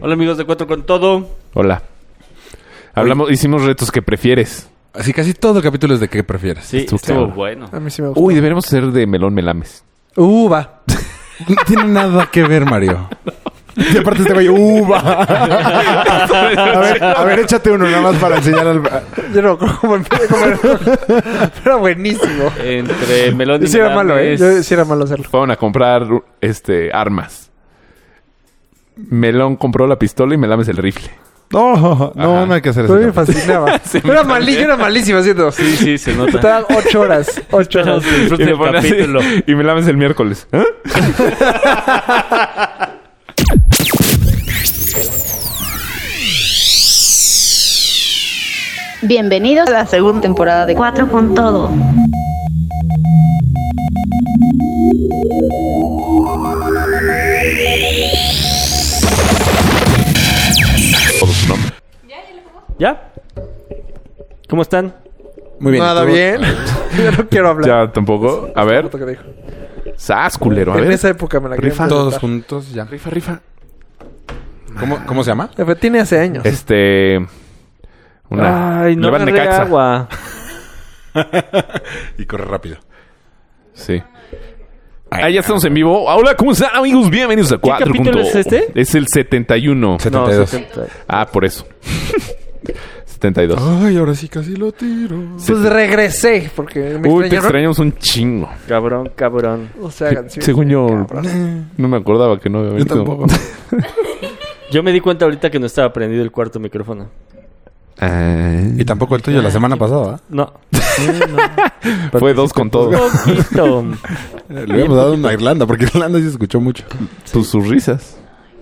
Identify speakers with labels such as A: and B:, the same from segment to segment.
A: Hola amigos de Cuatro con Todo.
B: Hola. Hablamos, hicimos retos que prefieres.
C: Así casi todo el capítulo es de qué prefieres.
A: Sí,
B: Estuvo
A: estuvo
B: cabrón.
A: bueno.
D: A mí sí me gusta.
B: Uy, deberíamos ser de melón melames.
D: Uva.
C: No tiene nada que ver, Mario.
D: Y aparte este güey, uva.
E: A ver, a ver, échate uno nada más para enseñar al...
D: Yo no como empecé a comer. Pero buenísimo.
A: Entre Melón
D: Yo
A: y
D: sí era malo, ¿eh?
A: Melames.
D: Yo sí era malo hacerlo.
B: Fueron a comprar este armas. Melón compró la pistola y melames el rifle.
E: No, no,
B: Ajá.
E: no hay que hacer
D: A
E: eso.
D: mí me fascinaba. Yo era malísimo, yo era malísimo haciendo.
A: Sí, sí, se nota.
D: Estaban ocho horas. Ocho
A: Esperamos
D: horas.
A: que
B: Y
A: disfruten
B: me
A: el
B: pone así,
A: capítulo.
B: y melames el miércoles. ¿Eh?
F: Bienvenidos a la segunda temporada de Cuatro con Todo.
A: ¿Ya? ¿Cómo están?
C: Muy bien.
D: Nada
C: ¿tú?
D: bien. Yo no quiero hablar.
B: Ya tampoco. A ver.
D: Puta que dijo.
B: Sas, culero. A
D: En
B: ver.
D: esa época me la quería
B: Rifa.
C: Todos
D: inventar.
C: juntos, ya.
B: Rifa, rifa.
C: ¿Cómo, cómo se llama?
D: Eh, Pero Tiene hace años.
B: Este. Una.
A: Ay, no
B: le van
A: agarré
B: Necaxa.
A: agua.
C: Y corre rápido.
B: Sí. Ah, ya estamos en vivo. Hola, ¿cómo están, amigos? Bienvenidos a 4.
A: capítulo es este?
B: Es el 71.
C: 72.
A: No, 70.
B: Ah, por eso. 72.
C: Ay, ahora sí casi lo tiro.
D: Pues regresé porque me
B: Uy, te
D: extrañaron.
B: extrañamos un chingo.
A: Cabrón, cabrón.
D: O sea, hagan sí.
B: Según yo, no me acordaba que no había
C: Yo
B: venido.
C: tampoco.
A: Yo me di cuenta ahorita que no estaba prendido el cuarto micrófono.
B: Ah,
C: Y tampoco el tuyo la semana pasada.
A: No.
B: fue dos con todo.
A: Poquito.
C: ¿eh? Le habíamos dado una a Irlanda, porque Irlanda sí se escuchó mucho.
B: Sus, sus risas.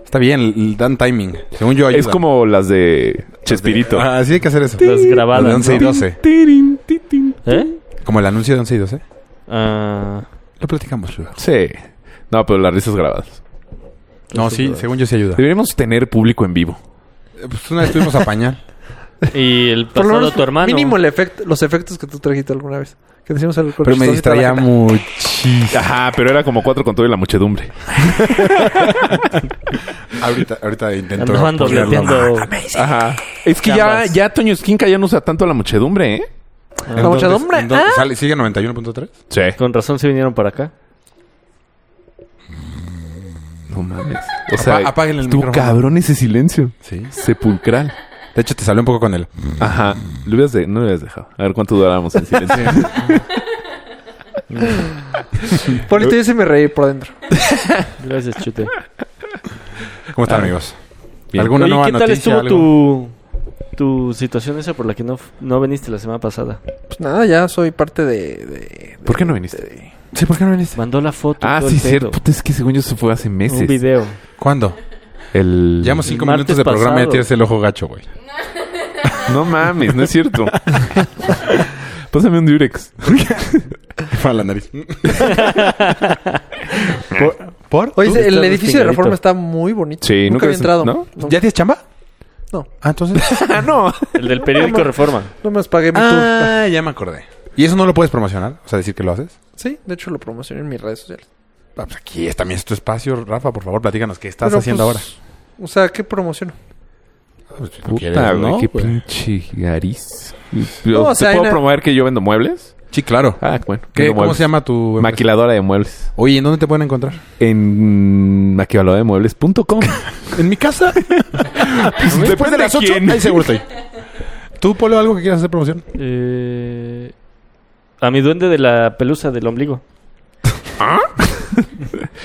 C: Está bien, l- dan timing. Según yo,
B: Es como las de Chespirito.
C: Ah, sí hay que hacer eso.
A: Las
C: Como de
A: grabadas.
C: 11 y
A: ¿no?
C: 12.
B: Tirin, ti, tin.
A: ¿Eh?
C: Como el anuncio de 11 y 12.
A: Ah,
C: Lo platicamos luego.
B: Sí. No, pero las risas grabadas.
C: No, sí, según yo sí ayuda.
B: Deberíamos tener público en vivo.
C: Eh, Pues una vez estuvimos a pañal.
A: y el
D: Por lo
A: pasado
D: menos
A: tu hermano.
D: mínimo el efecto, los efectos que tú trajiste alguna vez. Que decíamos al
C: pero me
D: corchetoncito a la
C: distraía
D: gente.
C: muchísimo.
B: Ajá, pero era como cuatro con todo y la muchedumbre.
C: Ahorita, ahorita intento.
A: Andaban
C: ponerlo.
A: dobleteando.
B: Ajá. Es que ya,
A: Chambas.
B: ya Toño Esquinca ya no usa tanto la muchedumbre, ¿eh?
C: ¿En
D: mucha
C: dónde-
D: sombra,
C: en dónde
D: ah.
C: sale? ¿Sigue 91.3?
B: Sí.
A: Con razón se vinieron para acá.
B: No mames. O sea,
C: Apa- apáguenle el
B: estuvo
C: micrófono.
B: cabrón ese silencio.
C: Sí.
B: Sepulcral.
C: De hecho, te salió un poco con él.
B: Ajá. Lo hubieras de- no lo hubieras dejado. A ver cuánto durábamos en silencio.
D: Polito, yo sí me reí por dentro.
A: Gracias, Chute.
C: ¿Cómo están, amigos?
B: Bien.
C: ¿Alguna
A: Oye,
C: nueva
A: ¿qué tal
C: noticia?
A: estuvo
C: algo?
A: tu, tu situación esa por la que no, no viniste la semana pasada?
D: Pues nada, ya soy parte de. de-
B: ¿Por qué no
D: de-
B: viniste?
D: de- Sí, ¿por qué no viniste?
A: Mandó la foto.
B: Ah,
A: todo
B: sí,
A: el pedo.
B: cierto. Puta, Es que según yo se fue hace meses.
A: Un video.
C: ¿Cuándo?
B: El...
C: Llevamos cinco
A: martes
C: minutos de programa y
A: pasado.
C: ya tienes el ojo gacho, güey.
B: No mames, no es cierto. Pásame un Durex.
C: Para la nariz.
B: ¿Por?
D: Oye,
A: Tú estás
D: el edificio de
A: destingadito.
D: reforma está muy bonito.
B: Sí,
D: nunca,
B: nunca
D: había
B: has-
D: entrado.
B: ¿no?
D: No,
C: ¿Ya tienes chamba?
D: no,
C: Ah, entonces.
B: Ah, no.
A: El del periódico Reforma.
D: no me los pagué mi tour.
C: ah, ya me acordé. ¿Y eso no lo puedes promocionar? O sea, decir que lo haces.
D: Sí, de hecho lo promocioné en mis redes sociales.
C: Ah, pues aquí es, también es tu espacio, Rafa. Por favor, platícanos qué estás
D: Pero,
C: haciendo
D: pues,
C: ahora.
D: O sea, ¿qué promociono?
C: Pues, si tú quieres,
B: Puta, güey. Qué
C: Pues-
B: pinche gariz.
D: No, o
B: ¿Te
D: sea, hay
B: puedo
D: na-
B: promover que yo vendo muebles?
C: Sí, claro.
B: Ah, bueno.
C: ¿Qué-
B: vendo
C: ¿Cómo
B: muebles.
C: se llama pues. tu empresa?
B: Maquiladora de muebles.
C: Oye, ¿en dónde te pueden encontrar?
B: En maquiladorademuebles.com.
C: En mi casa. Después Pues, de las 8,
B: quién?
C: ahí seguro estoy. ¿Tú, Polo, algo que quieras hacer promoción?
A: Eh, a mi duende de la pelusa del ombligo.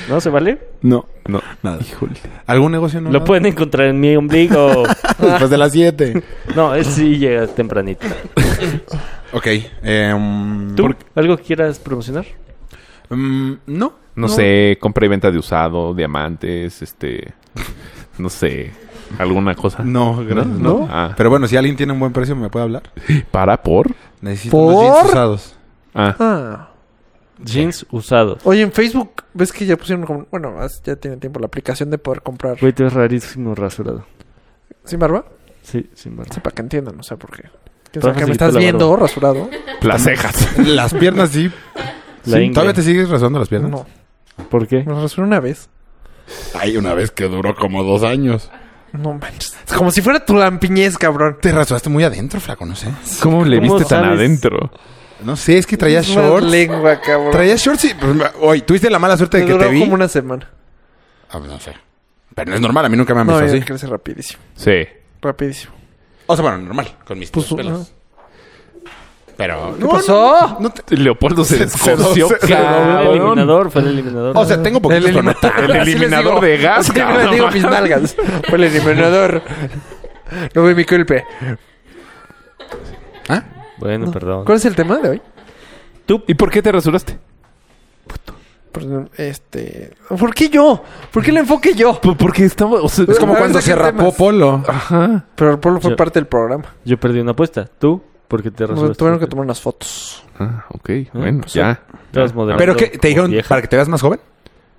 A: ¿No se vale?
C: No, no, nada. ¿Algún negocio no?
A: Lo
C: nada?
A: pueden encontrar en mi ombligo.
C: Después de las 7.
A: No, es sí llega tempranito.
C: ok. em,
A: ¿Tú?
C: por-
A: ¿Algo que quieras promocionar?
C: mm, no.
B: No, sé, compra y venta de usado, diamantes, este. No sé, alguna cosa.
C: No, gracias. No.
B: ¿No? Ah.
C: Pero bueno, si alguien tiene un buen precio, ¿me puede hablar?
B: ¿Para por?
C: Necesito
D: ¿Por?
C: unos jeans usados.
B: Ah,
D: Ah.
A: Jeans usados.
D: Oye, en Facebook, ¿ves que ya pusieron como. Bueno, as- ya tiene tiempo la aplicación de poder comprar.
A: Güey, te ves rarísimo rasurado.
D: ¿Sin barba?
A: Sí, sin barba.
D: Sí, para que entiendan, o sea, porque.
A: Rafa
D: ¿Quién sabe que
A: se quitó
D: me estás
A: la
D: viendo
A: barba.
D: rasurado?
B: las cejas.
C: Las piernas sí.
A: La
C: Sí,
A: ingle.
C: ¿Todavía te sigues rasurando las piernas?
D: No,
A: ¿Por qué?
D: me lo rasuré una vez.
C: Hay una vez que duró como dos años.
D: No manches. Es como si fuera tu lampiñez, cabrón.
C: Te rasuraste muy adentro, flaco, no sé.
B: ¿Cómo le
A: ¿Cómo
B: viste tan
A: sabes?
B: adentro?
C: No sé, es que traías
D: Es más
C: shorts.
D: lengua, cabrón.
C: Traías shorts y... pues, Oye, tuviste la mala suerte
D: Me
C: de que
D: duró
C: te vi.
D: como una semana.
C: Ah, pues, no sé. Pero no es normal, a mí nunca Ah, me han
D: No,
C: visto
D: ya
C: así.
D: crece rapidísimo.
B: Sí.
D: Rapidísimo.
C: O sea, bueno, normal, con mis
D: Pues,
C: pelos. Pero...
D: ¿Qué pasó?
C: No te-
B: Leopoldo se descoció.
C: se- se-
A: Fue el
B: cabrón.
A: eliminador, fue el eliminador.
C: O sea, tengo poquitos, pero no tanto.
B: El eliminador de gas,
D: Así les digo
B: cabrón.
D: mis nalgas. Fue el eliminador. No ve mi culpa.
A: bueno, perdón.
D: ¿Cuál es el tema de hoy?
B: ¿Y por qué te rasuraste?
D: Por- Este. ¿Por qué yo? ¿Por qué el enfoque yo?
B: Pues porque estamos... o sea,
C: Es como
D: A ver,
C: cuando
D: ¿de qué
C: se rapó
D: temas?
C: Polo.
B: Ajá.
D: Pero el pueblo fue
A: Yo-
D: parte del programa.
A: Yo perdí una apuesta. ¿Tú? Porque te
D: No,
A: rasuraste.
D: tuvieron que tomar unas fotos.
B: Ah, ok. Bueno,
A: pues,
B: ya.
A: Estabas moderando
C: ¿Pero qué? ¿Te
A: como
C: dijeron
A: vieja.
C: para que te veas más joven?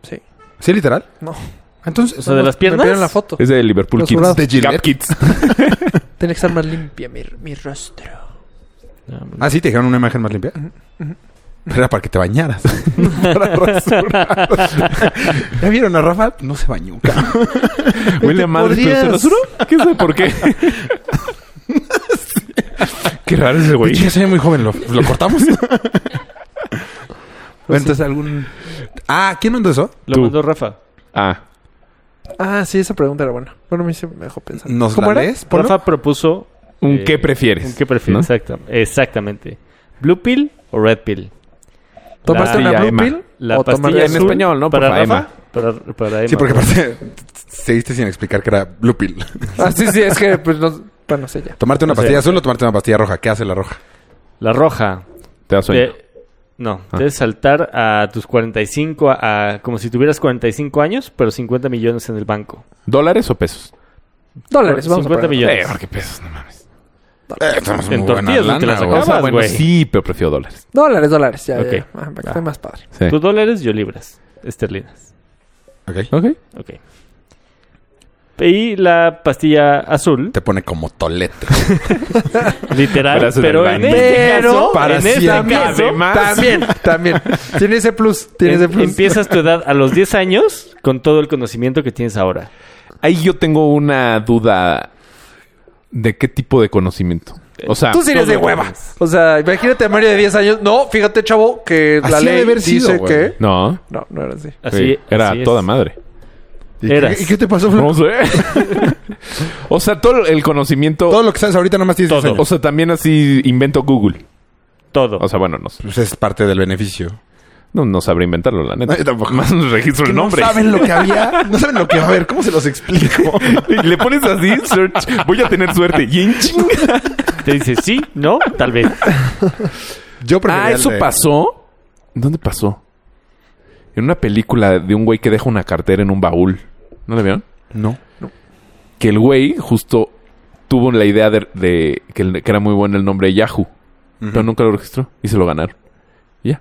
D: Sí.
C: ¿Sí, literal?
D: No.
C: Entonces...
A: O sea, de las
D: Me
A: piernas.
D: pidieron la foto.
B: Es de Liverpool
D: Rasurado.
B: Kids.
C: ¿De Gillette?
B: Gap Kids.
D: Tiene que estar más limpia mi, mi rostro.
A: Ah, bueno.
C: Ah, sí, te dijeron una imagen más limpia. Pero era para que te bañaras. para rasurar. ¿Ya vieron a Rafa? No se bañó. cabrón.
B: Huele a madre, pero se
D: podrías-
B: rasuró. ¿Quién sabe por qué? Qué raro ese güey.
C: Ya se ve muy joven. ¿Lo, lo cortamos? Bueno, entonces algún... Ah, ¿quién mandó eso?
A: Lo
B: Tú.
A: mandó Rafa.
B: Ah,
D: Ah, sí, esa pregunta era buena. Bueno, me, hice, me dejó pensar.
C: ¿Nos
D: ¿Cómo
C: la
D: era?
C: lees, Polo?
A: Rafa propuso.
B: un
A: eh,
B: qué prefieres.
A: Un qué prefieres.
B: ¿no?
A: Exacta- Exactamente. ¿Blue pill o red pill?
D: ¿Tomaste
A: La-
D: una blue
B: Emma.
D: pill?
A: La
D: o
A: pastilla
D: tomaste
B: en
A: azul
B: español, ¿no?
A: Para
B: Porfa,
A: Rafa. Para, para Emma.
C: Sí, porque aparte seguiste sin explicar que era Blue Pill.
D: Ah, sí, sí, es que pues no. Bueno, sé ya.
C: ¿Tomarte una
A: O sea,
C: pastilla azul o tomarte una pastilla roja? ¿Qué hace la roja?
A: La roja.
B: Te da sueño.
A: Te- no, debes saltar a tus 45, a, a- como si tuvieras 45 años, pero 50 millones en el banco.
B: ¿Dólares o pesos?
D: Dólares, vamos a
A: 50
D: poner.
A: millones.
B: Eh, ¿qué pesos? No mames.
C: Eh, tenemos
A: En
C: muy buena
A: tortillas, ¿no te las
C: lana,
A: sacabas?
C: güey.
A: Acabas,
B: bueno,
A: güey.
B: sí, pero prefiero dólares.
D: Dólares, dólares. Ya,
A: Ok.
D: ya, ya. Ah, para que esté más padre.
B: Sí.
A: Tú dólares, yo libras. Esterlinas.
C: Ok.
B: Ok.
A: Ok. Y la pastilla azul,
C: Te pone como tolete.
A: literal,
B: Brazo en
A: pero
B: el
A: en
B: baño.
A: este
D: Pero
A: caso,
C: para
A: en este
C: siempre.
A: caso,
B: Además-
D: También, también. Tiene ese plus. Tiene ese
A: em-
D: plus.
A: empiezas tu edad a los 10 años con todo el conocimiento que tienes ahora.
B: Ahí yo tengo una duda de qué tipo de conocimiento. O sea,
D: Tú serías de
A: todo
D: hueva.
A: dólares.
D: O sea, imagínate a Mario de 10 años. No, fíjate, chavo, que la
C: Así ha de
D: ley
C: haber sido,
D: dice
C: güey.
D: que.
B: no,
D: No, no era así.
A: Así,
B: sí, era
A: así es.
B: toda madre.
C: ¿Y qué-
A: Eras.
C: ¿Y qué te pasó, Flaco?
B: No sé. o sea, todo el conocimiento,
C: Todo lo que sabes ahorita nomás tienes 10
A: Todo.
C: años.
B: o sea, también así invento Google.
A: Todo.
B: O sea, bueno, no, sé.
C: Pues es parte del beneficio.
B: no, no sabré inventarlo, la neta.
C: No, yo tampoco.
B: Más registro el nombre.
C: No saben lo que había. No saben lo que va a haber. ¿Cómo se los explico?
B: Y le pones así, search, voy a tener suerte. Y en ching.
A: Te dice sí, no, tal vez.
C: Yo preferiría
B: Ah, eso
C: el de-
B: pasó. ¿Dónde pasó? En una película de un güey que deja una cartera en un baúl. ¿No la vieron?
C: No.
B: Que el güey justo tuvo la idea de, de que, el- que era muy bueno el nombre Yahoo. Pero nunca lo registró y se lo ganaron. Y Ya.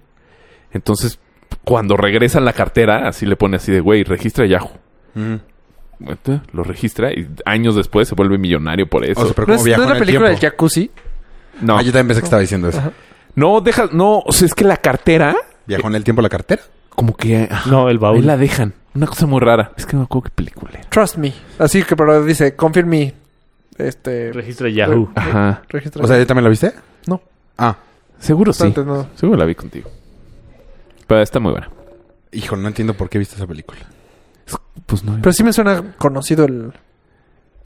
B: Entonces, cuando regresa la cartera, así le pone así de güey, registra Yahoo.
C: Mm.
B: Entonces, Lo registra y años después se vuelve millonario por eso.
C: O sea, pero
D: ¿No
C: ¿cómo
D: es,
C: viajó
D: no es la
C: en el
D: película del
C: tiempo?
D: jacuzzi?
B: no,
C: Ah, yo también pensé que estaba diciendo eso.
B: no, deja, no, o sea, es que la cartera,
C: ¿Viajó en el tiempo la cartera?
B: como que ah,
A: No, el
B: ahí
A: baúl.
B: la dejan. Una cosa muy rara. Es que no me acuerdo qué película era.
D: Trust me. Así que, pero dice, confirm me. Este.
A: Registra Yahoo.
B: Ajá.
D: Registra.
C: O sea, ¿ya también la viste?
D: No.
C: Ah.
B: Seguro sí.
D: Antes no.
B: Seguro la vi contigo. Pero está muy buena.
C: Hijo, no entiendo por qué viste esa película.
B: Pues no.
D: Pero sí me suena conocido el,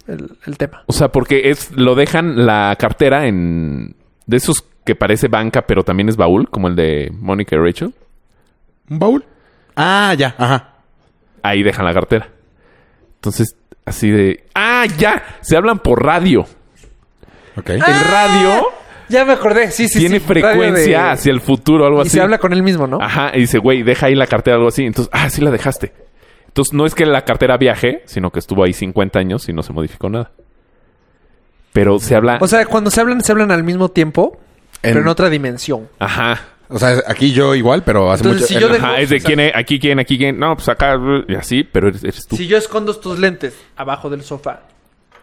D: el, el tema.
B: O sea, porque es lo dejan la cartera en de esos que parece banca, pero también es baúl, como el de Mónica y Rachel.
C: ¿Un baúl? Ah, ya. Ajá.
B: Ahí dejan la cartera. Entonces, así de, ah, ya, se hablan por radio.
C: Ok.
B: El radio
D: Ya me acordé, Ah, sí, sí.
B: tiene
D: sí.
B: frecuencia
D: Radio de-
B: hacia el futuro, algo
D: Y
B: así.
D: se habla con él mismo, ¿no?
B: Ajá, y dice, güey, deja ahí la cartera, algo así. Entonces, ah, sí la dejaste. Entonces, no es que la cartera viaje, sino que estuvo ahí 50 años y no se modificó nada. Pero se habla...
D: O sea, cuando se hablan, se hablan al mismo tiempo,
C: En-
D: pero en otra dimensión.
B: ajá.
C: O sea, aquí yo igual, pero hace
D: Entonces,
C: mucho...
D: si yo
C: el-
D: dejo-
B: Ajá, es de quién, es- aquí quién, aquí quién. No, pues acá uh, y así, pero eres, eres tú.
D: Si yo escondo tus lentes abajo del sofá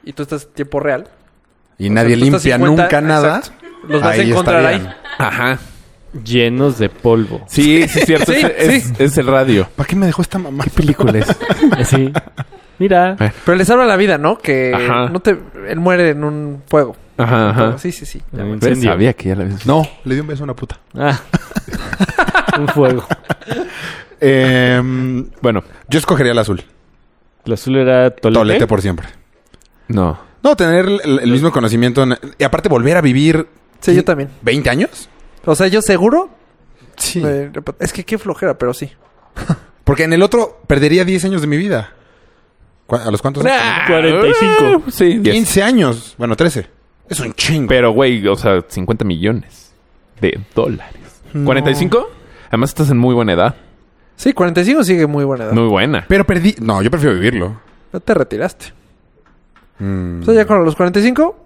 D: y tú estás en tiempo real,
C: Y nadie
D: O sea, tú estás
C: limpia
D: 50,
C: nunca nada.
D: exacto. los vas a
C: Ahí
D: encontrar ahí.
C: estarían.
B: Ajá.
A: llenos de polvo.
B: Sí, sí, es cierto.
D: Sí,
B: es, es-
D: sí.
B: es el radio.
C: ¿Para qué me dejó esta mamá? película es?
A: Así. Mira.
B: Eh.
D: Pero les habla la vida, ¿no? Que
B: Ajá.
D: no te... Él muere en un fuego.
B: Ajá, ajá.
D: Sí, sí, sí.
A: Un
B: ¿Ves?
A: incendio.
B: Sabía que ya la habías visto.
C: No, le di un beso a una puta.
A: Ah. Un fuego.
C: Em,
B: Bueno,
C: yo escogería el azul.
A: El azul era tolete.
C: Tolete por siempre.
B: no.
C: No, tener el, el mismo conocimiento. en- y aparte, volver a vivir.
D: Sí, yo también.
C: ¿20 años?
D: O sea, yo seguro...
C: Sí.
D: eh, es que qué flojera, pero sí.
C: Porque en el otro perdería 10 años de mi vida. ¿Cu- ¿A los cuántos?
A: 45.
B: Ah, Sí, 10.
C: 15 años. Bueno, 13. Es un chingo.
B: Pero, güey, o sea, 50 millones de dólares. ¿45? Además, estás en muy buena edad.
D: Sí, 45 sigue muy buena edad.
B: Muy buena.
C: Pero perdí. No, yo prefiero vivirlo.
D: No te retiraste.
C: Mm.
D: O sea, ya con los 45...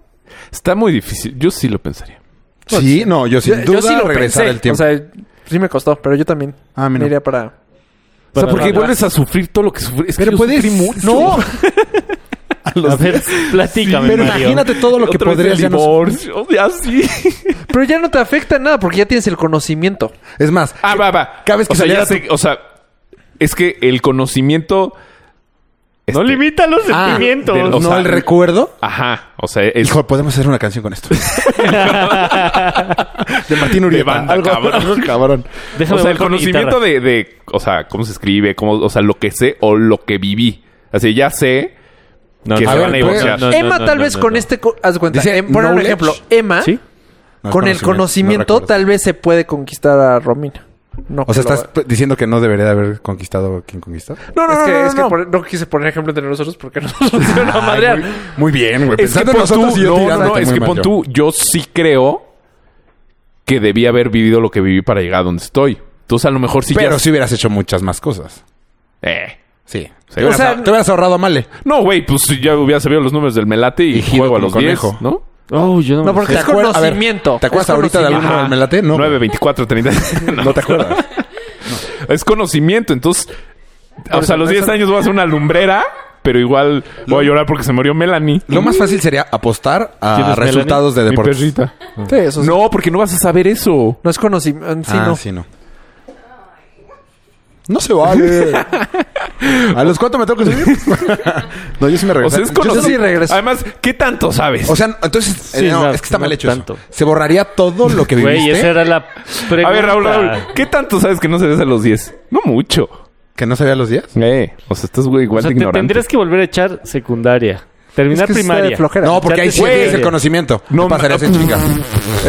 B: Está muy difícil. Yo sí lo pensaría.
C: Sí, no, Pues, yo sin
D: yo-
C: duda
D: yo sí lo
C: regresar
D: pensé.
C: el tiempo.
D: O sea, sí me costó, pero yo también.
C: Ah, mira.
D: Me iría para...
B: O sea,
A: Para
B: porque
A: nada.
B: vuelves a sufrir todo lo que sufrí. Es que
C: Pero
B: yo
C: puedes-
B: sufrí mucho.
C: No.
A: A ver, platícame,
C: pero
A: Mario.
C: imagínate todo lo que
B: Otra vez
C: podrías
B: el
C: ya no-
B: divorcio. Ya sí.
D: Pero ya no te afecta nada porque ya tienes el conocimiento.
C: Es más,
B: Ah, va, va.
C: Cada vez que
B: o sea,
C: saliera
B: ya
C: tu-
B: sé- o sea, es que el conocimiento...
A: No
B: este,
A: limita los
B: Ah,
A: sentimientos.
B: de los-
C: no
B: o sea,
C: el recuerdo.
B: Ajá. O sea, el...
C: Hijo, podemos hacer una canción con esto. de Martín Uribe.
B: De banda, cabrón.
C: cabrón.
A: Déjame
B: o sea, el
A: bajar mi
B: conocimiento de, de, o sea, cómo se escribe, cómo, o sea, lo que sé o lo que viví. Así, ya sé
A: No,
B: que
A: no,
B: se
A: no,
B: van a
C: ver,
B: divorciar.
A: no, no,
D: Emma
A: no,
D: tal
A: no,
D: vez
A: no,
D: con
A: no.
D: este... co- Haz de cuenta.
C: Dice,
D: em- por un
C: knowledge.
D: ejemplo,
B: ¿Ah?
D: Emma...
A: ¿Sí?
C: No,
D: con el conocimiento
C: no recuerdo.
D: tal vez se puede conquistar a Romina. No,
C: O sea,
D: que lo
C: estás
D: haga.
C: p- diciendo que no debería de haber conquistado a quien conquistó.
D: No, no,
B: Es
D: no,
B: que-
D: no,
B: es que
D: no. por- no quise poner ejemplo entre nosotros porque nosotros nos iban a
C: Ay,
D: madrear.
C: muy, muy bien, güey.
B: Es que
C: Pensando en
B: pon
C: nosotros
B: tú,
C: y yo
B: no,
C: tirándote
B: no, es
C: muy
B: que
C: mal
B: pon
C: yo.
B: tú, yo sí creo que debí haber vivido lo que viví para llegar a donde estoy. Entonces, a lo mejor sí
C: Pero
B: ya...
C: si hubieras hecho muchas más cosas.
B: Eh.
C: Sí.
B: Sí.
C: Te hubieras,
D: O sea,
C: te hubieras ahorrado a Male.
B: No, güey, pues si ya hubiera sabido los números del Melate y,
C: Y giro
B: juego a
C: como
B: los 10,
C: conejo.
B: ¿no?
A: Oh, yo no,
D: No,
A: me
D: porque
C: ¿Te
D: es
C: acuerdas? A ver,
D: conocimiento.
C: ¿Te acuerdas
D: Es
C: ahorita de
D: conocimiento.
C: alguno del Melate? No.
B: 9, 24, 30. no,
C: No te acuerdas.
B: Es conocimiento, entonces... O sea, a los 10 años voy a hacer una lumbrera, pero igual voy a llorar porque se murió Melanie.
C: Lo más fácil sería apostar a
A: ¿Tienes
C: resultados de
B: Mi
C: deportes.
B: perrita.
D: Sí, eso sí. No.
B: No, porque no vas a saber eso.
D: es conocimiento. mm, Sí,
C: ah,
D: no.
C: sí, no. No se vale. ¿A los cuánto me tengo que subir? no, yo sí me
B: O
C: regresé.
B: sea, es
C: Yo-
B: conocido.
D: sí regreso.
B: Además, ¿qué tanto sabes?
C: O sea, entonces, eh,
A: Sí,
C: no,
A: no,
C: es que está
A: no
C: mal hecho
A: tanto.
C: eso. Se borraría todo lo que viviste.
A: Güey, esa era la pregunta.
B: a ver, Raúl, Raúl, ¿qué tanto sabes que no sabes a los 10? No mucho.
C: Que no sabía los días.
B: Eh, o sea, estás güey, igual
A: O sea,
B: de
A: te
B: ignorante.
A: tendrías que volver a echar secundaria.
D: Es
A: Terminar
D: que sí está de
A: primaria.
D: flojera.
C: No, porque
A: Ya
C: ahí
A: te-
C: sí es el
A: güey.
C: conocimiento.
B: No,
C: No pasarías
B: ma-
C: en chinga.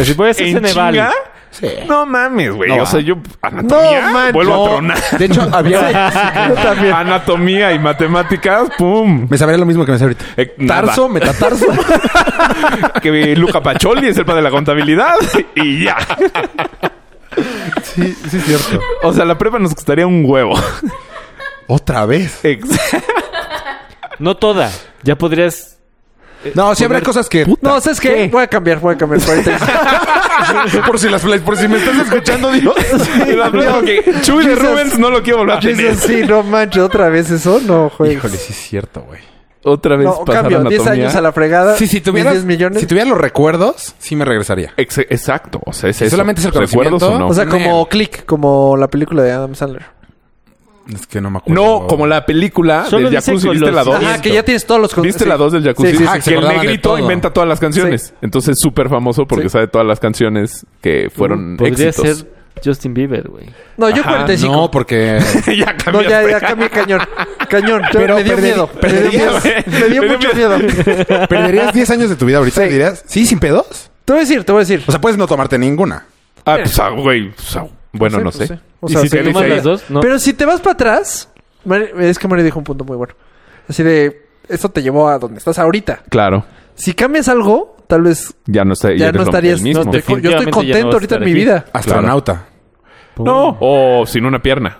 A: Si puedes
B: ¿En
A: hacer Ceneval.
B: chinga?
C: Sí.
B: No mames, güey.
C: No
B: o
C: va.
B: sea, yo anatomía vuelvo a tronar.
C: De hecho, había...
B: Anatomía y matemáticas, pum.
C: me sabría lo mismo que me sé ahorita.
B: Eh, nada.
C: Tarso, metatarso.
B: Que Luca Pacholi es el padre de la contabilidad y ya.
C: sí, sí es cierto.
B: O sea, la prepa nos costaría un huevo.
C: Otra vez.
B: Ex-
A: No toda. Ya podrías.
C: No, sí habrá cosas que...
D: No, ¿sabes qué? Voy a cambiar, voy a cambiar. 45.
C: por si las por si me estás escuchando, Dios.
B: Y la prepa, que Chuy de
D: Jesus.
B: Rubens no lo quiero volver a tener.
D: Dices, sí, no manches, otra vez eso. No, juegues.
C: Híjole, sí es cierto, güey.
B: Otra vez
D: No,
B: pasar
D: cambio. 10
B: anatomía.
D: años a la fregada.
C: Sí, si
D: mis
C: tuvieras,
D: 10 millones.
C: si tuviera los recuerdos, sí me regresaría.
B: Ex- Exacto, o sea, es
C: Si
B: eso.
C: solamente es el
B: ¿Recuerdos o
C: conocimiento,
B: no?
D: o sea,
C: No.
D: como Click, como la película de Adam Sandler.
C: Es que no me acuerdo.
B: Pues no, como la película
A: Solo
B: del
A: dice
B: Jacuzzi, ¿viste la 2?
A: conocimiento.
D: Ajá, que ya tienes todos los... con-
B: ¿Viste
D: sí.
B: la 2 del Jacuzzi?
D: Sí, sí, sí.
C: Ah, que se
B: que el
C: acordaban de
B: negrito
C: todo.
B: inventa todas las canciones. Entonces, súper famoso porque
D: Sí.
B: sabe todas las canciones que fueron
A: Mm, Podría
B: éxitos.
A: ser Justin Bieber, güey.
D: No, yo
B: Ajá,
D: 45.
C: No, porque...
B: ya
D: No,
B: cambiaste.
D: ya, ya cambié cañón. Cañón. Ya
C: Pero
D: me dio
C: perdería-
D: miedo. Me dio, miedo.
B: perderías-
D: Me dio mucho miedo.
C: ¿Perderías 10 años de tu vida ahorita?
D: Sí.
C: ¿Dirías? ¿Sí, sin pedos?
D: Te voy a decir, te voy a decir.
C: O sea, puedes no tomarte ninguna.
B: Ah, pues, ah, güey. pues, ah, bueno, no
D: Pues
B: sé.
D: sí, pues sí. O
A: y si
D: sea,
A: te
D: sí.
A: tomas
B: dice ahí.
A: las dos, no.
D: Pero si te vas para atrás, Mari- es que Mario dijo un punto muy bueno. Así de, esto te llevó a donde estás ahorita.
B: Claro.
D: Si cambias algo, tal vez
B: Ya no, está,
D: ya,
B: eres
D: no
B: lo-
D: estarías.
B: el mismo.
D: no,
B: No,
D: te- yo estoy
A: Definitivamente ya no
D: contento
A: vas a
D: ahorita en
A: estar
D: mi
A: aquí.
D: vida.
C: Astronauta.
B: o sin una pierna.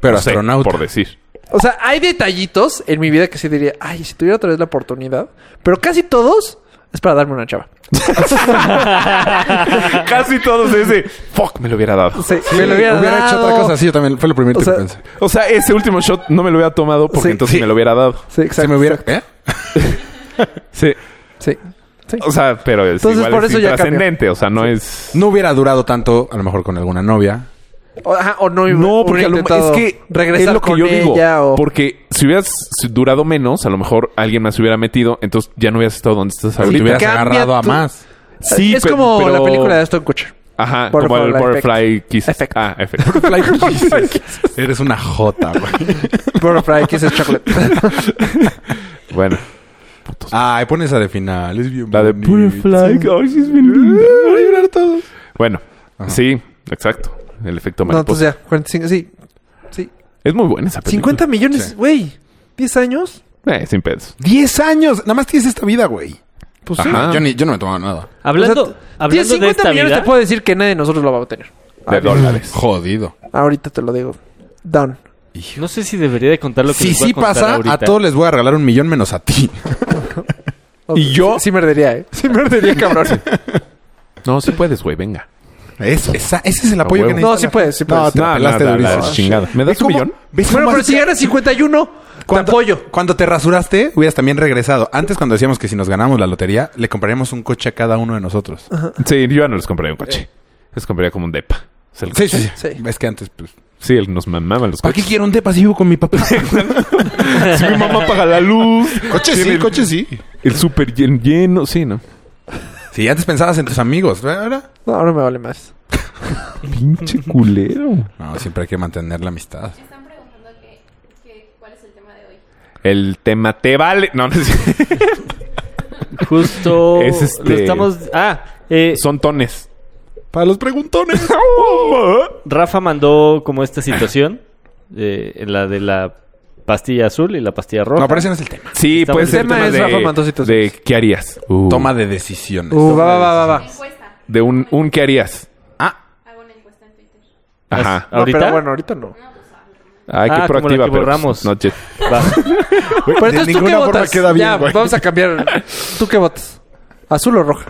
C: Pero
B: No sé,
C: astronauta.
B: por decir.
D: O sea, hay detallitos en mi vida que sí diría, ay, si tuviera otra vez la oportunidad. Pero casi todos es para darme una chava.
B: Casi todos ese fuck me lo hubiera dado.
D: Sí,
C: Sí,
D: me lo hubiera,
C: hecho
D: dado.
C: otra cosa. Sí, yo también. Fue lo primero
D: O
C: que
D: sea,
C: pensé.
B: O sea, ese último shot no me lo hubiera tomado porque
D: Sí.
B: entonces
C: Sí. ¿eh?
B: me lo hubiera dado.
D: Sí, exacto.
C: Se me hubiera... ¿Eh?
B: Sí.
D: Sí. Sí,
B: O sea, pero es
D: Entonces,
B: igual
D: por
B: es
D: eso ya cambió.
B: intrascendente. O sea, no es...
C: No hubiera durado tanto, a lo mejor con alguna novia.
D: O, ajá, o no,
B: No, porque
D: hubiera
B: a lo- es
D: intentado
B: que
D: regresar
B: es lo que
D: con
B: yo
D: ella
B: digo.
D: o...
B: Porque si hubieras durado menos, a lo mejor alguien más se hubiera metido, entonces ya no hubieras estado donde estás
C: Si te
B: ahorita.
C: hubieras
D: cambia
C: agarrado a
D: tu-
C: más.
B: Sí,
D: es
B: pe-
D: como
B: pero-
D: la película de Aston Kutcher.
B: Ajá,
D: Butterfly
B: como el
D: Effect.
B: Butterfly Kiss.
D: Effect.
B: Ah, Effect.
C: Eres una jota, güey.
D: Butterfly Kisses Chocolate.
B: bueno,
C: Ay, pon esa de final. Es bien
B: la de
C: bonita.
B: Butterfly. Ay, sí es bien linda.
C: Van a llorar todos.
B: Bueno, sí, exacto. El efecto
D: no, pues,
B: mariposa.
D: entonces ya, 45, sí. Sí.
B: es muy buena esa película.
D: 50 millones,
C: Sí.
D: güey. 10 años.
B: 50. Eh, sin pedos.
C: 10 años. Nada más tienes esta vida, güey.
D: Pues sí.
B: Ajá.
C: Yo, ni- yo no me tomaba nada.
A: Hablando,
D: O sea,
A: hablando
D: 10,
A: de esta
D: millones
A: vida,
D: te puedo decir que nadie de nosotros lo va a obtener.
B: De dólares.
C: Jodido.
D: Ahorita te lo digo. Down.
A: no sé si debería de contar lo que
C: Si
A: les voy
C: sí
A: a contar
C: pasa,
A: ahorita.
C: a todos les voy a regalar un millón menos a ti.
D: ¿Y yo? Sí, me ardería, ¿eh? Sí me ardería, cabrón.
B: No, sí puedes, güey, venga.
C: Es, esa- ese es el apoyo
B: huevo.
C: que
D: no,
C: necesitas.
D: sí puedes, sí
C: No,
D: puedes.
C: te la pelaste
B: nada,
C: durísimo.
B: la chingada. ¿Me das
C: ¿Ves
B: un
C: cómo-
B: millón?
C: ¿Ves
D: bueno,
C: cómo
D: pero
C: haces-
D: si ganas 51, te
C: cuando-
D: apoyo.
C: Cuando te rasuraste, hubieras también regresado. Antes, cuando decíamos que si nos ganamos la lotería, le compraríamos un coche a cada uno de nosotros.
B: Sí, yo ya no les compraría un coche. Les compraría como un depa. Es el-
C: Sí, sí, sí,
D: Sí.
C: Es que antes, pues.
B: Sí, el- nos mamaban los
C: ¿Para
B: coches.
C: qué quiero un depa si vivo con mi papá?
B: Si mi mamá paga la luz.
C: coche
B: Tiene
C: sí,
B: el-
C: coche sí.
B: El súper llen- lleno, sí, ¿no?
C: Sí, antes pensabas en tus amigos, ¿verdad?
D: No, ahora me vale más.
B: Pinche culero.
C: No, siempre hay que mantener la amistad.
G: Están preguntando que, que- cuál es el tema de hoy.
B: El tema te vale. No, no es-
A: Justo
B: Es este-
A: lo estamos... Ah, eh,
B: son tones.
C: Para los preguntones.
A: Rafa mandó como esta situación, eh, en la de la pastilla azul y la pastilla roja.
C: No, pero ese no es el tema.
B: Sí,
A: Estamos
B: puede ser
A: en el
B: tema
D: tema
B: de,
D: es Rafa Mantositos.
B: de qué harías. Uh,
C: Toma de decisiones.
D: Uh, va, va, va, va, va.
G: Encuesta.
B: De un, un qué harías.
C: Ah,
G: Hago una encuesta en Twitter.
B: Ajá.
A: No, ¿Ahorita?
D: pero bueno, ahorita no.
B: Ay,
A: Ah,
B: qué
A: como la
B: proactiva,
A: que
B: pero
A: borramos.
B: pues, no, che-
A: Va.
D: Pero
C: de
D: entonces, ¿tú qué
C: ninguna forma
D: votas?
C: queda bien,
D: ya,
C: güey.
D: vamos a cambiar. ¿Tú qué votas? ¿Azul o roja?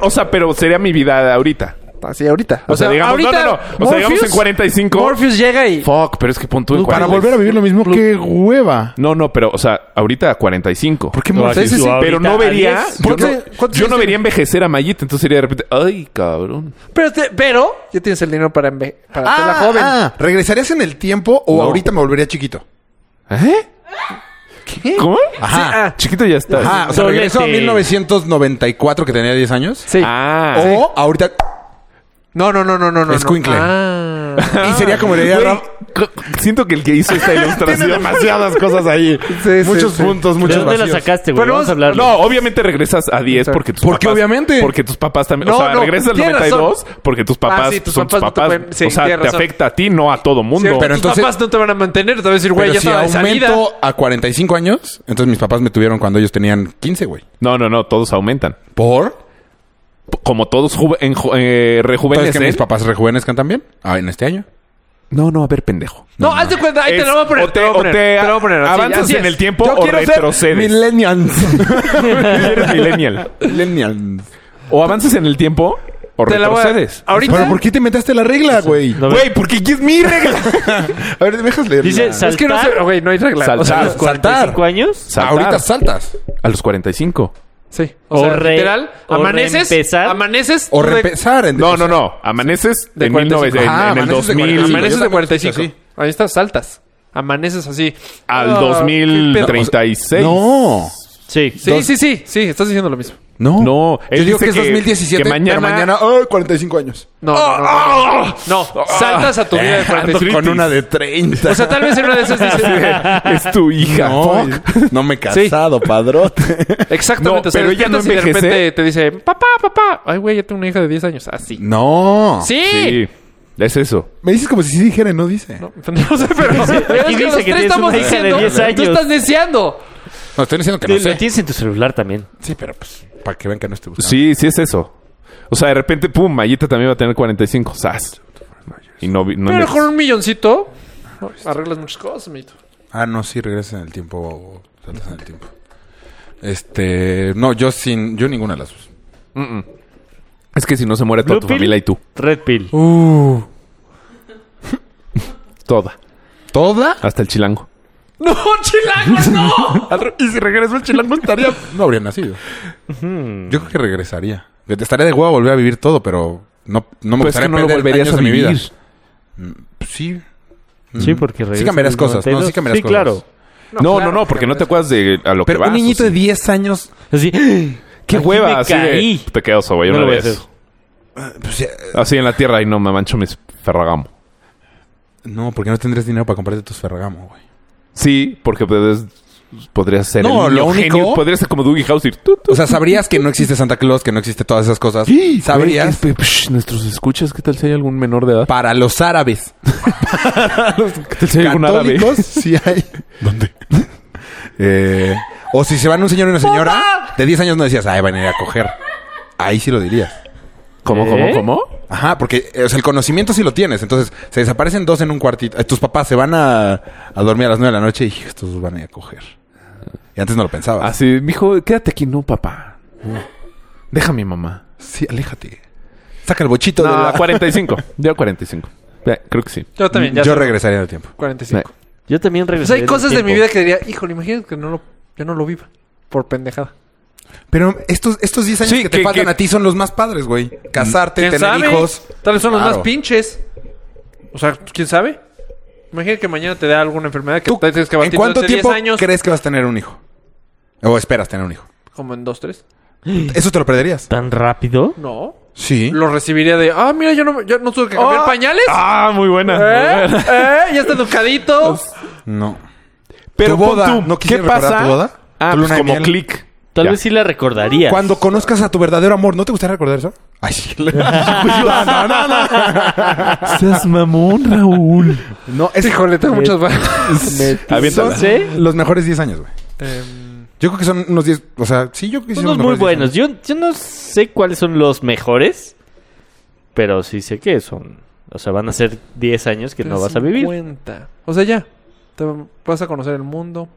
B: O sea, pero sería mi vida ahorita.
D: Así, ahorita.
B: O, sea, digamos, no,
D: ahorita,
B: no, no. O sea, digamos en 45.
D: Morpheus llega y...
B: Fuck, pero es que pon tú en
E: Para
B: 40.
E: volver a vivir lo mismo, qué hueva.
B: No, no, pero, o sea, ahorita a 45.
C: ¿por qué
A: No,
C: me
A: así
D: sí,
A: su
D: sí,
A: ahorita
B: Pero no
A: a
B: vería.
A: 10.
B: Yo
D: ¿Cuántos-
B: no,
D: cuántos
B: yo
D: años
B: no vería
D: tienes?
B: envejecer a Mayita, entonces sería de repente, ay, cabrón.
D: Pero, te- pero ya tienes el dinero para, enve- para hacerla
C: Ah,
D: joven.
C: ah, ¿Regresarías en el tiempo o
B: No.
C: ahorita me volvería chiquito?
B: ¿Eh?
D: ¿Qué?
B: ¿Cómo?
C: Ajá.
D: ah.
B: Chiquito ya está.
C: Ajá, o sea,
A: Solete.
C: regreso a 1994 que tenía 10 años.
D: Sí.
B: Ah.
C: O ahorita.
D: No, no, no, no, no. no,
C: Escuincle.
D: no. Ah.
C: Y sería como le diría
B: Güey,
C: Rafa.
B: co- siento que el que hizo esta ilustración.
E: demasiadas cosas ahí.
D: Sí, sí,
E: muchos
D: sí.
E: puntos,
A: ¿De
E: muchos
A: dónde la
E: vacíos.
A: sacaste, güey?
D: Pero
A: Vamos a
D: vamos-
A: hablar.
B: No, obviamente regresas a 10 porque tus
C: Porque
B: papás.
C: obviamente.
B: Porque tus papás también. o
D: No,
B: sea,
D: no,
B: regresas al
D: tienes
B: 92 porque tus papás
D: Ah, sí, tus
B: son tus
D: papás no te
B: papás.
D: pueden- sí,
B: o sea, te
D: tienes razón.
B: afecta a ti, no a todo mundo.
D: Cierto,
C: Pero
D: tus
C: entonces-
D: papás no te van a mantener, te van a decir, güey,
C: Pero
D: ya
C: si
D: estaba de salida.
C: aumento a 45 años, entonces mis papás me tuvieron cuando ellos tenían 15, güey.
B: No, no, no, todos aumentan.
C: ¿Por?
B: P- Como todos ju- en ju- eh,
C: ¿Sabes que
B: rejuvenecen.
C: mis papás rejuvenezcan también? Ah, en este año.
B: No, no, a ver, pendejo.
D: No, haz de cuenta, ahí te
B: Es-
D: lo voy a poner.
B: o te-
D: lo voy a
B: o
D: poner,
B: te
D: lo voy a poner, así,
B: avanzas
D: así
B: en
D: es.
B: el tiempo o retrocedes.
C: millennials.
B: Eres millennial.
C: millennials.
B: O avanzas en el tiempo o
D: Te la voy a-
B: retrocedes.
D: Ahorita.
C: ¿Pero por qué te metaste la regla, güey?
A: No,
B: Güey, porque aquí es mi regla.
C: A ver, ¿me dejas leer.
A: Dice saltar
D: Es que no sé, güey, no hay regla.
B: Saltar.
D: O sea,
B: Ah,
A: a los 45 años
B: Saltar.
C: Ahorita saltas.
B: A los 45.
D: sí.
A: O
D: O, sea,
A: re-
D: literal,
A: o
D: amaneces,
A: reempezar.
D: amaneces
C: O
D: tú de-
C: repesar.
B: No, no, no. Amaneces
D: De
B: en,
D: 45.
B: 19, en,
C: Ajá,
B: en el
C: amaneces de
B: 2000.
C: 45. Yo
D: Amaneces de
C: también soy
D: 45.
C: así.
D: Ahí estás, saltas. Amaneces así.
B: Al
D: Ah, qué pedo.
B: 2036.
C: No.
A: Sí.
D: Sí, sí, sí, sí, estás diciendo lo mismo.
C: No.
B: No,
C: Yo
B: él
C: digo
B: dice
C: que es
B: que-
C: 2017,
B: que mañana-
C: pero mañana... ¡Ay, 45 años!
D: No, no, no,
B: Ah,
D: no, no. No, saltas a tu vida de 45.
C: con una de 30.
D: O sea, tal vez en una de esas dices...
B: Es tu hija.
C: no, no me he casado, padrote.
D: Exactamente.
B: No,
D: o sea,
B: pero ella no
D: despiertas y
B: envejece.
D: De repente te dice, papá, papá. Ay, güey, ya tengo una hija de 10 años. Así.
C: No.
D: Sí.
B: Sí. Es eso.
C: Me dices como si sí dijera y no dice.
D: No, no sé, pero... pero
A: dice que tienes una hija de 10
D: Tú
A: años.
D: estás deseando.
C: No, estoy diciendo que
A: Te-
C: no
A: Lo
C: sé.
A: tienes en tu celular también.
C: Sí, pero pues, para que vean que no estoy buscando.
B: Sí, sí es eso. O sea, de repente, pum, Mayita también va a tener 45. ¡Sas! Y no... vi- no me-
D: Pero con un milloncito pues, arreglas muchas cosas, mito.
C: Ah, no, sí, regresa en el tiempo. o Saltas en el tiempo. Este... No, yo sin... Yo ninguna de las dos.
B: Mm, mm. Es que si no se muere toda
A: Blue
B: tu
A: pill.
B: familia y tú.
A: Red Pill.
B: Toda.
C: ¿Toda?
B: Hasta el chilango.
D: ¡No, chilangos, no!
C: Y si regresó el chilango estaría...
B: Pues
C: No habría nacido. Yo creo que regresaría. Estaría de huevo volver a vivir todo, pero no, no me
B: Pues es
C: gustaría
B: que no lo
C: perder
B: volverías
C: años
B: a
C: de mi vida.
B: vivir.
C: Pues sí.
A: Sí, porque
C: Sí
A: regresa
C: cambiarás
A: en el
C: cosas, ¿no?
A: 92.
C: Sí cambiarás cosas.
A: claro.
B: No, no,
D: claro,
B: no, porque no te acuerdas de a lo que
C: Pero
B: vas.
C: un niñito
B: o
C: de
B: sea.
C: 10 años...
A: Así,
B: ¡Qué
A: aquí
B: hueva!
A: me
B: Así de,
A: caí.
B: Te quedas güey,
A: no
B: Pues una
A: lo voy a hacer.
B: vez.
C: pues
B: Así en la tierra y no me mancho mis ferragamo.
C: No, porque no tendrías dinero para comprarte tus Ferragamo, güey.
B: Sí, porque puedes, podrías ser
C: No,
B: el niño
C: lo único-
B: genio. Podrías ser como Dougie House y...
C: O sea, sabrías que no existe Santa Claus, que no existe todas esas cosas. Sabrías
B: Güey, qué- psh, nuestros escuchas, ¿qué tal si hay algún menor de edad?
C: para los árabes.
B: ¿Qué tal si hay algún árabe?
C: Católicos, sí hay. ¿Dónde? Eh, o si se van un señor y una señora, de 10 años no decías, ay, van a ir a coger. Ahí sí lo dirías.
B: ¿Cómo,
A: ¿Eh?
B: cómo, cómo?
C: Ajá, porque eh, o sea, el conocimiento sí lo tienes. Entonces, se desaparecen dos en un cuartito. Eh, tus papás se van a, a dormir a las 9 de la noche y "Hijo, estos dos van a ir a coger. Y antes no lo pensabas.
B: Así, mijo, quédate aquí. No, papá. No. Deja a mi mamá.
C: sí, aléjate. Saca el bochito de
B: No,
C: la...
B: 45. Yo 45. Ya, Creo que sí.
D: Yo también, ya
C: Yo
D: soy
C: regresaría en el tiempo.
D: 45.
A: Yo también
D: O
A: regresé.
D: sea, hay cosas de mi vida que diría, híjole, imagínate que no lo, yo no lo viva. Por pendejada.
C: Pero estos, estos 10 años
B: Sí,
C: que te
B: que-
C: faltan
B: que-
C: a ti son los más padres, güey. Casarte, tener hijos.
D: Tal vez son los
C: Claro.
D: más pinches. O sea, ¿quién sabe? Imagínate que mañana te da alguna enfermedad que te tienes que
C: ¿En
D: batir
C: cuánto
D: durante 10
C: tiempo
D: años.
C: crees que vas a tener un hijo? O esperas tener un hijo.
D: Como en dos, tres.
C: ¿Eso te lo perderías?
A: ¿Tan rápido?
D: No.
C: Sí.
D: Lo recibiría de, ah, mira, yo no, yo no tuve que cambiar
B: Ah.
D: pañales.
B: Ah, muy buena.
D: ¿Eh? ¿Eh? Ya está educadito.
C: No.
B: Pero
C: ¿Tu
B: pon
C: boda?
B: tú,
C: ¿No quisieras recordar tu boda?
B: Ah,
C: ¿Tu
B: pues
C: luna de
B: como
C: miel?
B: click.
A: Tal
B: Ya.
A: vez sí la recordaría.
C: Cuando conozcas a tu verdadero amor, ¿no te gustaría recordar eso? Ay, sí. no, no, no, no.
B: Seas mamón, Raúl.
C: No, es
D: Híjole, tengo muchas
B: Aviéntala.
A: Sí.
C: los mejores 10 años, güey.
D: Em,
C: Yo creo que son unos 10... O sea, sí, yo creo que sí
A: Pues Unos
C: son los
A: muy
C: mejores 10 años.
A: buenos. Yo, yo no sé cuáles son los mejores, pero sí sé que son. O sea, van a ser 10 años que no vas a vivir.
D: 50. O sea, ya. Te vas a conocer el mundo.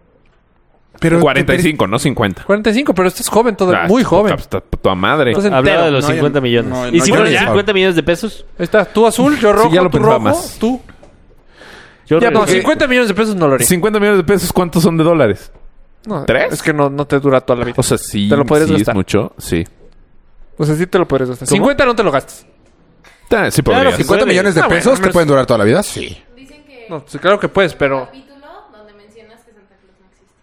C: Pero
B: 45, no 50.
D: 45, pero estás joven todavía.
B: Ah,
D: muy
B: está-
D: joven.
B: está- está- Tu madre.
D: Entonces,
A: Hablaba
D: entero.
A: de los
C: No, ya
A: 50
C: no-
A: millones.
C: no,
A: ¿Y
C: no,
A: si
C: ya
A: fueron
C: no.
A: 50 millones de pesos?
D: Ahí está. Tú azul, yo rojo,
B: ya lo
D: tú
B: pensaba
D: rojo,
B: más.
D: tú.
A: Yo
D: Ya, no,
A: regresé.
D: 50 millones de pesos no lo haría.
B: 50 millones de pesos, ¿cuántos son de dólares?
D: No,
B: ¿Tres?
D: Es que no, no te dura toda la vida.
B: O sea, sí,
D: Te lo podrías
B: sí es
D: gastar.
B: mucho. Sí.
D: O sea, sí te lo podrías gastar.
B: ¿Cómo?
D: 50 no te lo gastas.
B: Ah, Sí,
A: Claro,
B: podrías.
C: 50 millones de
D: Ah, bueno,
C: pesos
D: hombre,
C: que pueden durar toda la vida, sí.
G: Dicen que
D: No, sí, claro que puedes, pero...
G: capítulo donde mencionas que Santa Claus no existe.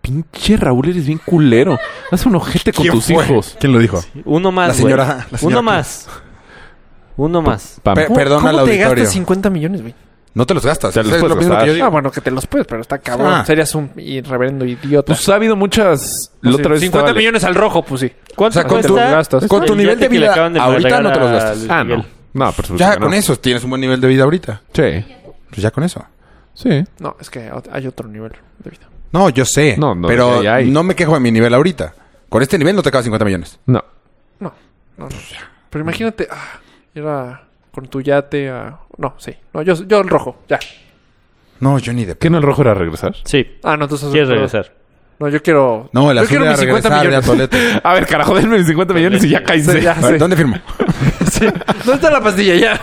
B: Pinche Raúl, eres bien culero. Haz un ojete con tus
C: fue?
B: hijos.
C: ¿Quién lo dijo?
A: Uno más.
C: La señora-
A: güey.
C: la señora
A: Uno más. Uno más.
B: Pam.
C: Pe- Perdona al
D: ¿Cómo te
C: auditorio.
D: gastas 50 millones, güey?
C: No te los gastas.
B: Te los
C: Es lo
B: puedes
C: mismo que yo
B: gastar.
C: digo.
D: Ah, bueno, que te los puedes, pero está cabrón.
C: Ah.
D: Serías un i- reverendo idiota.
B: Pues ha habido muchas. La
D: Sí,
B: otra vez
D: 50
B: estaba-
D: millones al rojo, pues sí.
A: ¿Cuánto
C: O sea, con
A: cuesta
C: tu-
D: gastas.
C: con tu
A: el
C: nivel de
A: yate que le
C: vida,
A: acaban
C: ahorita
A: regalar
C: no te los
A: a
C: gastas.
A: Luis
B: Ah, no.
A: Miguel?
B: No, por supuesto
C: Ya
B: que no.
C: con eso tienes un buen nivel de vida ahorita.
B: Sí.
C: Pues ya con eso.
B: Sí.
D: No, es que ot- hay otro nivel de vida.
C: No, yo sé.
B: No, no,
C: pero
B: ya hay.
C: no me quejo de mi nivel ahorita. Con este nivel no te cagas 50 millones.
B: No.
D: No, no, no. Pero imagínate, ah, ir a- con tu yate a... No, sí. No, yo, yo el rojo, ya.
C: No, yo ni de... p-
B: ¿Qué no el rojo era regresar?
A: Sí.
D: Ah, no, tú estás...
A: ¿Quieres regresar?
D: No, yo quiero...
C: No, el
D: yo
C: azul
D: quiero
C: era
D: mis 50
C: regresar de
D: millones.
C: Atolete.
B: A ver, carajo, denme mis 50 millones y ya caíste.
D: ya.
C: A ver, ¿Dónde firmo?
D: Sí. ¿Dónde está la pastilla? Ya.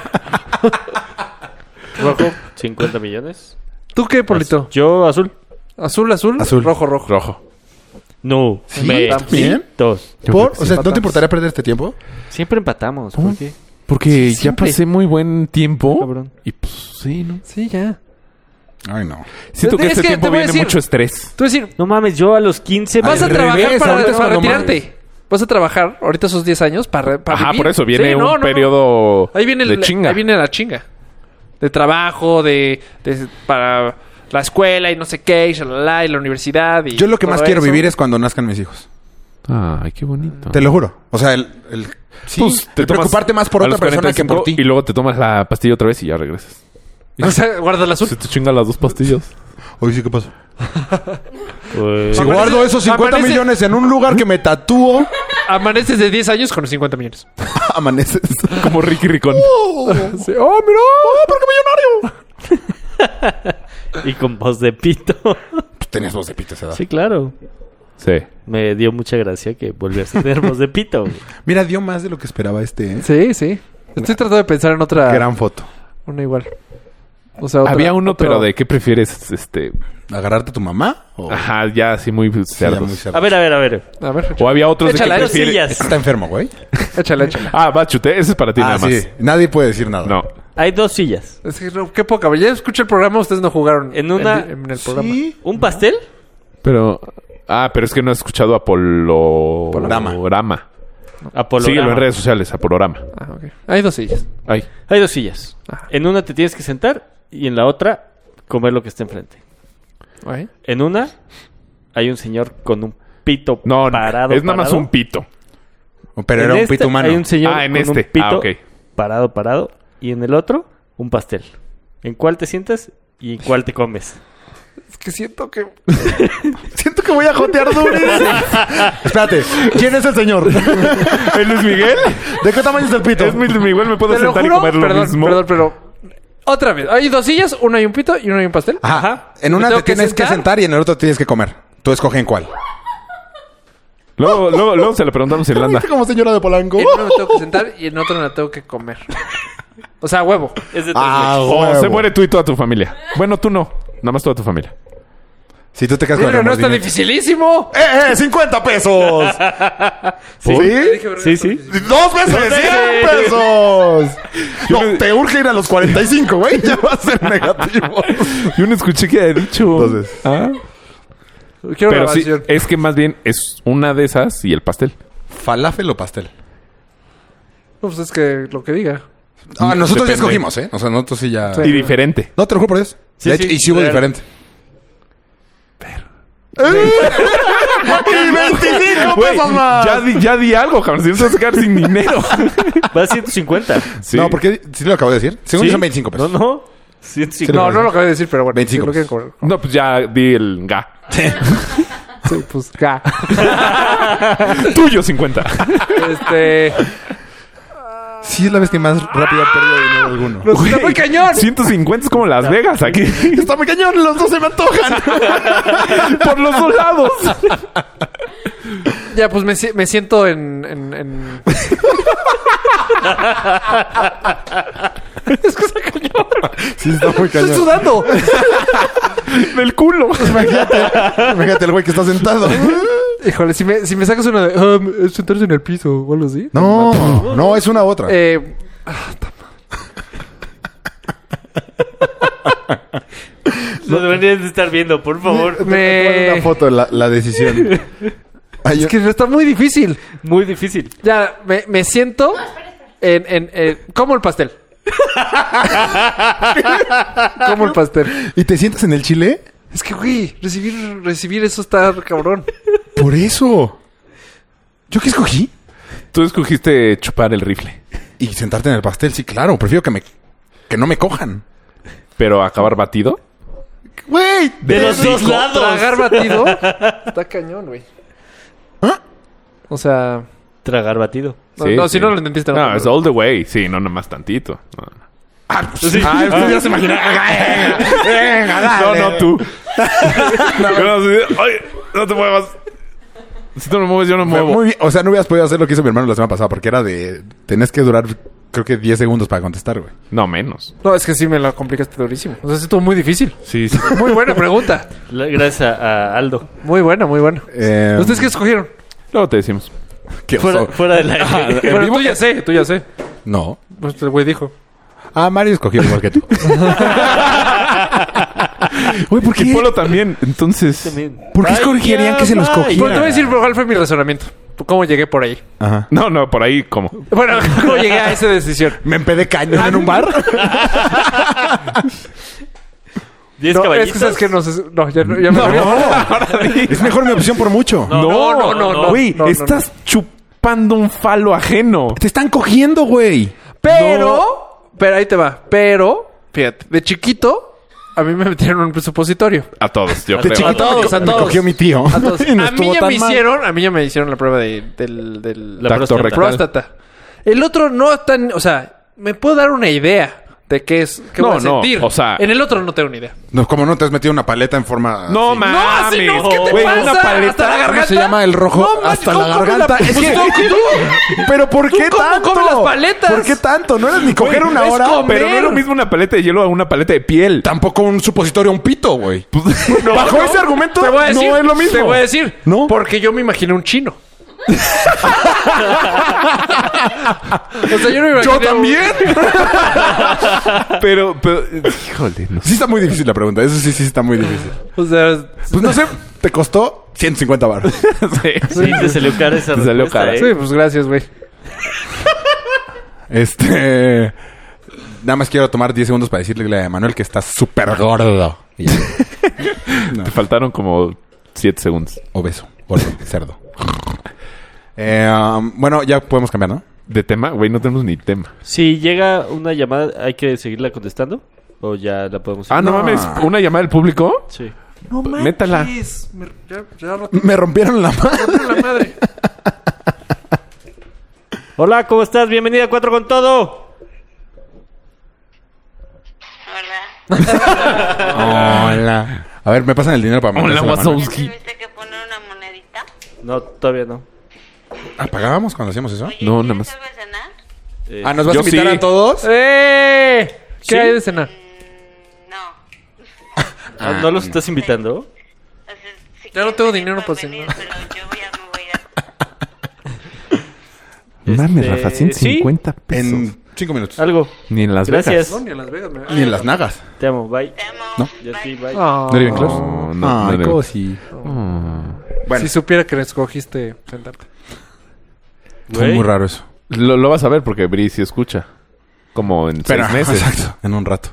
A: Rojo, 50 millones.
D: ¿Tú qué, Polito?
A: Yo, azul.
D: Azul, azul,
C: Azul.
D: rojo, rojo.
B: Rojo.
A: No. Me-
C: ¿Bien?
A: Dos.
C: ¿Por? O sea, ¿no te
D: Empatamos.
C: importaría perder este tiempo?
A: Siempre empatamos. ¿Por qué?
B: Porque ya
D: Siempre.
B: pasé muy buen tiempo.
A: Cabrón.
B: Y pues sí, ¿no?
D: Sí, ya.
C: Ay, no.
B: Siento que
D: Es
B: este
D: que te
B: tiempo
D: voy a
B: viene
D: decir-
B: mucho estrés.
D: Tú decir,
A: No mames, yo a los 15
D: vas a
C: Al
D: trabajar
C: revés,
D: para,
C: ahorita es
D: para
C: cuando
D: retirarte. Vas a trabajar ahorita esos 10 años para, re- para
B: Ajá,
D: vivir.
B: por eso viene
D: Sí, no,
B: un
D: no, no.
B: periodo
D: Ahí viene el-
B: de chinga.
D: Ahí viene la chinga. De trabajo, de, de- para la escuela y no sé qué, y, shalala, y la universidad. Y
C: Yo lo que
D: todo
C: más quiero
D: eso.
C: vivir es cuando nazcan mis hijos.
B: Ay, qué bonito.
C: Te lo juro. O sea, el... el- sí,
B: Pues,
C: el
B: tomas
C: preocuparte más por
B: a
C: otra
B: los
C: persona que por
B: 45
C: ti.
B: Y luego te tomas la pastilla otra vez y ya regresas.
D: O sea, guarda el azul.
B: Se te chingan las dos pastillas.
C: Oye, sí, ¿qué pasa?
A: Pues,
C: Si
D: Aparece-
C: guardo esos 50
D: aparece-
C: millones en un lugar que me tatúo,
D: Amaneces de 10 años con 50 millones.
C: amaneces.
B: Como Ricky Ricón.
D: Sí. ¡Oh, mira! ¡Oh, pero qué millonario!
A: y con voz de pito.
C: Tenías voz de pito a esa edad.
A: sí, claro.
B: Sí.
A: Me dio mucha gracia que volvieras a tener voz de pito. güey.
C: Mira, dio más de lo que esperaba este, ¿eh?
D: Sí, sí. Estoy tratando de pensar en otra.
C: Gran foto.
D: Una igual. O sea, otra-
B: Había uno,
D: otro-
B: pero ¿de qué prefieres? Este,
C: ¿Agarrarte a tu mamá? O...
B: ajá, ya así muy
C: Sí, ya
B: Ah, cerdos.
C: muy cerdo.
A: A ver, a ver, a ver.
D: A ver,
B: O había otros de
D: Échala,
B: que prefieres.
A: Cosillas.
C: eh, Está enfermo, güey.
D: échale, échale.
B: Ah, va, chute, ese es para ti
C: Ah,
B: nada más.
C: sí. Nadie puede decir nada.
B: No.
A: Hay dos sillas.
D: Es que no, qué poca. Ya escuché el programa, ustedes no jugaron
A: En una-
D: en, en el programa.
A: ¿Un pastel?
B: Pero. Ah, pero es que no has escuchado a Polorama. Polorama.
A: Apolograma.
B: Síguelo en redes sociales, a Polorama.
D: Ah, ok. Hay dos sillas.
B: Ay.
A: Hay dos sillas.
D: Ajá.
A: En una te tienes que sentar y en la otra comer lo que está enfrente.
D: Ahí.
A: En una hay un señor con un pito
B: No,
A: parado.
B: es nada más
A: parado.
B: un pito.
C: Pero
A: En
C: era un
A: esta
C: pito humano.
A: Hay un señor
B: Ah, en
A: con
B: este.
A: un pito
B: Ah, ok.
A: parado, parado. Y en el otro, un pastel. ¿En cuál te sientas y en cuál te comes?
D: Es que siento que.
E: Siento que voy a jotear durísimo.
C: Espérate. ¿Quién es el señor?
B: ¿Es Luis Miguel?
C: ¿De qué tamaño es el pito?
B: ¿Es Luis Miguel? ¿Me puedo
D: Te lo
B: sentar y
D: juro,
B: comer lo
D: perdón,
B: mismo?
D: perdón, pero. Otra vez. Hay dos sillas, uno hay un pito y uno hay un pastel.
C: Ajá. En
D: ¿Me
C: una
D: tengo
C: te tienes que sentar y en el otro tienes que comer. Tú escoge en cuál.
B: Luego, luego, luego se lo preguntamos a Irlanda.
E: como señora de Polanco.
D: En uno me
C: Uh.
D: tengo que sentar y en otro me la tengo que comer. O sea, huevo.
A: Es de tres
E: Ah,
B: O
E: huevo.
B: se muere tú y toda tu familia. Bueno, tú no. Nada más toda tu familia.
C: Si tú te quedas con
D: Pero
C: el
D: no está
C: remordimiento.
D: dificilísimo.
E: ¡Eh, eh! ¡50 pesos! ¿Sí?
A: Sí, sí.
E: ¡Dos veces! ¡100 pesos!
B: Yo
E: No,
B: no-
E: te urge ir a los 45, güey. Ya va a ser negativo.
B: Yo no escuché que había dicho.
E: Entonces.
B: Ah.
D: Quiero
B: Pero sí, eh.
D: grabación.
B: es que más bien es una de esas y el pastel.
C: ¿Falafel o pastel?
D: No, pues es que lo que diga.
C: Ah,
B: Depende.
C: nosotros ya escogimos, ¿eh? O sea, nosotros sí ya...
D: Sí.
B: Y diferente.
C: No, te lo juro por Dios.
A: Sí,
C: De hecho,
A: sí,
C: y sí hubo
A: real.
C: diferente.
B: Güey, ya, di, ya di algo, cabrón. Si no te vas a quedar sin dinero.
A: Va a 150.
B: Sí.
C: No, porque sí lo acabo de decir. Según
A: ¿Sí?
C: yo son 25 pesos.
A: No, no. 150.
D: No, no lo acabé de decir, pero bueno.
C: 25
D: si lo quieren comer.
B: No, pues ya di el ga.
D: Sí, pues ya.
B: Tuyo 50.
D: Este.
C: Sí es la vez que más rápido he perdido dinero alguno.
D: ¡Está muy
B: Güey,
D: cañón!
B: 150 es como Las Vegas aquí.
E: Está muy cañón, los dos se me antojan.
B: Por los dos lados.
D: Ya, pues me, si- me siento en. en, en... es que está cañón.
E: Sí, está muy
D: Estoy
E: cañón.
D: sudando.
B: Del culo.
E: Imagínate el güey que está sentado.
D: Híjole, si me, si me sacas una de. "Um, es sentarse en el piso o algo así.
E: No, no, es una u otra.
D: Eh.
A: Lo deberían de estar viendo, por favor.
D: me-
E: Ponle una foto, la, la decisión. Ay,
D: Es
E: yo-
D: que está muy difícil.
A: Muy difícil.
D: Ya, me, me siento en, en, en- Como el pastel. como el pastel.
E: ¿Y te sientas en el chile?
D: Es que, güey, recibir, recibir eso está cabrón.
E: Por eso. ¿Yo qué escogí?
B: Tú escogiste chupar el rifle,
C: Y sentarte en el pastel, sí, claro. Prefiero que me... Que no me cojan.
B: pero acabar batido.
E: Güey,
A: De los dos lados.
D: Tragar batido está cañón, güey. O sea,
A: Tragar batido.
D: no,
B: Sí,
D: no, si
B: sí.
D: no lo entendiste, no.
B: No, es all the way. Sí, no nomás tantito. No, no.
C: Ah, esto ya se imagina.
B: No, no, tú. Yo no, sé, ay, no te muevas. Si tú no mueves, yo no muevo.
C: Muy bien. O sea, no hubieras podido hacer lo que hizo mi hermano la semana pasada porque era de... Tenés que durar, creo que 10 segundos para contestar, güey.
B: No, menos.
D: No, es que sí me lo complicaste durísimo. O sea, sí estuvo muy difícil.
B: Sí, sí.
D: Muy buena pregunta.
A: La- Gracias a, a Aldo.
D: Muy buena, muy buena.
C: Eh,
D: ¿Ustedes qué escogieron?
B: Luego te decimos.
C: qué
A: Fuera,
C: oso.
A: fuera de la...
D: Bueno, tú ya sé, tú ya sé.
C: No.
D: Pues el güey dijo.
C: Ah, Mario escogió igual que tú.
B: Güey, porque Polo también. Entonces.
E: ¿por qué escogerían que se los
A: cogí?
D: Bueno, te voy a decir cuál fue mi razonamiento. ¿Cómo llegué por ahí?
C: Ajá.
B: No, no, por ahí como.
D: Bueno, ¿cómo llegué a esa decisión?
E: me empedé cañón
C: Ah,
E: en un bar.
A: ¿Diez
D: No, es
A: caballitos?
D: que sabes que no sé. No, ya, no- ya me olvidé.
E: Es mejor mi opción por mucho.
A: No,
D: No, no, no, no.
B: Güey,
D: no, no.
B: estás chupando un falo ajeno.
E: Te están cogiendo, güey.
D: Pero, pero ahí te va. Pero, fíjate, de chiquito, a mí me metieron en un presupositorio.
B: A todos, yo
E: De
B: creo.
E: chiquito me,
D: todos,
E: co-
D: a
E: me
D: todos.
E: cogió mi tío.
D: A, todos.
E: Y no
D: a mí
E: estuvo
D: ya
E: tan
D: me
E: mal.
D: hicieron, a mí ya me hicieron la prueba de, del, del-
A: La
B: Tacto
A: próstata.
B: rectal.
D: próstata. El otro no tan, o sea, me puedo dar una idea. de qué es, qué
B: No,
D: voy a
B: no,
D: sentir.
B: o sea-
D: en el otro no tengo ni idea.
C: No, como no te has metido una paleta en forma.
B: No
C: así?
B: mames.
D: No, así no, ¿qué te
B: güey,
D: pasa?
B: una paleta.
D: Hasta la
C: ¿Cómo
D: garganta.
C: se llama el rojo
D: No, man,
C: hasta la
D: ¿cómo come
C: garganta?
D: la-
C: Es
D: Pues
C: que-
D: tú- tú-
E: Pero ¿por qué
D: ¿Tú cómo
E: tanto?
D: comes las paletas?
E: ¿Por qué tanto? No eras ni coger
B: Güey,
E: una
B: es
E: hora.
B: comer. Pero no es lo mismo una paleta de hielo a una paleta de piel.
C: Tampoco un supositorio, un pito, güey.
E: Pues, Bajo ese argumento
D: Te voy a decir,
E: no es lo mismo.
D: Te voy a decir.
E: ¿No?
D: Porque yo me imaginé un chino. o sea, yo no me imaginé.
C: Yo
D: un-
C: también.
B: Pero, pero, híjole, no sé.
C: Sí está muy difícil la pregunta. Eso sí, sí está muy difícil.
D: O sea,
C: Pues no sé, te costó 150 baros.
A: Sí, te salió cara esa
B: Te salió
A: respuesta,
B: cara.
A: ¿eh?
D: sí, pues gracias, güey.
C: Este. Nada más quiero tomar 10 segundos para decirle a Manuel que está súper gordo. Y ya.
B: Te faltaron como 7 segundos.
C: Obeso, gordo, cerdo. Eh, um, bueno, ya podemos cambiar, ¿no?
B: De tema, güey, no tenemos ni tema.
A: Si llega una llamada, ¿hay que seguirla contestando? ¿O ya la podemos...
B: Ah, no, mames, una llamada del público.
A: Sí.
D: No manches.
B: Métala.
D: Me- ya, ya rompí
C: Me rompieron la mano.
D: la madre.
A: Hola, ¿cómo estás? Bienvenida a Cuatro con Todo.
H: Hola.
C: Hola. A ver, me pasan el dinero para
B: Hola,
C: mandarse la mano.
H: ¿Ya
B: Wazowski.
H: tuviste que poner una monedita?
A: No, todavía no.
C: ¿Apagábamos cuando hacíamos eso?
H: Oye,
B: No,
H: ¿quieres
B: nada más.
H: algo de cenar?
A: Eh,
C: Ah, ¿nos vas
B: Yo
C: a invitar
B: sí.
C: a todos?
D: ¡Eh!
A: ¿Sí?
D: ¿Qué hay de cenar?
H: Mm, no.
A: ah, ¿No los estás invitando?
H: O sea,
D: Ya
H: si
D: no
H: quieres
D: tengo
H: venir,
D: dinero
H: puedes
D: para
H: venir,
D: cenar.
H: Pero yo ya me voy a ir a...
B: Mames,
A: Este,
B: Rafa,
A: ¿sí?
B: 150 pesos.
C: En 5 minutos.
A: Algo.
B: Ni en las
A: Gracias.
D: ni en Las Vegas. Me...
C: Ni en las nagas.
A: Te amo, bye.
H: Te amo.
C: No.
A: Yo a ti,
H: Bye.
A: bye.
D: Ah.
C: Driven Club.
B: No, no,
C: Ay,
B: no, no.
C: cosi. Bueno,
D: Si supiera que escogiste sentarte.
C: fue muy raro eso.
B: Lo, lo vas a ver porque Bri sí escucha. Como en
C: Pero,
B: seis meses.
C: Exacto, en un rato.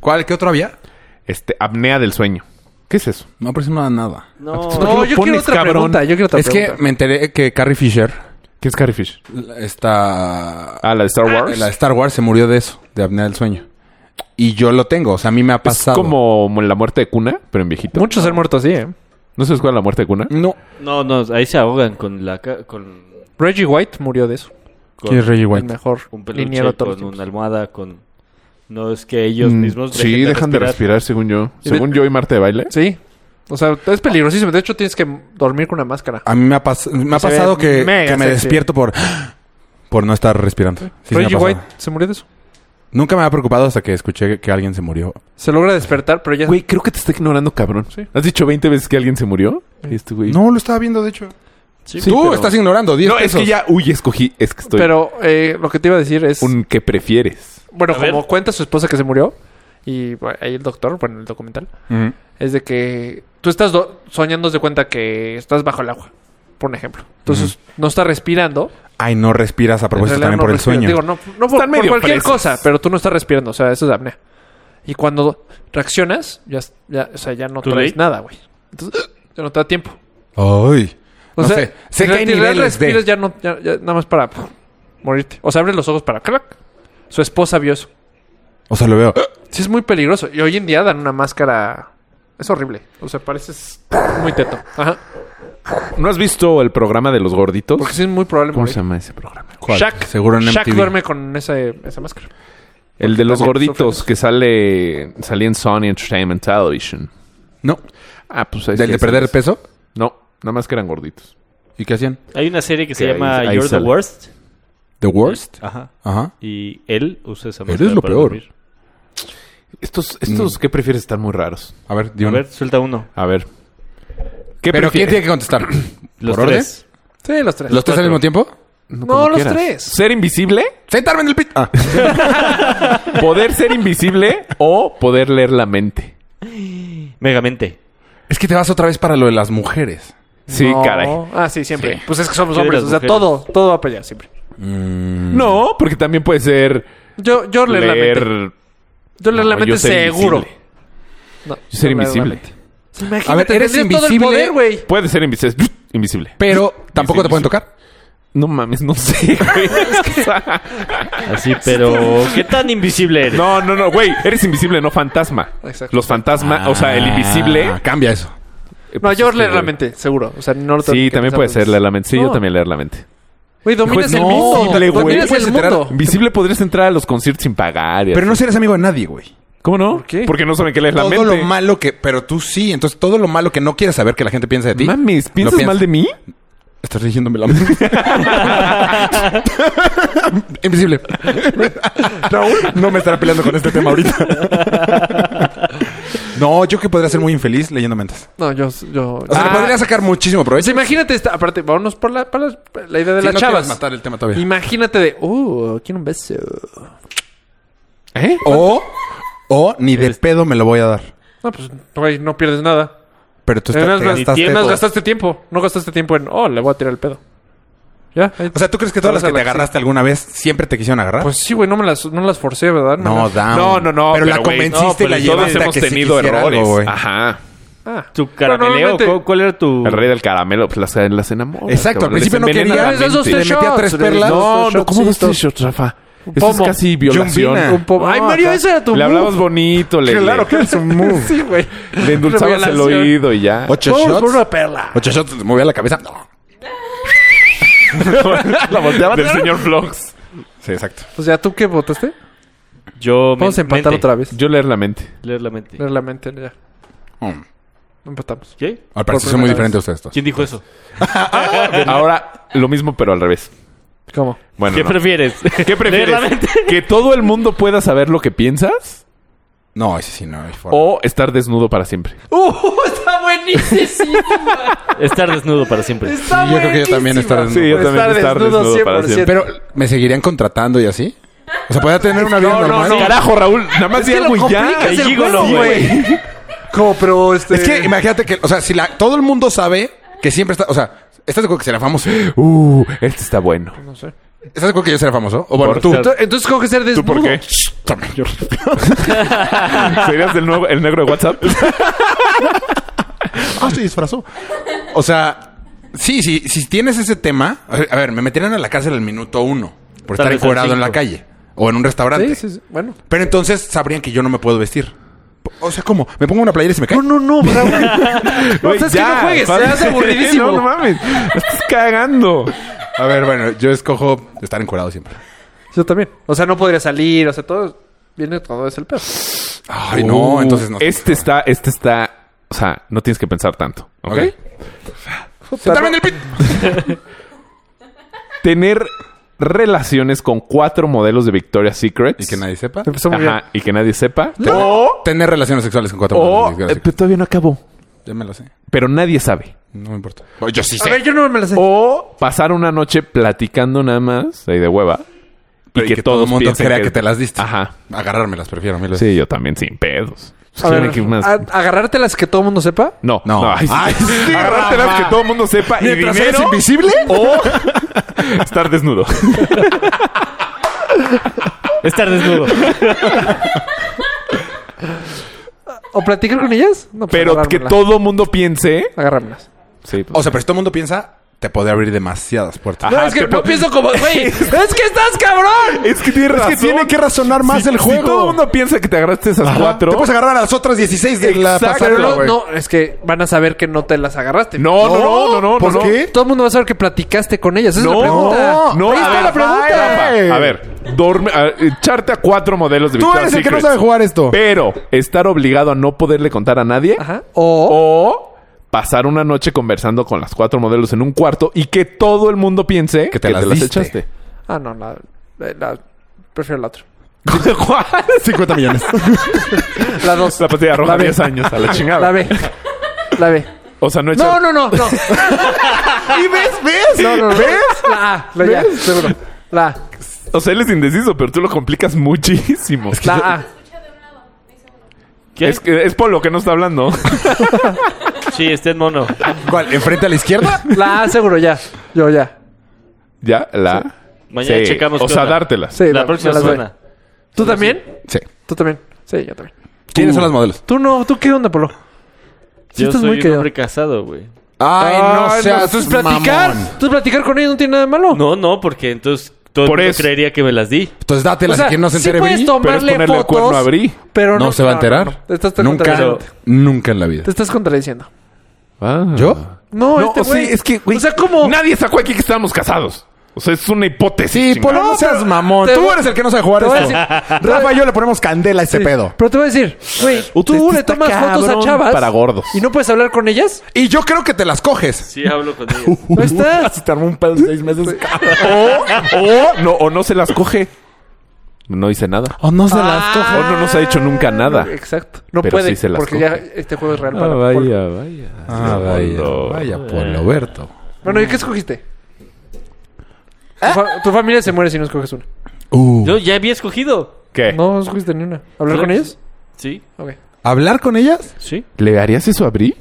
C: ¿Cuál? ¿Qué otro había?
B: Este, apnea del sueño. ¿Qué es eso?
C: No aproximaba nada.
A: No,
B: ¿Por qué
D: No,
B: lo
D: yo quiero
B: pones,
D: otra
B: cabrón?
D: pregunta. Yo quiero otra
C: es que
D: pregunta.
C: me enteré que Carrie Fisher,
B: ¿Qué es Carrie Fish?
C: está
B: Ah, la de Star Wars.
C: la de Star Wars, se murió de eso, de apnea del sueño. Y yo lo tengo, o sea, a mí me ha
B: Es
C: pasado.
B: como la muerte de cuna, pero en viejito.
D: Muchos han muerto así, ¿eh?
B: ¿No sabes cuál es la muerte de cuna?
C: No.
A: no, no, ahí se ahogan con la ca- con,
D: Reggie White murió de eso.
A: con
C: ¿Quién es Reggie
D: El
C: White?
D: mejor
A: un peluche,
D: liniero de todos
A: con
D: los tiempos.
A: una almohada, con no es que ellos
B: Mm,
A: mismos
B: sí, dejan de respirar, según yo. Según yo y Marte de baile.
D: Sí. O sea, es peligrosísimo. De hecho, tienes que dormir con una máscara.
C: A mí me ha, pas- me ha
D: Se
C: pasado
D: ve
C: que,
D: mega
C: que me
D: sexy.
C: despierto por, por no estar respirando. Sí, sí me ha
D: Reggie
C: pasado.
D: White se murió de eso.
C: Nunca me ha preocupado hasta que escuché que alguien se murió.
D: Se logra despertar, pero ya...
B: Güey, creo que te está ignorando, cabrón. ¿Has dicho 20 veces que alguien se murió? Este, güey.
C: No, lo estaba viendo, de hecho.
A: Sí,
C: Tú
A: pero-
C: estás ignorando, 10
B: No, es
C: pesos.
B: que ya, uy, escogí, es que estoy
D: Pero eh, lo que te iba a decir es...
B: un que prefieres.
D: Bueno,
A: A
D: como
A: ver.
D: cuenta su esposa que se murió, y bueno, ahí el doctor, bueno, el documental,
C: Ujú.
D: es de que tú estás do- soñando de cuenta que estás bajo el agua, por un ejemplo. Entonces, no estás respirando.
C: Ay, no respiras a propósito
D: en realidad
C: también
D: no
C: por el
D: respiras.
C: sueño.
D: Digo, no, no por, por
B: medio
D: cualquier
B: fresas.
D: cosa, pero tú no estás respirando, o sea, eso es apnea. Y cuando reaccionas, ya, ya, o sea, ya no
A: Too
D: traes
A: late.
D: nada, güey. Entonces, ya no te da tiempo.
C: Ay.
D: O
C: No
D: sea,
C: sé. Sé
D: en
C: que hay
D: realidad
C: niveles de-
D: respiras ya no, ya- ya nada más para puf, morirte. O sea, abres los ojos para crack. Su esposa vio eso.
C: O sea, lo veo.
D: Sí, es muy peligroso. Y hoy en día dan una máscara. Es horrible. O sea, pareces muy teto. Ajá.
B: ¿No has visto el programa de los gorditos?
D: Porque sí es muy probable
B: ¿Cómo
D: morir.
B: se llama ese programa?
C: ¿Cuál?
D: Shaq.
C: Seguro en
D: Shaq
C: MTV.
D: duerme con esa, esa máscara.
B: El de los
D: también
B: gorditos
D: sufres.
B: que sale salía en Sony Entertainment Television.
C: No.
B: Ah, pues ahí
C: ¿Del
B: sí,
C: de
B: ese
C: perder
B: es.
C: peso?
B: No, nada más que eran gorditos.
C: ¿Y qué hacían?
A: Hay una serie que, se
B: Que ahí-
A: llama
B: ahí
A: You're
B: sale.
A: the Worst.
C: ¿The worst?
A: Ajá.
C: Ajá.
A: Y él usa esa
C: Eres
A: máscara
C: lo
A: para
C: peor.
A: dormir.
B: Estos estos que prefieres están muy raros.
C: A ver, di
A: A
C: uno.
A: ver, suelta uno.
B: Mm. A ver. ¿Qué
C: ¿Pero quién
B: prefieres?
C: tiene que contestar?
A: Los
C: ¿Por
A: tres.
D: Sí, los tres.
C: ¿Los tres al mismo tiempo?
D: No,
B: Como
D: los
B: quieras.
D: tres.
B: ¿Ser invisible?
C: ¡Sentarme en el pit! Ah.
B: ¿Poder ser invisible o poder leer la mente?
A: Megamente.
C: Es que te vas otra vez para lo de las mujeres.
B: Sí,
D: No.
B: caray.
D: Ah, sí, siempre.
B: Sí.
D: Pues es que somos
A: Sí,
D: hombres.
A: las
D: O sea,
A: mujeres.
D: todo, todo va para allá, siempre.
B: No, porque también puede ser
D: Yo, yo leer, la mente.
B: leer...
D: Yo leer la
B: No,
D: mente
B: yo ser
D: seguro.
B: invisible.
D: No,
B: Yo ser
D: no leer la
B: invisible.
D: mente.
C: A ver, eres
D: Tendrías todo el
C: invisible,
D: poder, güey.
B: Puede ser invisible. Invisible.
C: pero tampoco te pueden tocar.
B: No mames, no sé, güey. O sea,
A: Así, pero ¿qué tan invisible eres?
B: no, no, no, güey. Eres invisible, no fantasma.
D: Exacto.
B: Los fantasmas, o sea, el invisible.
C: Ah, Cambia eso.
B: eh,
D: No,
B: pues
D: yo
B: es que,
D: leer la
B: güey.
D: mente, seguro. O sea, no lo tengo
B: Sí,
D: que
B: también
D: pensar,
B: puede
D: pues.
B: ser leer la mente. Sí, yo
D: No.
B: también leer la mente.
D: Güey, dominas
B: Pues
D: el
B: no,
D: mundo.
B: simple, güey.
D: dominas
C: Puedes
D: el
C: enterar-
D: mundo.
B: Visible podrías entrar a los conciertos sin pagar. y
C: Pero
B: así.
C: no serías amigo de nadie, güey.
B: ¿Cómo no?
D: qué?
B: Porque no saben qué lees la
C: Todo
B: mente.
C: lo malo que... Pero tú sí. Entonces, todo lo malo que no quieres saber que la gente piensa de ti...
B: Mames,
C: lo
B: ¿piensas mal de mí?
C: Estás diciéndome la mente. Invisible. Raúl no me estará peleando con este tema ahorita. no, yo que podría ser muy infeliz leyendo mentes.
D: No, yo... yo
C: O sea, le
D: Ah,
C: podría sacar muchísimo
D: pues
C: provecho.
D: imagínate esta... Aparte, vámonos por la, para las- para la idea de
C: Sí,
D: las
C: no
D: chavas.
C: quieres matar el tema todavía.
D: Imagínate de... Uh, quiero un beso.
B: ¿Eh?
C: O, o ni de pedo me lo voy a dar.
D: No, pues, güey, no pierdes nada.
C: Pero tú estás,
D: Además,
C: Pues te
D: ni
C: gastaste
D: Además,
C: todo.
D: gastaste tiempo. No gastaste tiempo en... Oh, le voy a tirar el pedo. Ya. ahí-
C: O sea, ¿tú crees que todas las que te agarraste alguna vez siempre te quisieron agarrar?
D: Pues sí, güey, no me las, no las forcé, ¿verdad? Me
C: no, Oh,
D: las-
C: down.
B: No, no, no.
C: Pero, la
B: güey,
C: convenciste
B: no,
C: y
B: pero
C: la
B: todos
C: llevaste a
B: hemos
C: que sí
B: tenido
C: quisiera
B: errores.
C: algo, güey.
B: Ajá.
D: Ah.
A: ¿Tu
D: Pero
A: carameleo?
D: normalmente-
A: ¿Cuál- ¿Cuál era tu...?
B: El rey del caramelo, pues las, las enamora.
C: Exacto, al
B: cabrón,
C: principio
B: les
C: no
B: envenena
C: quería. pues,
B: la
D: Esos dos
B: mente.
C: Le metía tres
D: shots,
C: perlas.
B: No,
D: Dos
B: no, ¿cómo dos
D: shotcitos.
B: tres shots, Rafa? Eso es
D: pomo.
B: casi
C: Yombina.
B: violación.
D: Un poco- Ay, Mario, ese era tu
B: Le hablabas
D: move.
B: bonito, le,
C: Claro,
B: le-
C: claro, es un move.
D: Sí, güey.
B: le endulzabas el
D: Revelación.
B: oído y ya.
C: Ocho
D: Vamos
C: shots.
D: por una perla.
C: Ocho shots, le movía la cabeza. No.
B: la volteaba del señor Vlogs.
C: Sí, exacto.
D: O sea, ¿tú qué votaste?
A: Yo...
D: Vamos a
A: men-
D: empatar
A: mente.
D: otra vez.
B: Yo leer la mente.
A: Leer la mente.
D: Leer la mente, ya.
C: Mm.
D: Empatamos.
A: ¿Qué?
C: Al parecer son muy diferentes ustedes dos.
A: ¿Quién dijo eso?
B: Ahora, lo mismo, pero al revés.
D: ¿Cómo?
B: Bueno,
A: ¿Qué
B: no.
A: prefieres?
B: ¿Qué
A: Leer la
B: prefieres?
A: mente.
B: ¿Que todo el mundo pueda saber lo que piensas?
C: No, ese sí, no hay forma.
B: ¿O estar desnudo para siempre?
D: ¡Uh! Está buenísimo.
A: Estar desnudo para siempre.
D: Está
C: Sí, yo creo que yo también estar
B: desnudo.
D: buenísima.
B: Sí, yo también estar desnudo para siempre.
C: Pero, ¿me seguirían contratando y así? O sea, ¿podría tener una vida normal?
B: Carajo, Raúl. Nada más
D: Es
B: di
D: que
B: algo
D: lo
B: y ya.
D: complicas
A: el
B: Sí,
A: juego,
B: güey.
D: ¿Cómo? Pero este...
C: Es que imagínate que, o sea, si la, todo el mundo sabe que siempre está, o sea, ¿estás de acuerdo que será famoso?
B: Uh, este está bueno.
D: No sé.
C: ¿Estás de acuerdo que yo será famoso? O bueno,
A: Por
C: tú.
A: ser-
D: Entonces, entonces ¿cómo que ser desnudo?
B: ¿Tú por qué? ¿Serías el, nuevo, el negro de WhatsApp?
C: Ah, se disfrazó. O sea, sí, sí, si tienes ese tema, a ver, a ver, me metieron a la cárcel al minuto uno por
A: Tal
C: estar
A: vez al
C: encuadrado en
A: cinco.
C: la calle o en un restaurante.
D: Sí, sí, sí. Bueno.
C: Pero entonces sabrían que yo no me puedo vestir. O sea, ¿cómo? ¿Me pongo una playera y se me cae?
D: No, no, no, bravo. no, sabes que no juegues. Te das aburridísimo.
B: No, no mames. Estás cagando.
C: A ver, bueno, yo escojo estar encuadrado siempre.
D: Yo también. O sea, no podría salir. O sea, todo... Viene todo es el pedo.
C: Ay, no,
B: Uh,
C: entonces no.
B: Este está, este está... O sea, no tienes que pensar tanto. ¿Ok?
C: Ok. Sentarme en el pit.
B: Tener relaciones con cuatro modelos de Victoria's Secret.
C: Y que nadie sepa.
D: Empezó muy bien.
B: Ajá, y que nadie sepa.
C: O tener relaciones sexuales con cuatro
B: O...
C: personas,
B: eh, pero todavía no acabó.
C: Ya me lo sé.
B: Pero nadie sabe.
C: No me importa. Bueno, Yo sí
D: A ver,
C: sé.
D: yo no me la sé.
B: O pasar una noche platicando nada más, ahí de hueva.
C: Pero
B: y que, todo el mundo
C: crea que... te las diste.
B: Ajá.
C: Agarrármelas prefiero. mil veces.
B: Sí, yo también sin pedos.
D: A ver,
B: ¿Qué más?
D: a- agarrártelas que todo el mundo sepa.
B: No,
C: No.
B: no. ay, sí.
C: Ay, sí,
B: Agarrártelas
C: Rafa.
B: que todo el mundo sepa y
C: Mientras eres
B: dinero
C: invisible.
B: o estar desnudo.
A: Estar desnudo.
D: ¿O platicar con ellas? No, pues,
B: Pero que
D: agarrármelas.
B: todo el mundo piense.
D: Agárramelas.
B: Sí,
C: O sea, pero si todo el mundo piensa, te podría abrir demasiadas puertas.
D: No, es que no pienso como... Güey, es que estás cabrón.
B: es que tiene razón.
C: razonar más
B: Si- Si todo el mundo piensa que te agarraste esas cuatro.
C: Te puedes agarrar a las otras 16 de la
B: Exacto.
C: pasada,
D: Pero no,
C: güey.
D: no, es que van a saber que no te las agarraste.
B: No, no, no, no, no.
C: ¿Por
B: no,
C: qué?
D: Todo el mundo va a saber que platicaste con ellas. Esa es
B: No,
D: la pregunta.
B: no,
D: Ahí
B: a
D: está
B: ver,
D: la pregunta.
B: Rafa, a ver, dorme- a- echarte a cuatro modelos de
C: Tú
B: Victoria's
C: eres el que no
B: Secret.
C: sabe jugar esto.
B: Pero estar obligado a no poderle contar a nadie.
D: Ajá. O,
B: O pasar una noche conversando con las cuatro modelos en un cuarto y que todo el mundo piense
C: Que te las diste.
B: echaste.
D: Ah, no, la, la- la- prefiero la otra.
B: ¿Cuál?
C: 50 millones.
D: La dos.
B: La pastilla roja,
D: La B.
B: 10 años, a la chingada.
D: La B. La B.
B: O sea, no echar...
D: No, no, no, no.
B: ¿Y ves? ¿Ves?
D: No, no, no. La A. La ya, seguro. La A.
B: O sea, él es indeciso, pero tú lo complicas muchísimo. Ah, Es
D: La A.
A: ¿Qué?
B: Es, que- es Polo que no está hablando.
A: Sí, estén mono.
C: ¿Cuál? ¿Enfrente a la izquierda?
D: La A seguro ya. Yo ya.
B: ya, la...
A: Mañana
B: Sí.
A: checamos.
B: O
A: qué
B: sea,
A: onda.
B: dártelas.
D: Sí,
A: La próxima
D: las doy.
A: semana.
D: ¿Tú también?
C: Sí.
D: Tú también. Sí, yo también.
C: ¿Quiénes son las modelos?
D: Tú no, ¿tú qué onda, Polo? Sí,
A: Yo
D: estás
A: soy
D: muy
A: un
D: callado.
A: hombre casado, güey.
C: Ay,
B: Ay, no,
D: Ah, Entonces platicar, entonces platicar con ellos no tiene nada de malo.
A: No, no, porque entonces todo el
B: Por
A: mundo
B: eso.
A: creería que me las di.
C: Entonces dátelas
D: O sea,
C: a quien no se
D: sí
C: entere.
D: puedes
C: Bri.
B: Pero es
D: tomarle
B: ponerle el cuerno a
D: fotos,
B: Bri.
D: pero
C: no, se va a enterar.
D: no, no. Te estás
C: nunca,
D: contradiciendo.
C: nunca en la vida.
D: Te estás contradiciendo.
B: Ah.
C: ¿Yo?
D: No,
B: No,
D: este
B: o sea,
D: güey.
B: es que, güey,
D: O sea, ¿cómo?
B: Nadie sacó aquí que estábamos casados. O sea, es una hipótesis.
E: Sí,
C: pues,
B: chingada.
E: Polo, no seas mamón.
D: te
E: Tú
D: voy-
E: eres el que no sabe jugar
D: te voy a
E: esto.
D: decir-
E: Rafa y yo le ponemos candela a este
D: Sí,
E: pedo.
D: Pero te voy a decir, güey, tú
B: este
D: le
B: está
D: tomas fotos a
B: cabrón
D: chavas.
B: para gordos.
D: ¿Y no puedes hablar con ellas?
C: Y yo creo que te las coges.
A: Sí, hablo con ellos.
D: No está.
E: Se te armó un pedo en seis meses.
B: O, o no, o no se las coge. No dice nada.
E: O no se
D: Ah,
B: O no nos ha dicho nunca nada.
D: Exacto. No
B: Pero
D: puede,
B: sí se las
D: porque
B: coge.
D: ya este juego es real.
B: Ah,
D: para-
B: vaya, vaya.
C: Ah, vaya. Vaya, Poloberto.
D: Bueno, ¿y qué escogiste? Tu, fa- tu familia se muere si no escoges una.
C: Uh.
A: Yo ya había escogido.
B: ¿Qué?
D: No escogiste ni una. ¿Hablar con ellas?
A: Sí,
D: Ok.
C: ¿Hablar con ellas?
A: sí.
B: ¿Le harías eso a Bri?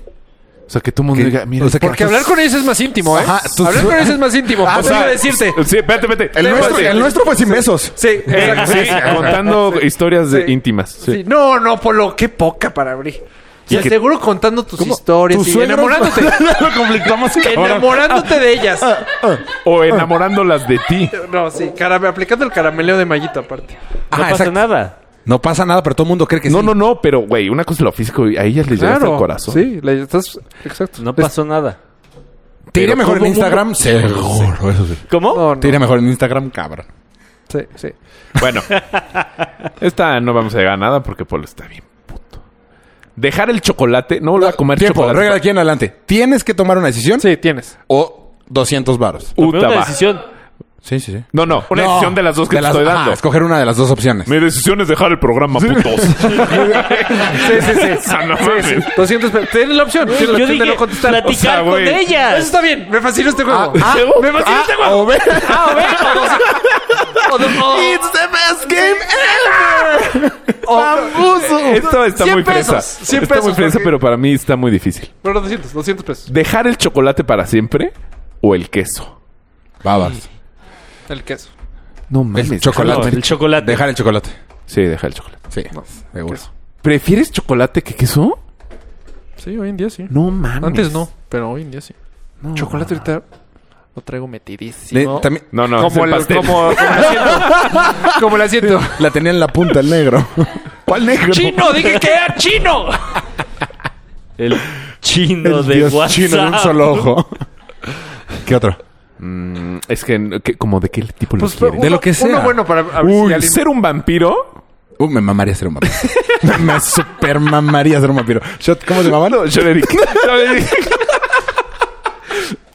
B: O sea, que todo el mundo
C: Que-
B: diga, mira.
C: o sea, que-
D: Porque hablar con ellas es más íntimo, ¿eh?
C: Ajá, tú-
D: Hablar con ellas es más íntimo.
C: Ah,
D: Ah,
C: o sea,
D: iba a decirte.
B: Sí, pues, espérate, espérate.
C: El nuestro, el nuestro fue sin besos.
D: Sí, exacto.
B: Sí, contando historias de- íntimas. Sí.
D: Sí. No, no, Polo, qué poca para abrir. O sea,
B: que-
D: seguro contando tus historias
C: ¿Tus
D: y
C: suegros?
D: enamorándote.
C: Lo complicamos, cabrón.
D: enamorándote de ellas.
B: ah, O enamorándolas de ti.
D: No, sí, carame- aplicando el carameleo de mallita aparte.
A: No
C: Ajá,
A: pasa
C: Ah, exacto.
A: nada.
C: No pasa nada, pero todo el mundo cree que
B: No,
C: sí.
B: no, no, pero güey, una cosa es lo físico y a ellas les llegaste el corazón.
D: Sí, le estás. Exacto.
A: No
C: Pues,
A: pasó nada.
C: ¿Te iría
B: Pero
C: mejor en
B: todo mundo-
C: Instagram? Seguro, eso sí.
A: ¿Cómo?
D: No, no.
C: ¿Te iría mejor en Instagram? Cabrón.
D: Sí, sí.
B: Bueno, esta no vamos a llegar a nada porque Polo está bien puto. Dejar el chocolate, no volver a comer
C: Tiempo,
B: chocolate.
C: regla de aquí en adelante. ¿Tienes que tomar una decisión?
D: Sí, tienes.
C: O 200 varos.
A: Tomé
B: Uta,
A: una
B: va.
A: decisión.
C: Sí, sí, sí.
B: No, no, una
C: No,
B: decisión de las dos Ah, que te estoy
C: ajá,
B: dando.
C: escoger una de las dos opciones.
B: Mi decisión es dejar el programa, putos.
D: Sí, sí, sí.
B: Ah, no mames.
D: 200 pesos. Tienes la opción.
C: pues,
D: Tienes la
A: Yo
D: opción
A: dije,
D: de no contestar.
A: platicar
B: O sea,
A: con
B: güey.
D: Eso
A: ellas.
D: está bien. Me fascina este juego.
B: Ah,
D: me fascina este juego.
C: O ver-
D: Ah, o ve, o
B: ah,
D: dos- o dos- o-
C: the best game
D: o-
B: Esto está
D: 100
B: muy fresa.
D: pesos, 100
B: está muy
D: pesos,
B: fresa,
D: porque-
B: pero para mí está muy difícil.
D: Pero 200, 200 pesos.
B: ¿Dejar el chocolate para siempre o el queso?
C: Babas.
D: El queso.
B: No
C: El
A: No,
C: chocolate.
A: el chocolate.
C: Dejar el chocolate.
B: Sí, dejar el chocolate.
C: Sí, seguro.
B: ¿Prefieres chocolate que queso?
D: Sí, hoy en día sí.
B: No mames.
D: Antes no, pero hoy en día sí. Chocolate ahorita lo traigo metidísimo.
C: Le- también-
B: No, no, es
D: como,
B: el
D: el-
B: pastel.
D: como, como el asiento. como el asiento.
C: La tenía en la punta el negro. ¿Cuál negro?
D: ¡Chino! ¡Dije que era chino!
A: El chino
C: El
A: de
C: dios
A: WhatsApp.
C: chino de un solo ojo. ¿Qué otro?
B: Mm, es que, que- como de qué tipo lo
D: Pues,
B: quieren.
C: de lo que sea.
D: Uno bueno para a ver si
B: Uy,
D: alguien-
B: ser un vampiro.
C: Uh, me mamaría ser un vampiro. me super mamaría ser un vampiro. Shot, ¿Cómo se llamaban?
B: Sholerick. Sholerick.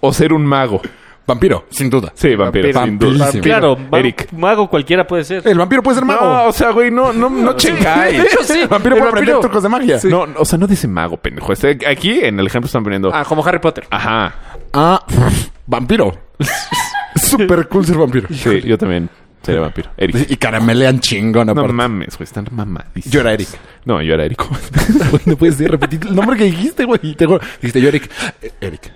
B: o ser un mago.
C: Vampiro, sin duda.
B: Sí, vampiro,
C: Vampiro.
B: sin duda.
C: Vampirísimo.
A: Claro, ma-
B: Eric.
A: mago cualquiera puede ser.
C: El vampiro puede ser mago.
B: No, o sea, güey, no, no, no eh. chingáis.
D: De hecho, sí.
C: el vampiro
D: El
C: puede aprender
D: vampiro.
C: trucos de magia.
B: No, o sea, no dice mago, pendejo. Este- aquí en el ejemplo están poniendo.
D: Ah, como Harry Potter.
B: Ajá.
C: Ah, vampiro. Super cool ser vampiro.
B: Sí, yo también sería vampiro. Eric.
C: Y caramelean chingón
B: No
C: aparte.
B: mames, güey, están mamadísimos.
C: yo era Eric.
B: No, yo era Eric.
C: Güey, no puedes decir, repetir el nombre que dijiste, güey. Te juro. Dijiste yo Eric. Eh, Eric.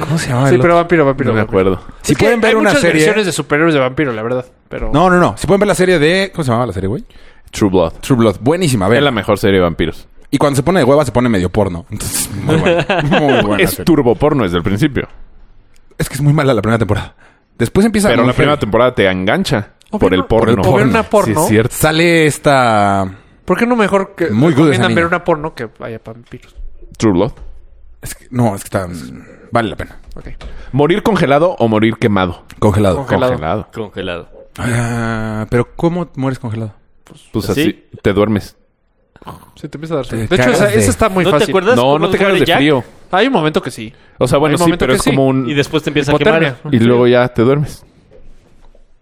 C: ¿Cómo se llama?
D: Sí,
C: el
D: pero vampiro, vampiro.
B: No me
D: vampiro.
B: acuerdo.
C: Si
D: Es que
C: pueden ver
D: hay
C: una
D: muchas
C: serie-
D: versiones de superhéroes de vampiro, la verdad. Pero...
C: No, no, no. Si pueden ver la serie de. ¿Cómo se llamaba la serie, güey?
B: True Blood.
C: True Blood. Buenísima, a
B: Es la
C: ver.
B: mejor serie de vampiros.
C: Y cuando se pone de hueva, se pone medio porno. Entonces, muy buena. Muy buena
B: Es
C: serie.
B: turbo porno desde el principio.
C: Es que es muy mala la primera temporada. Después empieza
B: Pero
C: con
B: la
C: Hell.
B: primera temporada te engancha
D: O
B: por
D: ver
B: el
D: una- por
B: porno.
C: el
D: o ver una
B: Sí,
D: porno.
B: es cierto.
C: Sale esta.
D: ¿Por qué no mejor que
C: Muy good esa
D: recomiendan ver
C: niña.
D: una porno que vaya para vampiros?
B: True Blood.
C: Es que- no, es que está. Vale la pena.
D: Ok.
B: ¿Morir congelado o morir quemado?
C: Congelado.
D: Congelado.
A: Congelado.
C: Ah, pero ¿cómo mueres congelado?
B: Pues
A: ¿Sí?
B: así, te duermes.
D: Sí, te empieza a dar
C: Te
D: sueño. De hecho,
C: cagas
D: esa,
C: de-
D: esa está muy
A: ¿No te
D: fácil.
A: acuerdas?
B: No,
A: cómo
B: no te
A: nos
B: cagas
A: muere
B: de
A: Jack?
B: frío.
D: Hay un momento que sí.
B: O sea, bueno,
D: Hay
B: sí,
D: momentos
B: pero
D: que
B: es
D: sí.
B: como un...
A: Y
B: Y,
A: después te empieza a
D: Hipotermia.
A: quemar.
B: luego ya te duermes.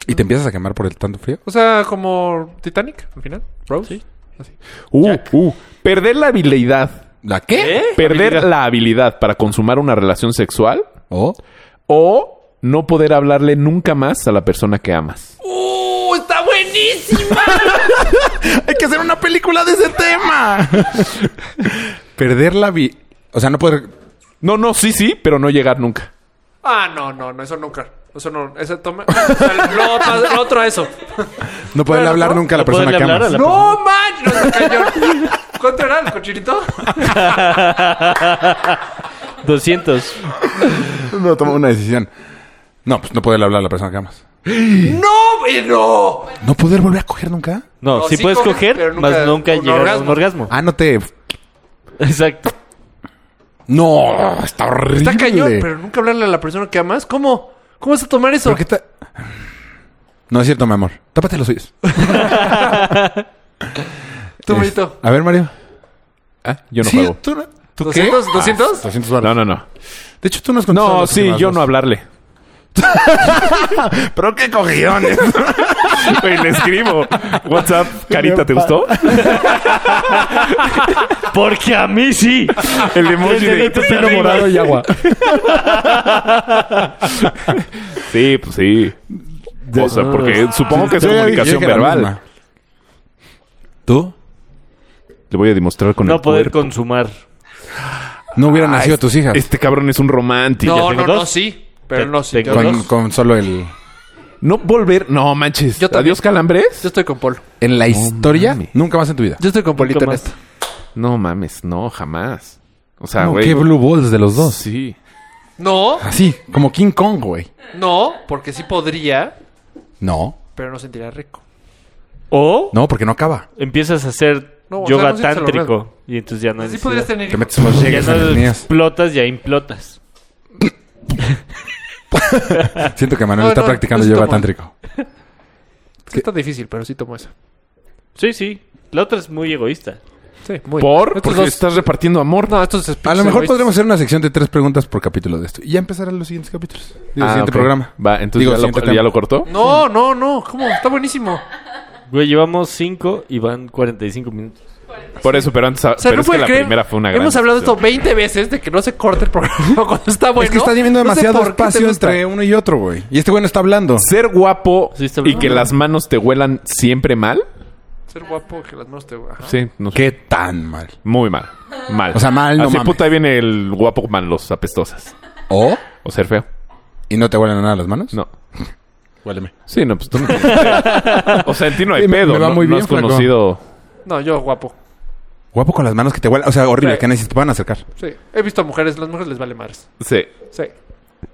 C: ¿Y te empiezas a quemar por el tanto frío?
D: O sea, como Titanic, al final. Rose.
B: Uh, uh. Perder la habilidad.
C: ¿La qué?
A: ¿Eh?
B: Perder
A: Habilidad.
B: la habilidad para consumar una relación sexual
C: ¿O?
B: o no poder hablarle nunca más a la persona que amas.
D: ¡Uh! ¡Está buenísimo!
C: Hay que hacer una película de ese tema. Perder la vi. O sea, no poder.
B: No, no, sí, sí, pero no llegar nunca.
D: ah, no, no, no, eso nunca. Eso no, ese toma. o sea, lo, otro- lo otro a eso.
C: No poder hablar nunca a la
A: No poderle
C: persona que
A: hablar
C: amas.
A: a la
D: ¡No, man! No, está cañón. ¿Cuánto era el cochinito?
A: 200.
C: No, toma una decisión. No, pues no poder hablar a la persona que amas.
D: ¡No, güey, no!
C: ¿No poder volver a coger nunca?
A: No,
D: No,
A: sí,
D: sí
A: puedes
D: coges,
A: coger,
D: pero
A: más
D: nunca
A: nunca
D: un
A: llegar a un
D: orgasmo.
A: orgasmo.
C: Ah, no te.
A: Exacto.
C: No, está horrible.
D: Está cañón, pero nunca hablarle a la persona que amas. ¿Cómo? ¿Cómo vas a tomar eso?
C: ¿Pero qué ta- No es cierto, mi amor. Tápate los suyos.
D: Tú,
C: Es-
D: Marito.
C: A ver, Mario.
B: Ah, Yo no
C: Sí,
B: juego.
C: tú no- ¿tú qué?
D: ¿200? ¿200?
C: Ah, 200 varos.
B: No, no, no.
C: De hecho, tú no has contestado
B: No,
C: las
B: sí,
C: últimas
B: yo
C: dos.
B: no hablarle.
C: Pero qué cogidones.
B: Güey, le escribo. WhatsApp, carita, ¿te gustó?
A: Porque a mí sí.
B: El emoji de...
A: Pepino morado y agua.
B: Sí, pues sí. O sea, porque supongo que es
C: Yo ya dije- yo
B: comunicación
C: dije la
B: verbal.
C: misma. ¿Tú?
B: Le voy a demostrar con el
A: No poder
B: cuerpo.
A: consumar.
C: No hubieran
B: Ah,
C: nacido
B: este-
C: tus hijas.
B: Este cabrón es un romántico.
D: No,
A: tengo
D: no, no,
A: dos.
D: sí. Pero
A: Te-
D: no, sí.
A: tengo
D: Yo,
C: con, con solo el...
B: No volver... No, manches.
D: Yo también.
B: ¿Adiós, calambres?
D: yo estoy con Paul.
C: En la historia, nunca más en tu vida.
D: Yo estoy con Polito en
A: más.
D: esto.
B: No mames, no, jamás. O sea,
C: No,
B: güey...
C: qué blue balls de los dos.
B: Sí.
D: No,
C: Así, como King Kong, güey.
D: no, porque sí podría,
C: No.
D: pero no sentiría rico.
A: O
C: No, porque no acaba.
A: empiezas a hacer
D: No, o sea,
A: yoga
D: no sé si se lo
A: tántrico. Y entonces ya no hay
D: Sí podrías
A: necesidad.
D: tener
C: Te
D: hijos.
C: metes unos
A: Ya
C: llegues en las
A: no
C: mías.
A: explotas, ya implotas.
C: Siento que Manuel
D: No,
C: está
D: no,
C: practicando
D: no se
C: yoga
D: toma.
C: tántrico.
D: Sí Está difícil, pero sí tomo eso.
A: Sí, sí. La otra es muy egoísta.
D: Sí, muy.
B: ¿Por?
D: Estos
B: Porque
D: dos-
B: estás repartiendo amor.
D: No, estos es
C: A lo mejor podríamos hacer una sección de tres preguntas por capítulo de esto. Y ya empezarán los siguientes capítulos. Digo,
B: Ah,
C: siguiente
B: ok.
C: programa.
B: Va, entonces
C: Digo,
B: ya,
C: siguiente
B: lo,
C: tema.
B: ya lo cortó.
D: No, no, no. ¿Cómo? Está buenísimo.
A: Güey, llevamos 5 y van 45 minutos.
B: Por eso, pero antes...
D: O sea,
B: pero
D: no
B: es que
D: puede
B: la
D: creer.
B: primera fue una gran...
D: Hemos hablado de esto
B: discusión.
D: 20 veces de que no se corte el programa cuando está bueno.
C: Es que está llevando
D: No sé
C: demasiado
D: por qué te
C: espacio
D: gusta.
C: entre uno y otro, güey. Y este güey no está hablando.
B: Ser guapo
A: Sí, está
B: y
A: bien.
B: que las manos te huelan siempre mal.
D: Ser guapo que las manos te. Ajá.
B: Sí, no sé.
C: Qué tan mal.
B: Muy mal. Mal.
C: O sea, mal, no
B: Así
C: mames.
B: puta ahí viene el guapo man, los apestosas.
C: ¿O?
B: O ser feo.
C: ¿Y no te huelen a nada las manos?
B: No.
C: Huéleme.
B: Sí, no, pues tú no tienes pedo. O sea, en ti no hay
C: Sí, me-
B: pedo.
C: me va
B: no,
C: muy
B: no
C: bien,
B: has
C: flaco.
B: conocido.
D: No, yo guapo.
C: Guapo con las manos que te huelen. O sea, horrible.
D: Sí.
C: Que necesitas. Te van a acercar.
D: Sí. He visto a mujeres, las mujeres les vale madres.
B: Sí.
D: Sí.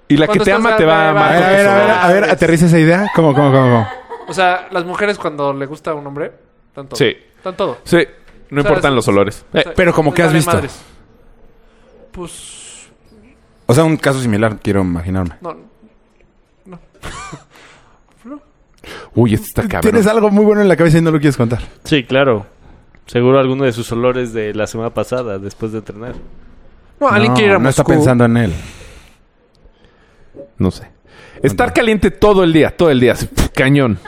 B: Y la que
D: Cuando
B: te
D: estás
B: ama te va a
D: grande,
B: amar.
D: va-
B: con tu
D: A ver, a ver,
B: sombra.
D: a ver, aterriza
C: esa idea. ¿Cómo, cómo, cómo?
D: O sea, las mujeres cuando le gusta a un hombre, tanto.
B: Sí.
D: Tan todo.
B: Sí. No
D: O sea,
B: importan
D: es-
B: los olores. Eh,
D: Sí.
C: Eh, pero como
D: Les
C: que has
D: vale
C: visto.
D: Pues.
C: O sea, un caso similar, quiero imaginarme.
D: No.
B: Uy, este está cabrón.
C: algo muy bueno en la cabeza y no lo quieres contar.
A: Sí, claro. Seguro alguno de sus olores de la semana pasada, después de entrenar.
D: No, alguien quiere ir a
C: no está
D: Moscú.
C: pensando en él.
B: No sé. Estar caliente todo el día, todo el día. así, pf, Cañón.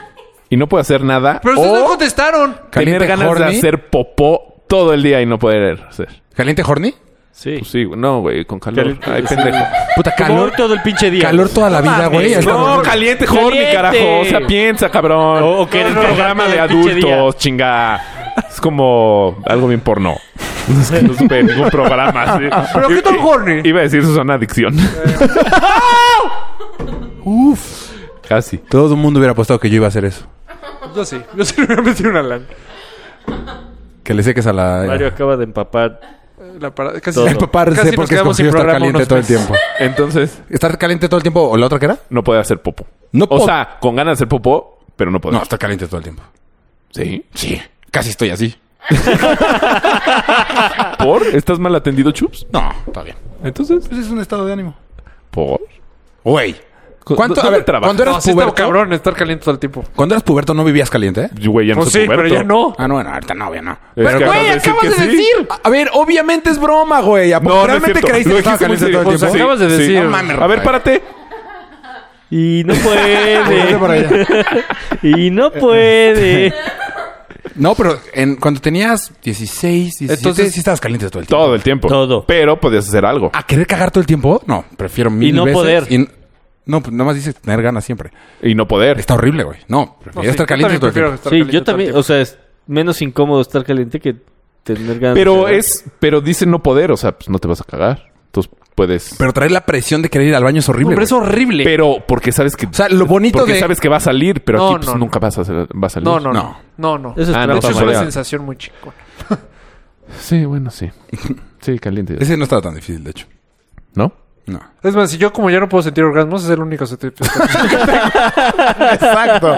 B: Y no puedo hacer nada.
D: Pero ustedes
C: Oh.
D: no
B: o
D: contestaron.
B: tener
C: ¿Caliente
B: ganas de
C: horny?
B: hacer popó todo el día y no poder hacer.
C: ¿Caliente horny?
A: Sí.
B: Pues sí, güey. no, güey, con calor.
A: Caliente,
B: Ay,
A: sí.
B: pendejo.
C: Puta,
A: Calor
C: calor.
A: todo el pinche día.
C: Calor toda la vida, güey. Ya estamos-
B: No, caliente, horny,
A: Caliente.
B: carajo. O sea, piensa, cabrón.
A: O- o que
B: No,
A: eres
B: no, programa
A: cagante
B: de
A: el pinche
B: adultos, chinga. Es como algo bien porno. Es que no supe ningún programa. sí.
D: ¿Pero qué tan
B: I-
D: horny?
B: Iba a decir Susana Adicción. Uf. Casi.
C: Todo el mundo hubiera apostado que yo iba a hacer eso.
D: Yo sí. Yo sí me voy a meter una lana.
C: Que le seques a la...
A: Mario acaba de empapar.
D: La parada. Casi
A: Todo.
C: El papá
D: Casi
C: sé por
D: nos
C: qué
D: quedamos sin
C: escogió estar
D: programa
C: caliente
D: unos
C: todo el
D: meses.
C: tiempo.
B: Entonces,
C: ¿Estar caliente todo el tiempo o la otra que era?
B: no puede hacer popo.
C: No
B: o
C: po-
B: sea, con ganas de hacer popo, pero no puedo.
C: No, estar caliente todo el tiempo.
B: Sí.
C: Sí. Casi estoy así.
B: ¿Por? ¿Estás mal atendido, Chups?
C: No, está bien.
B: Entonces,
C: Pues es un estado de ánimo.
B: ¿por?
C: Güey.
B: ¿Cu-
C: ¿Cuánto? A
B: dónde
C: ver,
B: trabajas?
C: cuando
D: No,
C: eras
D: sí está
C: puberto...
D: cabrón estar caliente todo el tiempo.
C: Cuando eras puberto no vivías caliente, ¿eh?
B: Güey, ya no
D: Pues
B: soy
D: sí, pero
B: puberto.
D: ya no.
C: Ah, no, bueno, ahorita no, obvio, no.
B: Es que
C: güey,
B: acabas de decir que sí.
C: A a ver, obviamente es broma, güey. ¿A poco
B: No, no es
C: realmente
B: cierto.
C: creíste
B: Lo
C: que estaba
B: dijiste muy
C: caliente todo el
B: serio.
C: tiempo?
B: Sí,
D: Acabas de
B: sí.
D: decir.
C: No mames,
B: A ver,
C: Rafael.
B: párate.
A: Y no
C: Vete para
A: puede.
C: allá.
A: y no puede.
C: No, pero en, cuando tenías 16, 17,
D: Entonces-
C: sí estabas caliente todo el tiempo.
B: Todo el tiempo.
A: Todo.
B: Pero podías hacer algo.
C: ¿A querer cagar todo el tiempo? No, prefiero mil
A: no
C: veces.
A: poder.
C: Y n- no, pues nada más dices tener ganas siempre.
B: Y no poder.
C: Está horrible, güey. No, prefiero
D: No, sí,
C: estar
D: yo
C: caliente
D: también
C: todo el
D: prefiero
C: tiempo.
D: estar
A: Sí,
D: caliente
A: yo
D: todo el
A: también. O sea, es menos incómodo estar caliente que tener ganas.
B: Pero
A: de-
B: es... Pero dice no poder. O sea, pues no te vas a cagar. Entonces puedes... Pero,
C: Pero traer la presión de querer ir al baño es
D: tiempo.
C: horrible.
D: Hombre, es
C: güey.
D: horrible.
B: porque sabes que...
C: O sea, lo bonito
B: porque
C: de.
B: sabes que va a salir. Pero
D: No,
B: aquí pues,
D: no, no.
B: nunca vas a, hacer- va a salir.
D: No, no, no.
C: No.
D: No, no.
A: Eso es
B: Ah,
A: trampa,
B: no,
D: Eso es
B: María.
D: una
A: Mario.
D: sensación muy chingona.
B: Sí, bueno, sí. Sí, caliente.
C: Ese no estaba tan difícil, de hecho.
B: ¿No?
C: No.
D: Es más, si yo como ya no puedo sentir orgasmos, es el único sentido.
C: Exacto.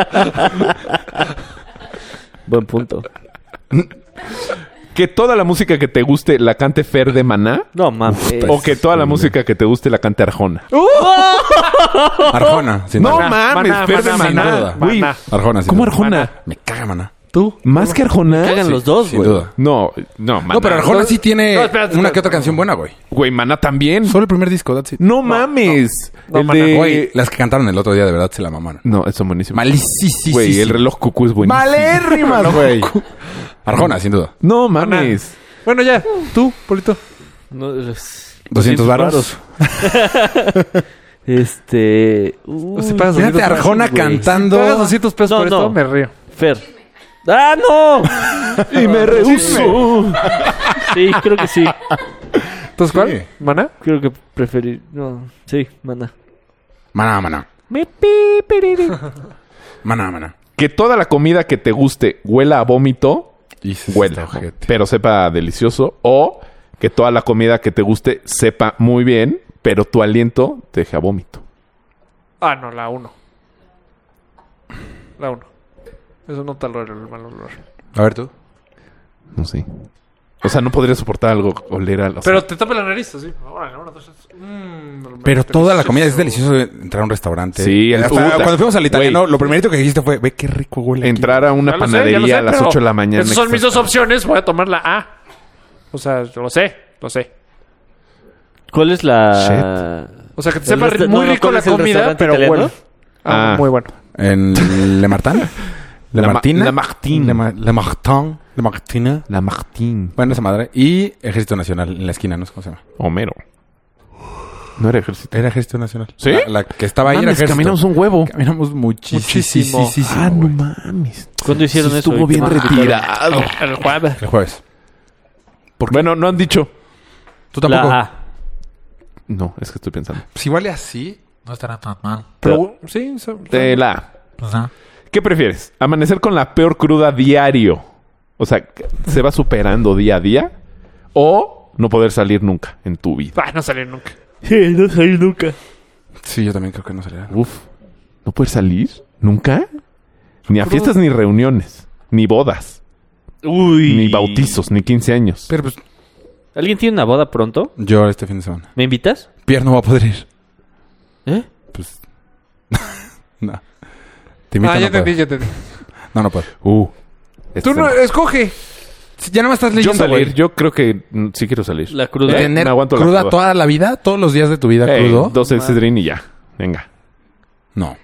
A: Buen punto.
B: Que toda la música que te guste la cante Fer de Maná.
A: No mames.
C: pues,
B: O que toda la música que te guste la cante Arjona.
C: Arjona, sin
B: no
C: duda.
B: mames,
A: Maná,
B: Fer de
A: Maná,
B: Maná.
C: Maná,
B: güey.
A: Maná.
C: Arjona, sin
B: ¿Cómo
C: duda.
B: Arjona?
C: Me caga, maná.
B: ¿Tú? ¿Más que Arjona?
A: Cagan
B: Sí.
A: los dos,
C: Sin
A: güey.
C: duda.
B: No, no, Maná.
C: No, pero Arjona sí tiene
A: No, espérate,
C: una
A: espérate.
C: que otra canción buena, güey.
B: Güey, Maná también.
C: Solo el primer disco, that's it.
B: No, mames.
D: no,
B: el
D: Maná.
B: de...
C: Güey, las que cantaron el otro día de verdad se la mamaron.
B: No, eso es buenísimo.
C: Malísimo.
B: Güey, el reloj cucú es buenísimo.
C: Malérrimas, güey. Arjona, sin duda.
B: No mames.
D: Bueno, ya. Tú, Polito.
A: No, es-
C: 200 varos.
A: Este. uy,
D: si pagas
C: Fíjate, Arjona
A: güey.
C: cantando.
D: Pagas 200 pesos
A: No,
D: por
A: no.
D: esto, me río.
A: Fer. ¡Ah, no! y me rehusó. sí, creo que sí.
D: ¿Entonces cuál? ¿Mana?
A: Creo que preferir. No, sí, manda.
C: Maná, maná.
A: Me pi, piriri.
C: Maná, maná.
B: Que toda la comida que te guste huela a vómito, huela, pero sepa delicioso. O que toda la comida que te guste sepa muy bien, pero tu aliento te deja vómito.
D: Ah, no, la 1. La 1. Eso no tal el mal olor.
C: A ver tú.
B: No sé. O sea, no podría soportar algo oler a... o sea,
D: Pero te tapa la nariz, así. Órale, una, dos, tres. Mm,
C: Pero toda la comida es
D: delicioso.
C: delicioso entrar a un restaurante.
B: Sí, el
C: Hasta
B: puta.
C: Cuando fuimos al italiano,
B: Güey.
C: lo primerito que dijiste fue, ve qué rico huele. aquí.
B: entrar a una
D: Ya lo sé, ya lo
B: panadería
D: sé,
B: a las
D: pero
B: 8 de la mañana.
D: Esas son mis
B: extra-
D: dos opciones, voy a tomar la A. O sea, yo lo sé, lo sé.
A: ¿Cuál es la.
D: O sea, que te
A: El
D: sepa
A: resta-
D: muy
A: no, no,
D: rico
A: ¿cuál
D: la
A: es el
D: comida,
A: restaurante
D: pero
A: italiano?
D: bueno. Ah,
B: Ah.
D: muy bueno.
C: En Le Martin. Le
B: La Ma-
C: Martina.
B: La Martín.
C: Le, Ma- Le Martin. Le Martina.
B: La Martín.
C: Bueno, esa madre. Y Ejército Nacional en la esquina, no sé cómo se llama.
B: Homero. No era ejército.
C: Era Ejército Nacional.
B: ¿Sí?
C: La, la que estaba ahí era
B: Mames,
C: Ejército.
B: caminamos un huevo.
C: Caminamos muchísimo.
D: Muchísimo.
B: Ah, no mames.
A: ¿Cuándo hicieron
B: Sí
A: eso?
B: Estuvo
A: güey?
B: bien
A: ¿Cuándo invitaron?
B: retirado.
D: El jueves.
C: El jueves.
B: Bueno, no han dicho.
C: ¿Tú tampoco?
A: La A.
B: No, es que estoy pensando.
C: Si huele Pues así.
I: No estará tan mal.
D: Pero, sí, so-
B: De la A.
I: Ajá.
B: ¿Qué prefieres? ¿Amanecer con la peor cruda diario? O sea, ¿se va superando día a día? ¿O no poder salir nunca en tu vida?
D: Ah, no salió nunca.
A: Sí, no salí nunca.
C: Sí, yo también creo que no salía.
B: Uf. ¿No poder salir? ¿Nunca? Ni a fiestas, ni reuniones, ni bodas,
A: Uy.
B: ni bautizos, ni 15 años.
C: Pero pues
A: ¿Alguien tiene una boda pronto?
C: yo este fin de semana.
A: ¿Me invitas?
C: Pierre no va a poder ir.
A: ¿Eh?
C: Pues. no. Te invito,
D: Ah,
C: no,
D: ya
C: puedo.
D: entendí, ya entendí.
C: no, no puedo.
B: Uh. este
D: Tú no,
B: se me-
D: escoge.
C: Sí, Ya no me estás
B: yo
C: leyendo,
B: salir,
C: güey.
B: yo creo que mm, sí quiero salir.
A: La cruda.
B: Eh,
C: Tener
B: no aguanto la
C: cruda
B: cruda.
C: toda la vida, todos los días de tu vida
B: Ey,
C: crudo.
B: Dos Excedrin y ya. Venga.
C: No.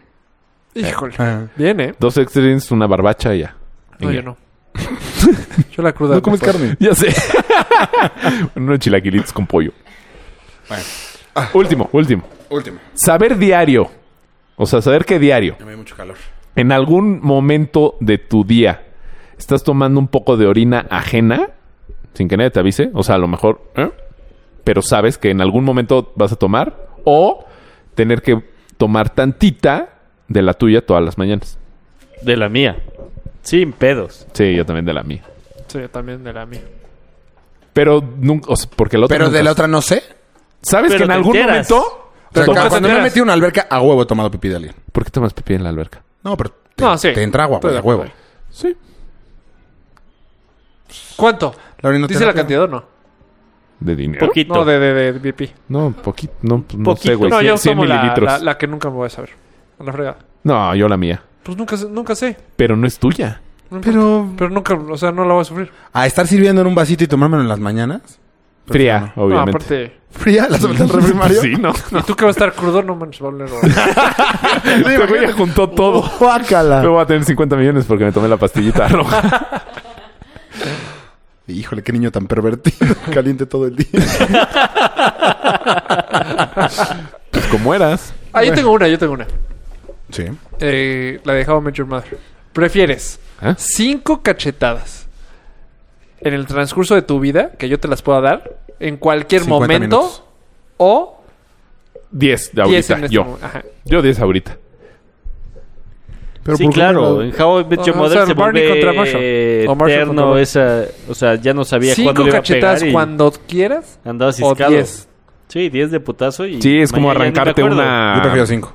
D: Híjole.
C: Eh.
D: Bien, ¿eh?
B: Dos Excedrins, una barbacha y ya.
D: No,
B: Venga.
D: yo no. Yo la cruda.
C: ¿No comes
D: puedo.
C: carne?
B: Ya sé. Unos chilaquilitos con pollo.
C: Ah.
B: Último, último.
C: Último.
B: Saber diario. O sea, saber qué diario.
C: Me dio mucho calor.
B: En algún momento de tu día estás tomando un poco de orina ajena sin que nadie te avise. O sea, a lo mejor. ¿eh? Pero sabes que en algún momento vas a tomar. O tener que tomar tantita de la tuya todas las mañanas.
A: De la mía. Sin pedos.
B: Sí, yo también de la mía.
D: Sí, también de la mía.
B: Pero nunca. O sea, porque la otra.
C: Pero
B: nunca-
C: de la otra no sé.
B: Sabes
A: Pero
B: que en
A: te
B: algún
A: enteras.
B: momento.
C: O sea,
B: tomas-
C: cuando me he metido en una alberca, a huevo he tomado pipí de alguien.
B: ¿Por qué tomas pipí en la alberca?
C: No, pero te,
D: No, sí.
C: te entra agua, güey, a
D: Estoy de
C: huevo.
B: Sí.
D: ¿Cuánto?
C: La orinoterapia.
D: ¿Dice la cantidad o no?
B: ¿De dinero?
A: Poquito.
D: No, de, de, de VIP.
B: No, poquito. No, no
A: Poquito.
B: sé, güey.
D: No,
B: cien-
D: yo
B: cien
D: tomo la,
B: mililitros.
D: la, la que nunca me voy a saber. A la fregada.
B: No, yo la mía.
D: Pues nunca, sé- nunca sé.
B: Pero no es tuya.
D: Pero... Pero nunca, o sea, no la voy a sufrir.
C: A estar sirviendo en un vasito y tomármelo en las mañanas.
B: Fría,
D: No,
B: obviamente.
D: aparte...
C: Fría, la sometí al refri Mario.
B: sí, no.
D: ¿Y tú que vas a estar crudo? No manches, va a oler horrible.
B: Te voy a juntar todo. Luego voy a tener 50 millones porque me tomé la pastillita roja.
C: Híjole, qué niño tan pervertido. Caliente todo el día.
B: Pues como eras.
D: Ah, yo tengo una, yo tengo una.
C: Sí.
D: Eh, la de How I Met Your Mother. ¿Prefieres
B: ¿Eh?
D: cinco cachetadas en el transcurso de tu vida, que yo te las pueda dar, en cualquier
C: 50
D: momento,
C: minutos.
D: o
B: 10 de
D: diez
B: ahorita.
D: en este
B: yo.
D: momento? Ajá.
B: Yo 10 ahorita.
C: Pero
A: sí,
C: ¿por qué
A: claro.
C: no?
A: En How I Met Your
D: Ah, o
A: Mother
D: sea,
A: se
D: Barney contra Marshall.
A: vuelve
D: O Marshall contra
A: eterno
D: Barney.
A: esa... O sea, ya no sabía cuándo
D: Cinco
A: le iba a
D: cachetadas
A: pegar y
D: cuando quieras,
A: andaba
D: o
A: ciscado.
D: diez.
A: Sí, 10 de putazo y...
B: Sí, es como
A: mañana ya ni me
B: arrancarte
A: acuerdo.
B: una.
C: Yo prefiero cinco.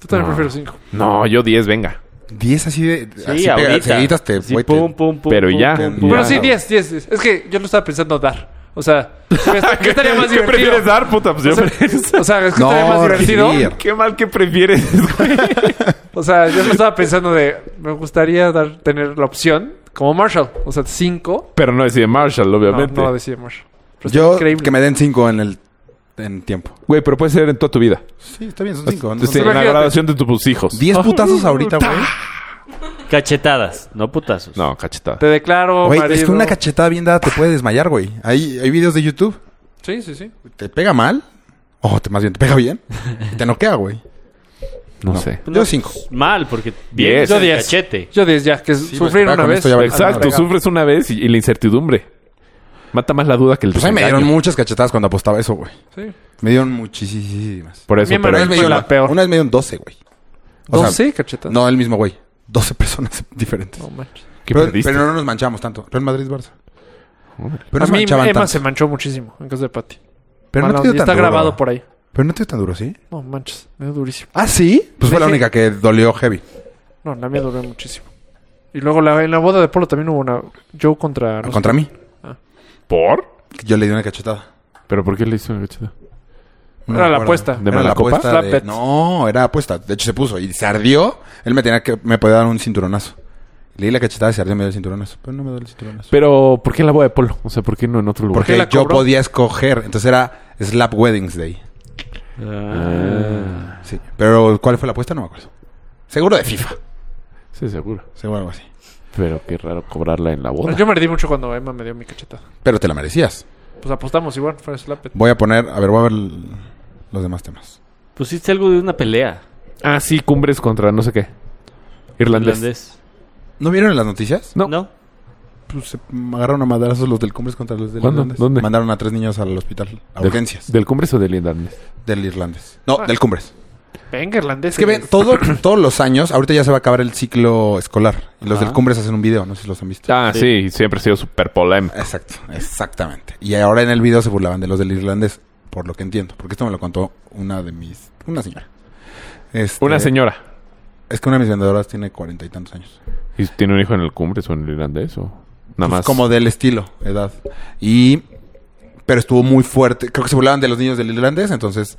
D: Tú también
B: No.
D: prefieres cinco.
B: No, yo 10, venga.
C: 10 así de...
A: Sí,
C: así pega-
A: ahorita.
C: seguiditas te...
A: Sí,
C: güey, te-
A: pum, pum, pum,
B: Pero
A: pum,
B: ya.
A: pum, pum.
D: Bueno,
B: Ya.
D: sí, 10, 10, 10. Es que yo lo estaba pensando dar. O sea, ¿qué, qué estaría más
B: ¿Qué
D: divertido?
B: prefieres dar, puta? Pues yo
D: O sea, o sea, es que estaría más divertido.
C: recibir.
B: Qué mal que prefieres, güey.
D: O sea, yo lo estaba pensando de. Me gustaría dar, tener la opción como Marshall. O sea, 5.
B: Pero no decide Marshall,
D: No,
B: obviamente.
D: no decía Marshall. Pero está
C: Yo
D: increíble.
C: que me den 5 en el en tiempo.
B: Güey, pero puede ser en toda tu vida.
C: Sí, está bien, son 5.
B: Este, en la
D: Imagínate.
B: graduación de tus hijos.
C: 10 putazos ahorita, güey.
A: Cachetadas, no putazos.
B: No, cachetada.
D: Te declaro.
C: Güey,
D: Oh, marido.
C: es que una cachetada bien dada te puede desmayar, güey. Hay, hay videos de YouTube.
D: Sí, sí, sí.
C: ¿Te pega mal? O te, más bien, te pega bien. Y te noquea, güey.
B: No, sé.
C: Yo 5.
A: Pues Mal, porque bien
B: Diez.
A: es el
D: Yo diez.
A: cachete.
D: Yo 10 ya, que sufrir
C: ya
D: una
C: pues, con
D: vez.
C: esto ya vale.
B: Exacto,
D: Exacto.
B: sufres una vez y, y la incertidumbre. Mata más la duda que el
C: Pues ahí me
B: desengaño.
C: dieron muchas cachetadas cuando apostaba eso, güey.
D: Sí.
C: Me dieron muchísimas.
B: Por eso,
D: Mi
B: pero
D: hermano-
C: Una vez me dieron
D: la peor.
C: Una vez me dieron 12, güey. O sea,
D: 12 cachetadas.
C: No, el mismo güey. 12 personas diferentes.
D: No manches.
B: ¿qué
C: pero,
B: perdiste?
C: pero no nos manchamos tanto. Real Madrid-Barça. Pero no
D: a
C: se
D: mí
C: manchaban
D: Emma
C: tanto.
D: se manchó muchísimo en casa de Pati.
C: Pero no
D: Mala
C: te dio
D: onda.
C: tan
D: Está
C: duro.
D: grabado por ahí.
C: Pero no te dio tan duro, ¿sí?
D: No manches, me dio durísimo.
C: ¿Ah, sí? Pues fue la
D: Sí, sí.
C: única que dolió heavy.
D: No, la mía duró muchísimo. Y luego la- en la boda de Polo también hubo una. Joe contra. no sé.
C: Contra mí.
B: ¿Por?
C: Yo le di una cachetada.
B: ¿Pero por qué le hizo una cachetada?
C: No
D: Era la
C: recuerdo.
D: apuesta.
B: ¿De
C: Era
B: mala
C: la
B: copa?
C: apuesta
D: La
C: de-
D: pet.
C: No, era apuesta. De hecho, se puso y se ardió. Él me tenía que... Me podía dar un cinturonazo. Le di la cachetada y se ardió me dio el cinturonazo. Pero no me dio el cinturonazo.
B: Pero, ¿por qué en la boda de Polo? O sea, ¿por qué no en otro lugar?
D: qué
C: Porque
D: la
C: yo
D: cobró?
C: podía escoger. Entonces era Slap Weddings Day.
A: Ah.
C: Sí. Pero ¿cuál fue la apuesta? No me acuerdo. Seguro de FIFA.
B: Sí, seguro.
C: Seguro algo así.
B: Pero qué raro cobrarla en la boda.
D: Yo me perdí mucho cuando Emma me dio mi cachetada.
C: Pero te la merecías.
D: Pues apostamos igual, fue Slapet.
C: Voy a poner... A ver, voy a ver l- los demás temas.
A: Pusiste algo de una pelea.
B: Ah, sí, cumbres contra no sé qué. Irlandés.
A: Irlandés.
C: ¿No vieron en las noticias?
B: No.
A: ¿No?
C: Pues se agarraron a madrazos los del Cumbres contra los del
B: ¿Cuándo?
C: Irlandés.
B: ¿Dónde?
C: Mandaron a tres niños al hospital. A
B: ¿Del-
C: urgencias.
B: ¿Del cumbres o del irlandés?
C: Del Irlandés. No, del Cumbres.
D: Venga, irlandés.
C: Es que ven, todo, todos los años, ahorita ya se va a acabar el ciclo escolar. Y los del Cumbres hacen un video, no sé si los han visto.
B: Ah, sí, siempre ha sido súper polémico.
C: Exacto, exactamente. Y ahora en el video se burlaban de los del Irlandés, por lo que entiendo. Porque esto me lo contó una de mis... Una señora. Este,
B: Una señora.
C: Es que una de mis vendedoras tiene cuarenta y tantos años.
B: ¿Y tiene un hijo en el cumbres o en el irlandés o nada
C: Pues
B: más?
C: Como del estilo, edad. Y... Pero estuvo muy fuerte. Creo que se burlaban de los niños del irlandés. Entonces,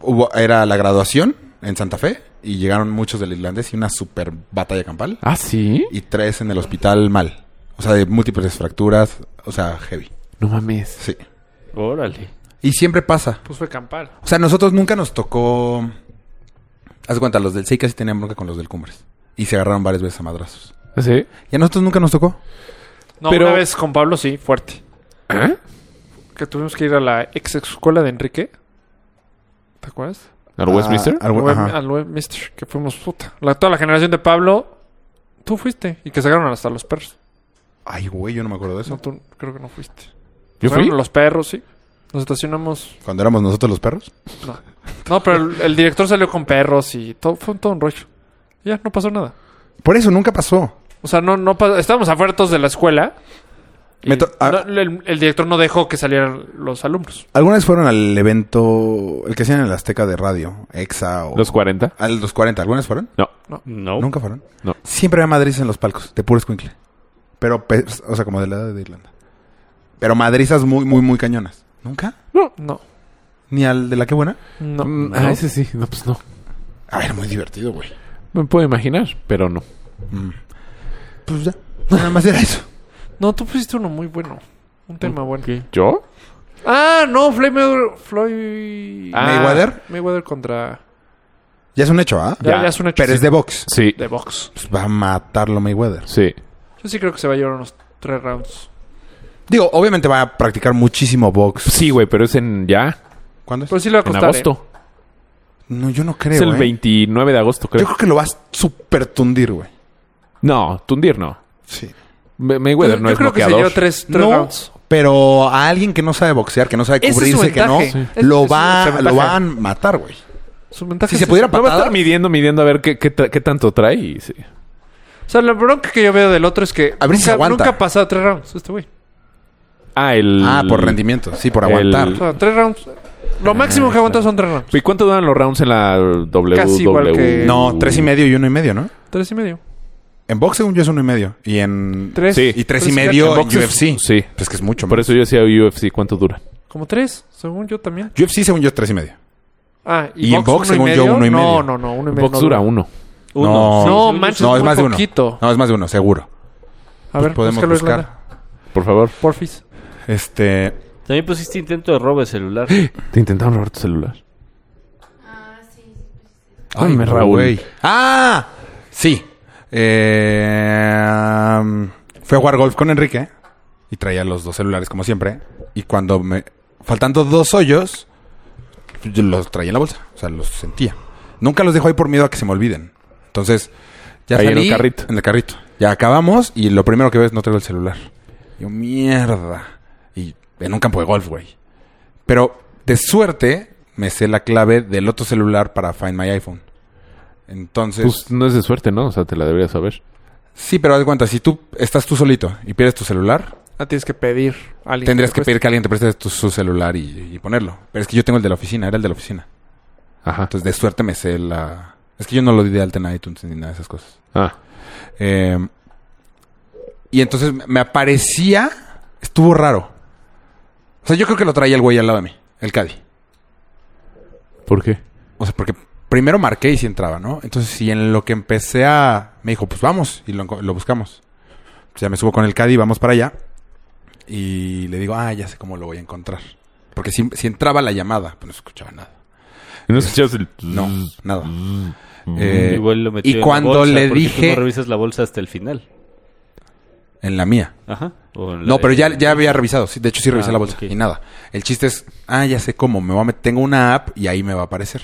C: hubo, era la graduación en Santa Fe. Y llegaron muchos del irlandés y una super batalla campal.
B: Ah, sí.
C: Y tres en el hospital mal. O sea, de múltiples fracturas. O sea, heavy.
B: No mames.
C: Sí.
A: Órale.
C: Y siempre pasa.
D: Pues fue Campal.
C: O sea, nosotros nunca nos tocó... Haz de cuenta, los del Seika sí tenían bronca con los del Cumbres. Y se agarraron varias veces a madrazos.
B: ¿Ah, ¿Sí?
C: Y a nosotros nunca nos tocó.
D: No,
B: Pero-
D: una vez con Pablo sí, fuerte.
C: ¿Eh?
D: Que tuvimos que ir a la ex escuela de Enrique. ¿Te acuerdas?
B: ¿Al Westminster?
C: Ah, al-
D: Web-
C: ajá.
D: Al Webmister, que fuimos puta. La, toda la generación de Pablo, tú fuiste. Y que sacaron hasta los perros.
C: Ay, güey, yo no me acuerdo de eso.
D: No, tú creo que no fuiste.
B: ¿Yo
D: Sacaron
B: fui?
D: Los perros, sí. Nos estacionamos.
C: Cuando éramos nosotros los perros.
D: No, no pero el, el director salió con perros y todo. Fue todo un rollo. Ya, no pasó nada.
C: Por eso nunca pasó.
D: O sea, no, no pa- estábamos afuertos de la escuela. y
C: Me to- ah.
D: no- el, el director no dejó que salieran los alumnos.
C: Algunas fueron al evento, el que hacían en el Azteca de radio, EXA o...
B: ¿Los 40?
C: a los 40, ¿algunas fueron?
B: No.
A: No.
C: Nunca fueron.
B: No.
C: Siempre había Madrid en los palcos, de puro escuincle. Pero, pe- o sea, como de la edad de Irlanda. Pero madrizas muy, muy, muy cañonas. ¿Nunca?
D: No,
C: ¿Ni al de la que buena?
D: no.
B: Mm,
D: no.
B: Ah, ese sí. No, pues no.
C: A ver, muy divertido, güey.
B: Me puedo imaginar, pero no.
C: Pues ya, nada más era eso.
D: No, tú pusiste uno muy bueno. Un tema bueno.
B: ¿Yo?
D: Ah, no, Floyd Mayweather. Floyd
B: Ah.
C: Mayweather,
D: Mayweather contra.
C: ya es un hecho, ¿ah?
D: Ya,
B: Ya.
D: ya es un hecho.
C: Pero es de box.
B: Sí.
D: de box.
C: Pues va a matarlo Mayweather.
B: Sí.
D: Yo sí creo que se va a llevar unos tres rounds.
C: Digo, obviamente va a practicar muchísimo box.
B: Pues Sí, güey, pero es en ya,
C: ¿Cuándo es?
D: Pero sí le va a
B: en
D: costar. ¿eh?
B: agosto.
C: No, yo no creo,
B: es el
C: ¿eh?
B: 29 de agosto,
C: Yo
B: creo.
C: creo que lo vas a super tundir, güey.
B: No, Tundir no.
C: Sí.
B: Me-
D: Yo,
B: Mayweather no
D: yo
B: es
D: creo que se
B: bloqueador.
D: lleva tres, tres
C: no,
D: rounds.
C: pero a alguien que no sabe boxear, que no sabe
D: Ese es su
C: cubrirse, que no,
D: ventaja. Sí. Ese
C: lo,
D: es su- su
C: va,
D: ventaja.
C: lo van a matar, güey.
D: Su ventaja
C: Si se
D: es-
C: pudiera
B: No va a
C: patadas,
B: estar midiendo, midiendo a ver qué, qué, tra- qué tanto trae. y sí.
D: O sea, la bronca que yo veo del otro es que
C: A ver si se
D: nunca,
C: aguanta.
D: nunca ha pasado tres rounds este güey.
B: Ah, el...
C: Ah, por rendimiento, sí, por
B: El-
C: aguantar.
D: O sea, tres rounds.
C: Ah,
D: Lo máximo que aguanta son tres rounds.
B: ¿Y cuánto duran los rounds en la E? WWE?
D: Casi igual que-
C: No, tres y medio y uno y medio, ¿no?
D: Tres y medio.
C: En box, según yo, es uno y medio. Y en.
D: Tres.
B: Sí.
C: Y tres y
D: Tres y
C: medio
B: cacho.
C: en,
B: En box es-
C: UFC.
B: sí.
C: Pues que es mucho
B: Por
C: más.
B: eso yo decía UFC, ¿cuánto dura?
D: Como tres, según yo también.
C: UFC, según yo, es tres y medio.
D: Ah,
C: Y en box,
D: uno
C: según yo,
D: medio?
C: uno y medio.
D: No, no, no, uno y medio.
B: Box
D: no
B: dura uno.
A: Uno.
D: No,
C: sí,
D: manches,
C: No, es
D: muy
C: más de
D: poquito.
C: uno. No, es más de uno, seguro. Pues
D: A ver,
C: podemos
D: búscalo,
C: buscar.
D: Irlanda.
B: Por favor.
D: Porfis.
C: Este.
A: También pusiste intento de robo de celular.
B: Te intentaron robar tu celular.
G: Ah, sí.
B: Ay, me Raúl.
C: güey. ¡Ah! Sí. Eh, um, fui a jugar golf con Enrique y traía los dos celulares como siempre. Y cuando me. Faltando dos hoyos, yo los traía en la bolsa. O sea, los sentía. Nunca los dejo ahí por miedo a que se me olviden. Entonces, ya
B: Ahí en
C: salí.
B: el carrito.
C: En el carrito. Ya acabamos y lo primero que veo es no traigo el celular. Yo, mierda. Y en un campo de golf, güey. Pero de suerte me sé la clave del otro celular para Find My iPhone. Entonces,
B: Pues no es de suerte, ¿no? O sea, te la deberías saber.
C: sí, pero haz de cuenta, si tú estás tú solito y pierdes tu celular,
D: Ah, tienes que pedir a alguien.
C: tendrías que
D: te
C: pedir que alguien te preste tu- su celular y, y ponerlo. Pero es que yo tengo el de la oficina, era el de la oficina.
B: Ajá.
C: Entonces, de suerte me sé la... Es que yo no lo di de alta en iTunes ni nada de esas cosas.
B: Ah.
C: Eh, y entonces me aparecía. Estuvo raro. O sea, yo creo que lo traía el güey al lado de mí, el Caddy.
B: ¿Por qué?
C: O sea, porque primero marqué y si entraba, ¿no? Entonces, y en lo que empecé a. Me dijo, pues vamos, y lo, enco- lo buscamos. Pues ya me subo con el Caddy, vamos para allá. Y le digo, ah, ya sé cómo lo voy a encontrar. Porque si, si entraba la llamada, pues no escuchaba nada.
B: ¿No escuchas el...
C: No,
B: Mm.
C: nada. Eh,
A: Igual lo metió
C: y
A: en la
C: cuando
A: bolsa,
C: le
A: ¿por qué tú
C: dije-
A: no revisas la bolsa hasta el final.
C: en la mía.
A: Ajá. O en la
C: No,
A: de-
C: pero ya, ya había revisado. Sí, de hecho, sí revisé
A: Ah,
C: la bolsa
A: ok.
C: y nada. El chiste es, ah, ya sé cómo. Me voy a met- tengo una app y ahí me va a aparecer.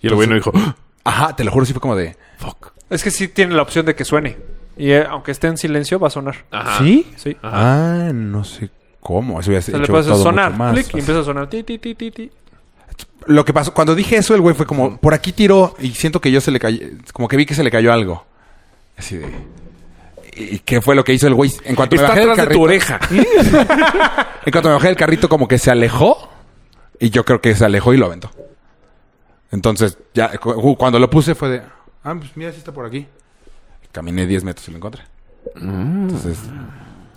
B: Y el güey no dijo... "Ah,
C: Ajá, te lo juro, sí fue como de.
B: Fuck.
D: Es que sí tiene la opción de que suene. Y eh, aunque esté en silencio, va a sonar.
C: ¿Sí?
D: Sí.
C: Ah, no sé cómo. Eso hubiese
D: Se le
C: hecho
D: puede hacer
C: todo
D: sonar.
C: mucho más
D: clic, y
C: fácil.
D: empieza a sonar. Ti, ti, ti, ti, ti.
C: Lo que pasó, cuando dije eso, el güey fue como, por aquí tiró y siento que yo se le cayó, como que vi que se le cayó algo. Así de. ¿Y qué fue lo que hizo el güey? En cuanto me
B: Está
C: bajé del
B: atrás de
C: carrito.
B: tu oreja.
C: En cuanto me bajé del carrito, como que se alejó. Y yo creo que se alejó y lo aventó. Entonces, ya cu- cu- cuando lo puse fue de. Ah, pues mira, si está por aquí. Caminé 10 metros y lo encontré. Entonces,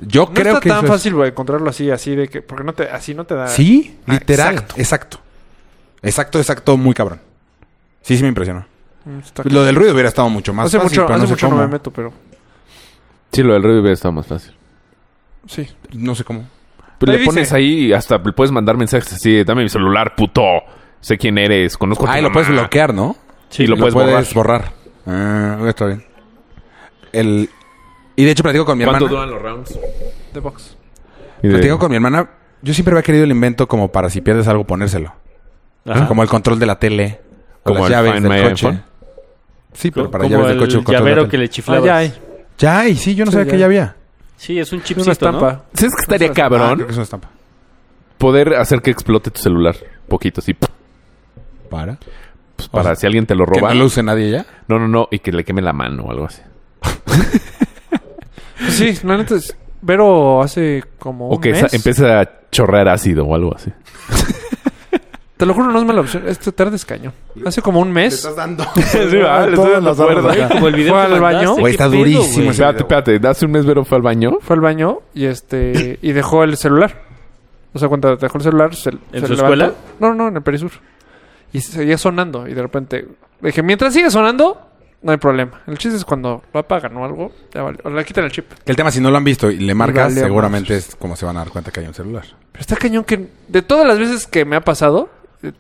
C: yo
D: Mm. No
C: creo
D: está
C: que.
D: tan
C: eso es-
D: fácil, güey, encontrarlo así, así de que. Porque no te, así no te da.
C: Sí,
D: Ah,
C: literal.
D: exacto.
C: Exacto. exacto. Exacto, muy cabrón. Sí, sí me impresionó.
D: Mm, está-
C: Lo del ruido hubiera estado mucho Pues más
D: hace
C: fácil.
D: mucho,
C: pero
D: hace
C: no
D: no,
C: sé
D: mucho no
C: cómo.
D: me meto, pero.
B: Sí, lo del rey hubiera estado más fácil.
D: Sí.
C: No sé cómo.
B: Pues
D: Ahí
B: le pones
D: dice.
B: ahí y hasta le puedes mandar mensajes así de, dame mi celular, puto. Sé quién eres, conozco a tu
C: Ah, y lo
B: mamá".
C: puedes bloquear, ¿no?
A: Sí,
B: y lo, puedes, borrar.
C: borrar. Ah, está bien. El... Y de hecho platico con mi hermana.
B: ¿Cuánto duran los rounds?
D: The box.
B: Y de-
C: Platico con mi hermana. Yo siempre había querido el invento como para si pierdes algo ponérselo. O sea,
A: Ajá.
C: como el control de la tele. O
B: ¿Como
C: las
B: el
C: llaves
B: Find
C: del
B: My
C: coche.
B: iPhone?
C: Sí, pero para
A: Como
C: llaves del
A: el
C: coche. o control de la
A: llavero
C: tele.
A: que le
D: Ah,
A: chiflabas.
D: ya hay.
C: Ya, y sí, yo no
D: Sí,
C: sabía
D: ya.
C: que ya había.
A: Sí, es un chipsito,
D: Una estampa.
B: ¿Sabes que estaría
C: Ah,
B: cabrón?
C: creo que es una estampa.
B: Poder hacer que explote tu celular. Poquito, así. ¡pum!
C: ¿Para?
B: Pues, para
C: O sea,
B: si alguien te lo
C: ¿Que
B: roba.
C: no lo use nadie ya?
B: No, no, no. Y que le queme la mano o algo así.
D: Pues sí, no, entonces. Vero hace como.
B: O
D: un
B: que sa-
D: mes.
B: empiece a chorrear ácido o algo así.
D: Te lo juro, no es mala opción. Este tarde es cañón. Hace como un mes.
C: dando.
E: ah, le estoy
B: Todas
E: dando
B: las
E: cuerda.
B: armas,
A: Como el video que
D: Fue
A: mandaste,
D: al baño.
A: ¿qué
C: Güey, está
A: pedo,
C: durísimo
A: güey?
C: ese-
B: Espérate, espérate. Hace un mes Vero fue al baño.
D: Fue al baño y este. Y dejó el celular. O sea, cuando dejó el celular. Se, ¿En
A: su escuela?
D: No, no, en el Perisur. Y seguía sonando. Y de repente. Dije, mientras sigue sonando, no hay problema. El chiste es cuando lo apagan o algo. Ya vale. O le quitan el chip.
C: Que el tema, si no lo han visto y le marcas,
D: valió
C: seguramente es como se van a dar cuenta que hay un celular.
D: Pero está cañón que. De todas las veces que me ha pasado. eh,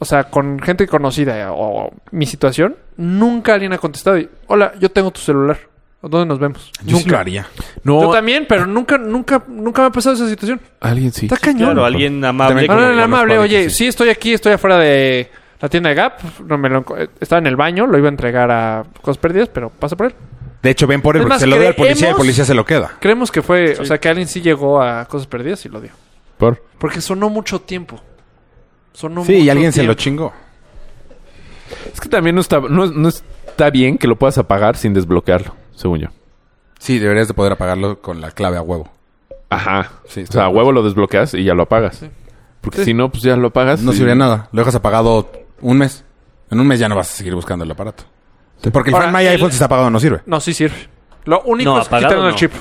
D: O sea, con gente conocida eh, o mi situación, nunca alguien ha contestado y, hola, yo tengo tu celular. ¿Dónde nos vemos?
C: Yo sí lo haría.
B: No,
D: Yo también, pero nunca, nunca, nunca me ha pasado esa situación.
B: alguien sí.
D: Está cañón.
A: Claro, alguien amable.
C: También-
A: como
D: No, no,
A: que
D: no, amable.
A: conozco a
D: Oye,
A: alguien que
D: sí. estoy aquí, estoy afuera de la tienda de Gap. No me lo enco- eh, estaba en el baño, lo iba a entregar a Cosas Perdidas, pero pasa por él.
C: De hecho, ven por él,
D: Es
C: porque
D: más,
C: se lo ve al
D: creemos-
C: policía y el policía se lo queda.
D: Creemos que fue, o sea, que alguien sí llegó a Cosas Perdidas y lo dio.
B: Por.
D: Porque sonó mucho tiempo. Sonó
C: Sí, y
D: mucho
C: alguien se lo
D: tiempo.
C: chingó.
B: Es que también no está, no, no está bien que lo puedas apagar sin desbloquearlo, según yo.
C: Sí, deberías de poder apagarlo con la clave a huevo.
B: Ajá.
C: Sí,
B: o sea, a huevo lo desbloqueas y ya lo apagas. Porque si no, pues ya lo apagas.
C: No
B: y-
C: sirve nada. Lo dejas apagado un mes. En un mes ya no vas a seguir buscando el aparato. Porque el
D: Ahora,
C: Find My
D: el-
C: iPhone si está apagado no sirve.
D: No, sí sirve. Lo único
A: No,
D: es que
A: apagado
D: quitaron el
A: no.
D: chip.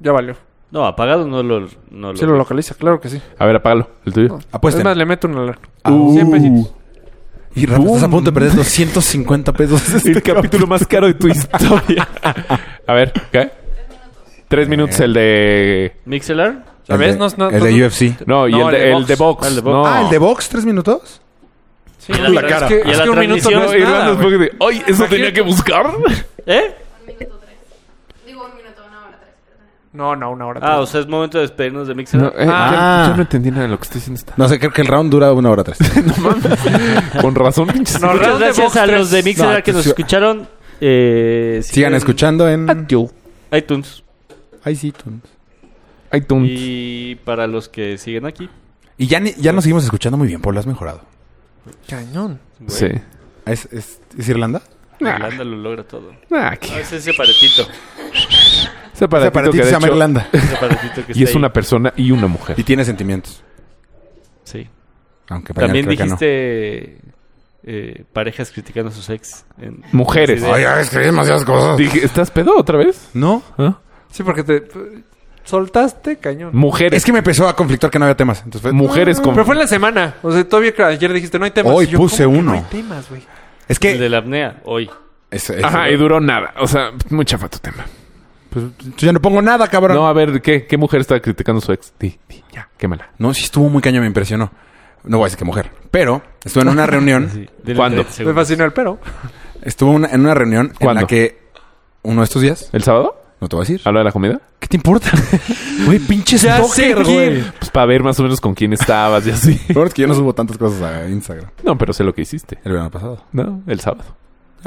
D: Ya valió.
A: No, apagado no lo... No lo...
D: Sí lo localiza, claro que sí.
B: A ver, apágalo. El tuyo.
C: Apuesten.
D: Es más, le meto una alarma.
C: Ah.
D: 100 pesitos.
C: Y Rafa, estás a punto de perder 250 pesos. este
B: el capítulo más caro de tu historia. A ver, ¿qué? Tres minutos el de...
A: ¿Mixelar?
D: ¿Sabes?
C: El de-
D: No es- no-
C: el de
D: no-
C: UFC.
B: No, y
D: No,
B: el, de, el de box.
A: Ah, el de box.
B: No.
C: Ah, ¿el de Box? ¿Tres minutos?
D: Sí,
A: Y la
D: verdad
A: cara.
D: Es que,
A: Y
D: es
A: la
D: que un minuto
A: transmisión,
D: no es
A: y
D: nada,
B: Irlanda
D: güey.
B: es porque- Ay, eso tenía que buscar.
A: ¿Eh?
G: Un minuto tres. Digo, un minuto, una hora tres, perdón.
D: No, no, una hora.
A: Ah, o sea, es momento de despedirnos de Mixelar.
B: No, eh,
C: Ah.
B: yo, yo no entendí nada de lo que estoy diciendo.
C: No sé, creo que el round dura una hora tres.
B: Con razón, pinches.
D: No,
A: Muchas
D: round de
A: gracias
D: box
A: a
D: tres.
A: los de Mixelar
C: No,
A: que nos
C: sí.
A: escucharon. Eh, si
C: Sigan
A: quieren,
C: escuchando en
A: iTunes.
C: iTunes.
B: iTunes.
A: Y para los que siguen aquí.
C: Y ya, ni- ya nos seguimos escuchando muy bien, Polo, has mejorado.
D: Cañón.
A: güey,
B: Sí.
C: ¿Es, es, es Irlanda?
A: Irlanda lo logra todo.
B: Ah, qué-
A: No, es ese aparatito.
B: Ese
C: Ese
B: aparatito
C: para ti
B: que
C: se
B: de
C: llama
B: hecho-
C: Irlanda.
A: Ese aparatito que
B: Y
A: está
B: es una
A: ahí.
B: persona y una mujer.
C: Y tiene sentimientos.
A: Sí.
C: Aunque para
A: También
C: creo que
A: dijiste eh, parejas criticando a sus ex. en-
B: Mujeres.
A: Sí, de-
C: no. Ay, ya escribí demasiadas cosas.
B: Dije, ¿estás pedo otra vez?
C: No.
B: ¿Ah?
D: Sí, porque te eh, soltaste cañón.
B: Mujeres.
C: Es que me empezó a conflictar que no había temas. Entonces fue-
B: Mujeres con...
D: Pero fue en la semana. O sea, todavía que ayer dijiste, no hay temas.
C: Hoy
D: Y yo,
C: puse
D: ¿cómo que
C: uno.
D: No hay temas, güey.
C: "Mm, Es
A: El
C: que...
A: de la apnea, hoy.
C: es- es-
B: Ajá, y duró nada. O sea, muy chafa tu tema.
C: pues, yo ya no pongo nada, cabrón.
B: No, a ver, ¿qué, qué mujer está criticando a su ex? Di, di, ya, quémala.
C: No, sí estuvo muy cañón, me impresionó. No voy a decir que mujer. Pero estuve en una reunión.
A: Sí, denle
B: ¿Cuándo?
A: 30
D: Me
A: segundos.
D: fascinó el pero.
C: Estuvo una- en una reunión en
B: ¿Cuándo? Ah.
C: la que uno de estos días,
B: ¿El sábado?
C: no te voy a decir.
B: ¿A la de la comida?
C: ¿Qué te importa? Güey, pinche
D: Ya sé
C: stalker,
D: quién.
C: güey.
B: Pues para ver más o menos con quién estabas y así.
C: Lo peor es que yo no subo tantas cosas a Instagram.
B: No, pero sé lo que hiciste.
C: El verano pasado.
B: No, el sábado.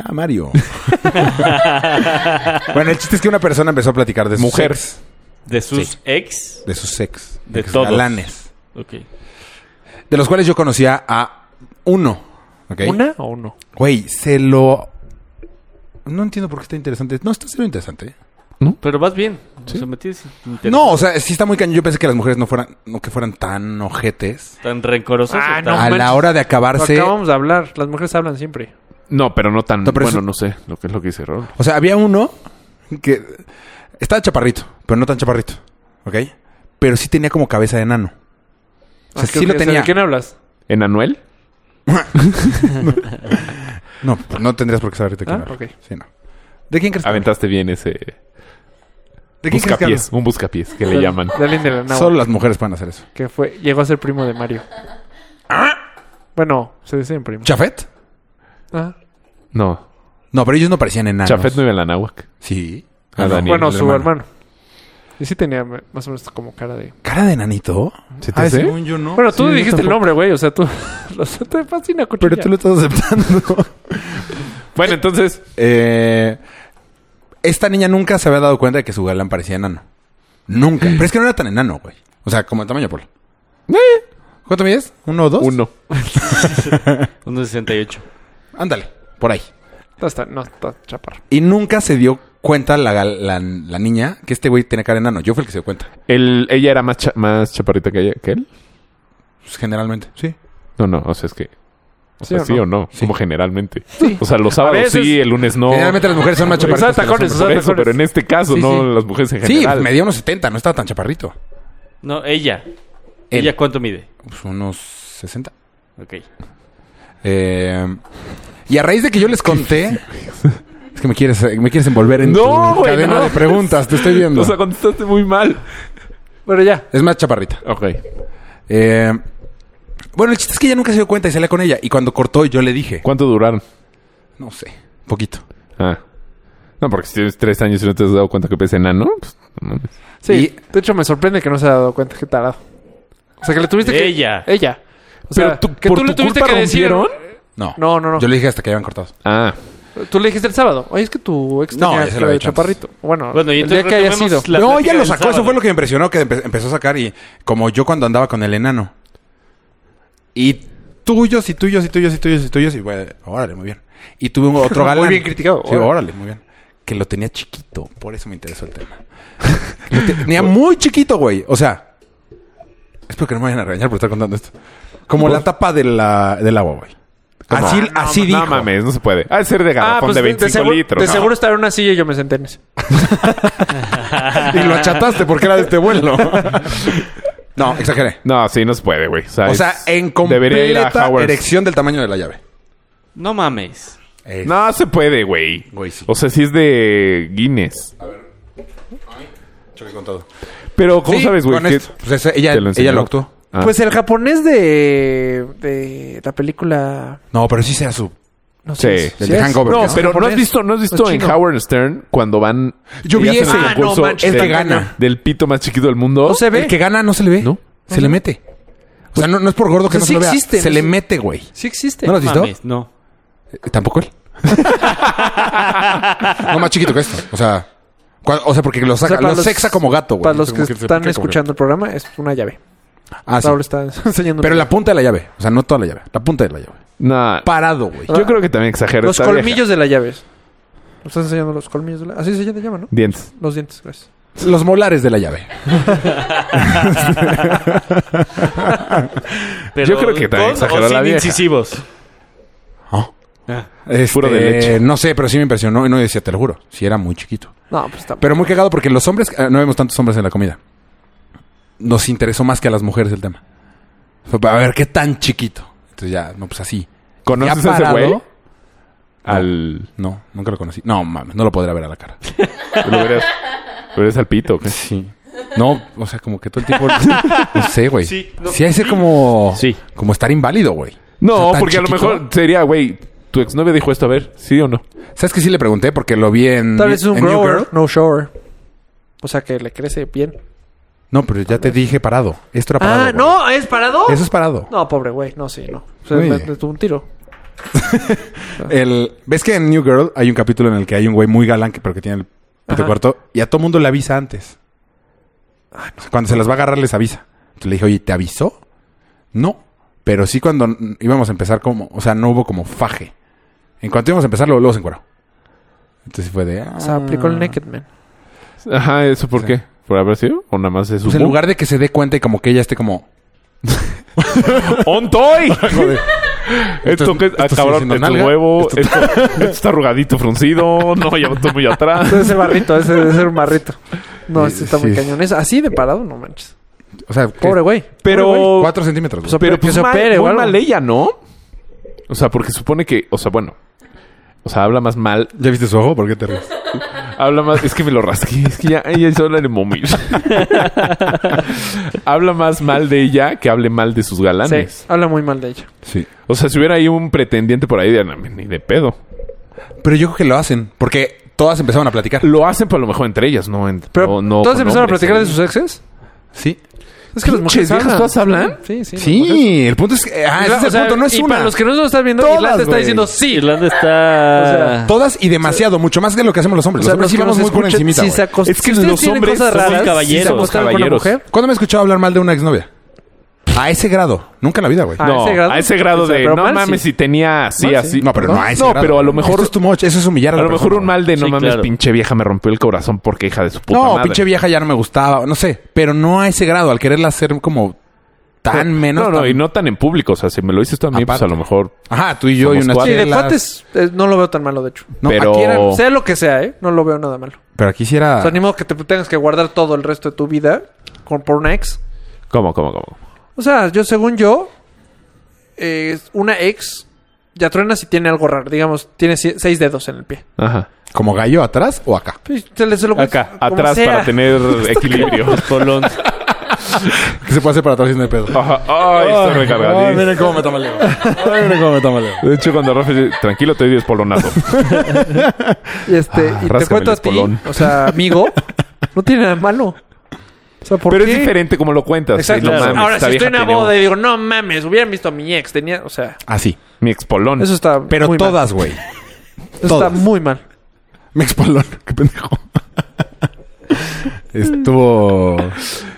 C: Ah, Mario. bueno, el chiste es que una persona empezó a platicar de sus
B: Mujer.
C: ex.
A: De sus ex.
C: De sus sex.
A: De
C: sus
A: todos.
C: galanes.
A: Ok.
C: De los cuales yo conocía a uno. ¿ok?
D: ¿Una o uno?
C: Güey, se lo... No entiendo por qué está interesante. No, está cero interesante.
A: Pero vas bien. O sea, me tienes inter-
C: No, o sea, sí está muy cañón. Yo pensé que las mujeres no fueran... No que fueran tan ojetes.
A: Tan rencorosos.
D: Ah,
A: o
D: no.
A: tan-
C: a
D: manches.
C: la hora de
D: Lo
C: acabarse...
D: acabamos de hablar. Las mujeres hablan siempre.
B: No, pero no tan...
C: No, pero
B: bueno,
C: eso-
B: no sé lo que es lo que hice Rol.
C: O sea, había uno que estaba chaparrito, pero no tan chaparrito, ¿ok? Pero sí tenía como cabeza de enano. O sea,
D: Así
C: sí lo tenía.
D: ¿De quién hablas?
B: ¿En Anuel?
C: No, pues no tendrías por qué saber de quién
D: Ah,
C: hablo.
D: ok.
C: Sí, no. ¿De quién crees que
B: Aventaste bien ese...
C: hablo? ¿De quién crees que hablo?
B: Buscapiés. Un buscapiés que le
D: Del-
B: llaman.
D: De alguien de la náhuatl,
C: Solo las mujeres pueden hacer eso.
D: Que fue, llegó a ser primo de Mario.
C: Ah.
D: Bueno, se dicen primo.
C: ¿Chafet?
D: Ah.
B: No.
C: No, pero ellos Ah, no parecían enanos.
B: Chafet no iba a la náhuac.
C: Sí.
B: Ah,
C: no.
B: Daniel,
D: Bueno,
C: el
D: su hermano. Y sí tenía más o menos como cara de...
C: ¿Cara de enanito?
B: ¿Se te
C: Ah,
B: hace?
C: según yo no.
D: Bueno,
B: Sí,
D: tú
B: yo
D: dijiste el
B: tampoco.
D: nombre, güey. O sea, tú... o sea, te fascina cuchilla.
C: Pero tú lo estás aceptando.
B: Bueno, entonces...
C: Eh, esta niña nunca se había dado cuenta de que su galán parecía enano. Nunca. Pero es que no era tan enano, güey. O sea, como el tamaño Polo. ¿Cuánto mides? ¿Uno o dos?
B: Uno.
A: Un 68.
C: Ándale, por ahí.
D: No, está, no, está chaparro.
C: Y nunca se dio cuenta la, gal- la- la niña que este güey tiene cara de enano. Yo fui el que se dio cuenta.
B: El, ¿Ella era más, cha- más chaparrita que, ella, que él?
C: Pues, generalmente. Sí.
B: No, no. O sea, es que... O
D: ¿Sí
B: sea,
D: o
B: sí
D: no?
B: o no. Como generalmente. O sea, los sábados
D: veces-
B: sí, el lunes no.
C: Generalmente las mujeres son más
B: Por
C: chaparritas.
B: eso,
C: que los
D: tacones,
C: hombres.
D: o
B: por
D: sea,
B: eso, pero en este caso,
C: Sí,
B: no
C: sí.
B: las mujeres en
C: Sí,
B: general.
C: medía unos 70, no estaba tan chaparrito.
A: No, ella.
C: Él.
A: ¿Ella cuánto mide?
C: Pues unos 60.
A: Ok.
C: Eh, y a raíz de que yo les conté. es que me quieres, me quieres envolver en
B: No,
C: tu
B: güey,
C: cadena
B: no.
C: de preguntas, te estoy viendo.
B: O sea, contestaste muy mal.
D: Bueno, ya.
C: es más chaparrita.
B: Ok.
C: Eh, bueno, el chiste es que ella nunca se dio cuenta y salía con ella. Y cuando cortó, yo le dije.
B: ¿Cuánto duraron?
C: No sé, poquito.
B: Ah. No, porque si tienes tres años y no te has dado cuenta que pesa enano, pues no mames.
D: Sí.
C: Y-
D: De hecho, me sorprende que no se haya dado cuenta. Qué tarado. O sea, que le tuviste que...
A: Ella.
D: Ella. O sea,
B: Pero tú-
D: que
B: ¿por
D: tú le
B: tu
D: tuviste
B: culpa
D: que decir...
B: rompieron?
C: No.
D: No, no, no.
C: Yo le dije hasta que habían cortado.
B: Ah.
D: Tú le dijiste el sábado. Oye, es que tu ex
C: No,
D: tenía
C: ya se lo
D: cara
C: había
D: de
C: hecho
D: chaparrito. Bueno,
A: Bueno, y
D: el día
A: entonces
D: que haya sido.
A: retomemos la
C: no,
A: plática
C: ella lo
A: del
C: sacó. Eso
A: sábado.
C: fue lo que me impresionó, que empe- empezó a sacar y como yo cuando andaba con el enano. Y tuyos y tuyos y tuyos y tuyos y tuyos y bueno, órale, muy bien. Y tuve un otro galán.
D: Muy bien criticado,
C: Sí,
D: órale.
C: órale, muy bien. Que lo tenía chiquito, por eso me interesó el tema. lo te- tenía muy chiquito, güey. O sea, espero que no me vayan a regañar por estar contando esto. Como la tapa de la, del agua, güey.
B: ¿Cómo?
C: Así,
B: Ah, no,
C: así
B: no
C: dijo. Ah, pues
B: mames, no se puede. Ha de ser de garrafón de 25
D: seguro,
B: litros.
D: de
B: ¿no?
D: seguro estaba en una silla y yo me senté en ese.
C: Y lo achataste porque era de este vuelo. no, exageré.
B: No, sí, no se puede, güey. O sea,
C: O sea,
B: es-
C: en
B: debería ir a
C: completa
B: Howard's.
C: erección del tamaño de la llave.
A: No mames.
B: No se puede, güey.
C: Güey, sí.
B: O sea, sí es de Guinness.
C: Choqué con todo.
B: Pero, ¿cómo
C: Sí,
B: sabes, güey?
C: con
B: que
C: esto. Pues esa- ella,
B: te lo
C: ella
B: enseñó?
C: lo actuó.
B: Ah.
D: Pues el japonés de, de la película...
C: No, pero sí sea su...
D: No
B: Sí,
D: sé.
C: del de
D: es-
C: Hangover,
B: No,
C: ¿no?
B: pero ¿no has
D: Japonés.
B: visto, no has visto
D: No,
B: en
D: chino.
B: Howard Stern cuando van...
C: Pues Yo
B: y
C: vi
B: hacen
C: ese.
B: el
C: Ah, no
B: concurso
D: manches,
B: del-
C: el que gana.
B: Del pito más chiquito del mundo.
D: No se ve.
C: El que gana no se le ve.
B: ¿No?
C: Se le mete. O sea, no, no es por gordo que
D: O sea,
C: no se
D: sí
C: le vea.
D: existe,
C: se
D: ¿no?
C: le mete, güey.
D: Sí existe.
C: ¿No lo has visto?
A: Mames, no.
C: Eh, Tampoco él. no, más chiquito que esto. O sea, cua- o sea porque lo
D: O sea,
C: saca,
D: para
C: lo
D: los-
C: sexa como gato, güey.
D: Para los
C: O sea,
D: que
C: como se
D: están
C: pica como-
D: escuchando el programa, es una llave.
C: Ah, sí.
D: Raúl está enseñando.
C: Pero
D: una
C: la punta de la llave. O sea, no toda la llave. La punta de la llave.
B: Nah,
C: Parado, güey.
B: yo creo que también exagero.
D: Los
B: esta vieja.
D: colmillos de la llave. ¿Nos estás enseñando los colmillos de la Así se llama, ¿no?
B: Dientes.
D: Los dientes, gracias.
C: Los molares de la llave.
A: Pero
B: Yo creo que
A: con
B: también exageró
A: o
B: la
A: sin
B: vieja.
A: incisivos.
C: Este,
B: Ah. Puro de leche.
C: No sé, pero sí me impresionó. Y no decía, te lo juro. Sí era muy chiquito.
D: No, pues está.
C: Pero muy cagado porque los hombres... eh, No vemos tantos hombres en la comida. Nos interesó más que a las mujeres el tema. Fue para ver qué tan chiquito. Entonces ya, no, pues así.
B: ¿Conoces
C: ¿Ya
B: a ese
C: parado?
B: güey? Al...
C: No, nunca lo conocí. No, mames, no lo podré ver a la cara.
B: ¿Lo verías, lo verías al pito? o qué?
C: Sí. No, o sea, como que todo el tiempo... no sé, güey. Sí, hay ese como...
A: Sí.
C: Como estar inválido, güey.
B: No,
C: O sea, tan
B: porque a lo
C: chiquito.
B: mejor sería, güey, tu exnovia dijo esto, a ver, ¿sí o no?
C: ¿Sabes que sí le pregunté? Porque lo vi en...
D: Tal vez es un
C: en New
D: grower,
C: Girl.
D: no shower. O sea que le crece bien.
C: No, pero ya te dije parado. Esto era parado.
D: ah,
C: güey.
D: no, ¿es parado?
C: Eso es parado.
D: No, pobre güey, no, sí, no. O sea,
C: Oye.
D: le, le tuvo un tiro.
C: El, ¿Ves que en New Girl hay un capítulo en el que hay un güey muy galán, que, pero que tiene el pito
D: Ajá.
C: corto? Y a todo mundo le avisa antes.
D: Ah,
C: O sea, Cuando se las va a agarrar, les avisa. Entonces le dije, oye, ¿te avisó? No. Pero sí cuando mm, íbamos a empezar como... O sea, no hubo como faje. En cuanto íbamos a empezar, luego, luego se encueró. Entonces fue de... ah.
D: O sea, aplicó el naked man.
B: Ajá, ¿eso por qué? ¿Por haber sido? ¿O nada más es un...
C: Pues en lugar de que se dé cuenta y como que ella esté como...
B: ¡On toy!
C: "Joder,
B: Esto que... Ah,
C: esto sigue
B: cabrón, esto
C: siendo
B: es
C: nalga.
B: huevo. Esto, esto está arrugadito, fruncido. No, ya estoy muy atrás.
D: Ese es el barrito, ese debe ser un barrito. No,
C: Sí,
D: este está muy
C: sí.
D: cañón. Es así de parado, no manches.
C: o sea, ¿qué?
D: Pobre güey.
B: Pero...
C: Cuatro centímetros. güey.
D: Pues,
B: Pero
D: que
B: pues
D: se
B: mal-
D: opere o
B: muy
D: algo.
B: mal ella, ¿no? O sea, porque supone que... O sea, bueno... O sea, habla más mal.
C: ¿Ya viste su ojo? ¿Por qué te ríes?
B: Habla más... Es que me lo rasqué. Es que ya ella habla de momir. habla más mal de ella que hable mal de sus
D: Sí,
B: galanes.
D: habla muy mal de ella.
C: Sí.
B: O sea, si hubiera ahí un pretendiente por ahí, dirían, "No, ni de pedo.
C: Pero yo creo que lo hacen. Porque todas empezaron a platicar.
B: Lo hacen por lo mejor entre ellas, no entre.
D: Pero,
B: no, no
D: ¿todas
B: con
D: empezaron a
B: hombres,
D: platicar de
B: ¿eh?
D: sus exes?
C: Sí.
D: Es que las mujeres
B: viejas, ¿todas hablan?
D: Sí, sí. las mujeres.
C: Sí, el punto es que. Ah, ese es el
D: O sea,
C: punto, no es
D: y
C: una.
D: Para los que no lo están viendo,
C: Todas,
D: Irlanda está
C: güey.
D: diciendo sí.
A: Irlanda está...
C: Todas y demasiado, mucho más que lo que hacemos los hombres. los hombres sí vamos muy por encimita. güey.
B: Es que los hombres
A: somos caballeros,
B: caballeros.
C: ¿Cuándo me he escuchado hablar mal de una exnovia? A ese grado. Nunca en la vida, güey.
D: Ah,
B: No, a ese grado,
D: O sea,
B: de
D: pero
B: no
D: mal
B: mames,
D: sí.
B: si tenía así,
D: Mal sí.
B: así.
C: No, pero no, a ese grado.
B: pero a lo
C: güey.
B: mejor,
C: Esto es too much. Eso es humillar a,
B: a
C: la
B: lo mejor
C: persona,
B: un mal de no
A: Sí,
B: mames,
A: claro.
B: pinche vieja me rompió el corazón porque hija de su puta
C: güey. No,
B: madre.
C: pinche vieja ya no me gustaba. No sé. Pero no a ese grado. Al quererla hacer como tan menos.
B: No, no,
C: tan-
B: y no tan en público. O sea, si me lo dices tú a mí, pues a
C: Aparte.
B: lo mejor.
C: Ajá, tú y yo
B: Somos
C: y unas
B: cuatro.
D: Sí, de
C: chelas.
D: cuates eh, no lo veo tan malo, de hecho.
C: No,
B: Pero-
C: aquí era-
B: Oh.
D: Sea lo que sea, ¿eh? No lo veo nada malo.
C: Pero aquí sí
D: O
C: era.
D: sea, ni modo que te tengas que guardar todo el resto de tu vida con, por una ex.
B: ¿Cómo, cómo, cómo?
D: O sea, yo, según yo, eh, una ex ya truena si tiene algo raro. Digamos, tiene si- seis dedos en el pie.
B: Ajá.
C: ¿Como gallo atrás o acá?
D: Pues, se le- se lo-
B: Acá,
D: como
B: atrás
D: sea.
B: para tener equilibrio.
A: Colón.
C: ¿Qué se puede hacer para atrás sin el pedo?
B: Ajá. Ay, estoy
C: Ay,
B: recargadísimo.
C: Ah, miren cómo me toma el dedo. Ay, Ah, miren cómo me toma el dedo.
B: De hecho, cuando Rafa dice, tranquilo, te doy despolonazo.
D: Y, este,
B: Ah,
D: y
B: ráscame
D: te cuento
B: el
D: a ti,
B: espolón.
D: o sea, amigo, no tiene nada malo. O sea, ¿por
B: Pero
D: qué?
B: es diferente como lo cuentas.
D: Exacto.
B: Sí, no mames,
D: Ahora,
B: esta
D: si estoy en
B: vieja
D: una
B: tenía
D: boda y digo, no mames, hubieran visto a mi ex, tenía, o sea,
C: Así.
B: un- Mi expolón.
D: eso está
C: Pero
D: muy mal.
C: todas, güey.
D: Eso
C: todas.
D: está muy mal.
C: Me expolón. Qué pendejo. estuvo...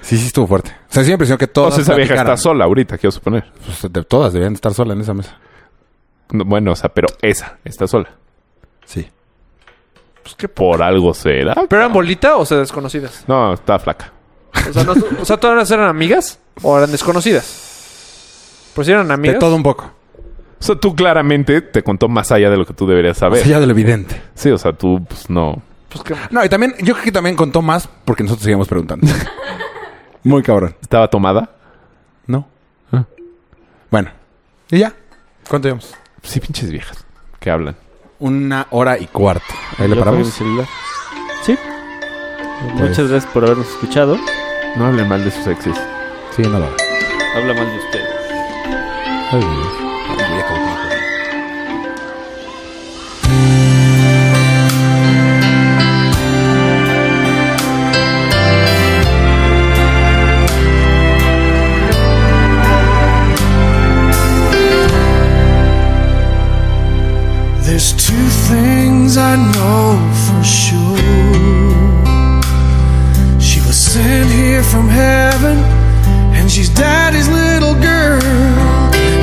C: Sí, sí estuvo fuerte. O sea, sí me impresionó que todas...
B: Entonces esa vieja
C: platicaran.
B: está sola ahorita, quiero suponer.
C: Pues, de- todas debían estar solas en esa mesa.
B: No, bueno, o sea, pero esa está sola.
C: Sí.
D: Pues qué po-
B: Por algo será.
D: ¿Pero eran bolita o sea, desconocidas?
B: No, está flaca.
D: O sea, no, o sea, ¿todas eran amigas o eran desconocidas? Pues si eran amigas.
C: De todo un poco.
B: O sea, tú claramente te contó más allá de lo que tú deberías saber.
C: Más allá de lo evidente.
B: Sí, o sea, tú pues no.
D: Pues que
C: No, y también, yo creo que también contó más porque nosotros seguíamos preguntando. Muy cabrón.
B: Estaba tomada.
C: No.
B: Ah.
C: Bueno. Y ya. ¿Cuánto llevamos?
B: Sí, pinches viejas. Que hablan.
C: Una hora y cuarto. Ahí le
A: ¿Ya fue mi
C: paramos.
A: celular? Sí. Muchas gracias por habernos escuchado.
B: Pues, No hablen mal de sus exes.
C: Sí, una hora.
A: Habla mal de ustedes.
C: 哎
I: There's two things I know for sure. She was sent here from heaven, and she's daddy's little girl.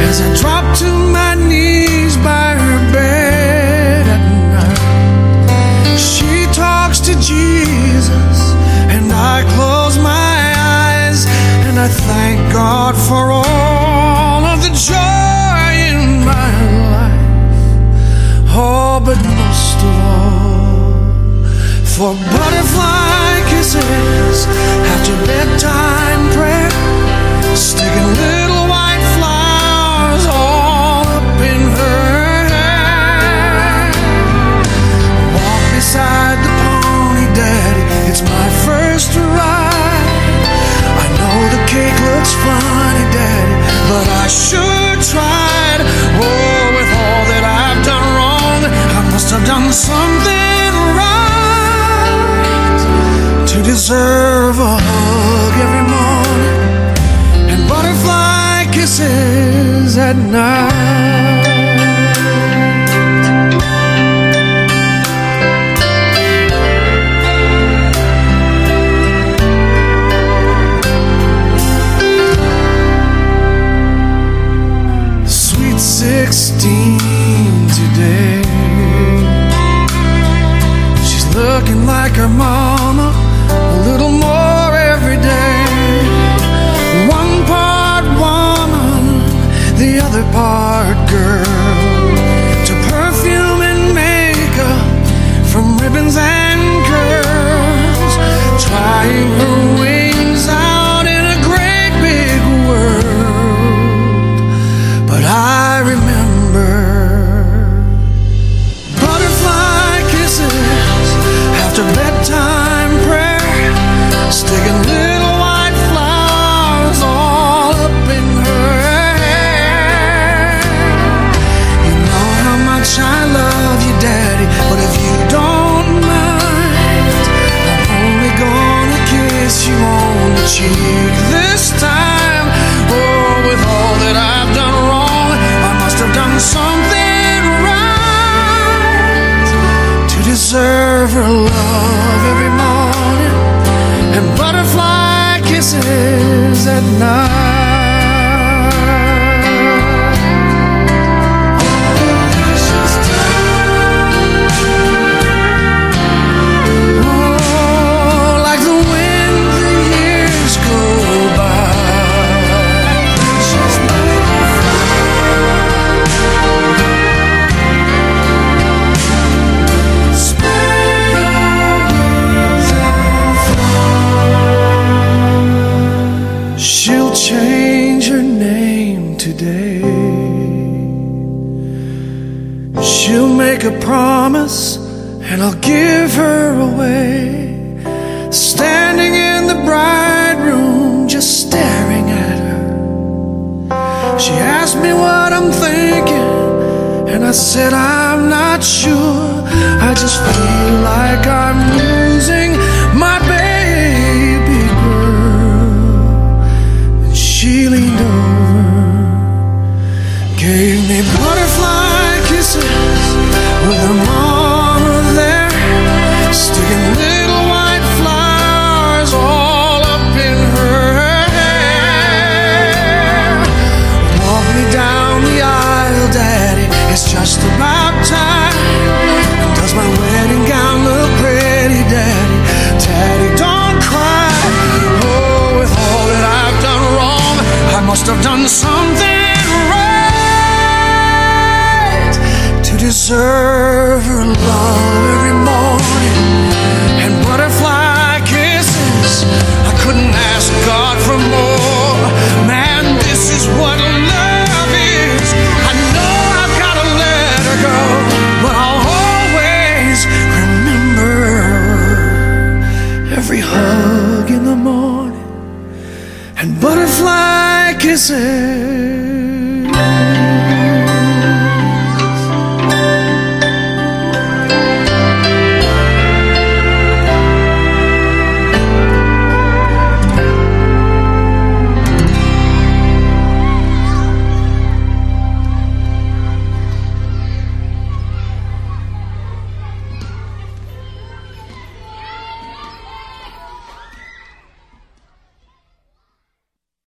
I: As I drop to my knees by her bed at night, she talks to Jesus, and I close my eyes, and I thank God for all of the joy in my life. Oh, but most of all, for butterfly kisses after bedtime prayer, sticking little white flowers all up in her hair. Walk beside the pony, Daddy, it's my first ride. I know the cake looks funny, Daddy, but I sure tried. Oh, with all that I've done wrong, I must have done something right to deserve a hug every morning and butterfly kisses at night. Sweet 16 today. She's looking like her mama a little more every day. One part woman, the other part girl. To perfume and makeup from ribbons and curls. Trying her wings out in a great big world. But I remember butterfly kisses after bedtime prayer, sticking little white flowers all up in her hair. You know how much I love you, Daddy, but if you don't mind, I'm only gonna kiss you on the cheek this time. Oh, with all that I've done wrong, I must have done something right to deserve her love every morning and butterfly kisses at night. Oh, like the wind, the years go by. She'll change her name today. She'll make a promise and I'll give her away. Standing in the bride room, just staring at her. She asked me what I'm thinking, and I said, I'm not sure. I just feel like I'm losing my baby girl. And she leaned over, gave me butterfly kisses with her mama there, sticking little white flowers all up in her hair. Walk me down the aisle, Daddy. It's just about time. Does my wedding gown look pretty, Daddy? Daddy, don't cry. Oh, with all that I've done wrong, I must have done something right deserve her love every morning and butterfly kisses. I couldn't ask God for more. Man, this is what love is. I know I've got to let her go, but I'll always remember every hug in the morning and butterfly kisses.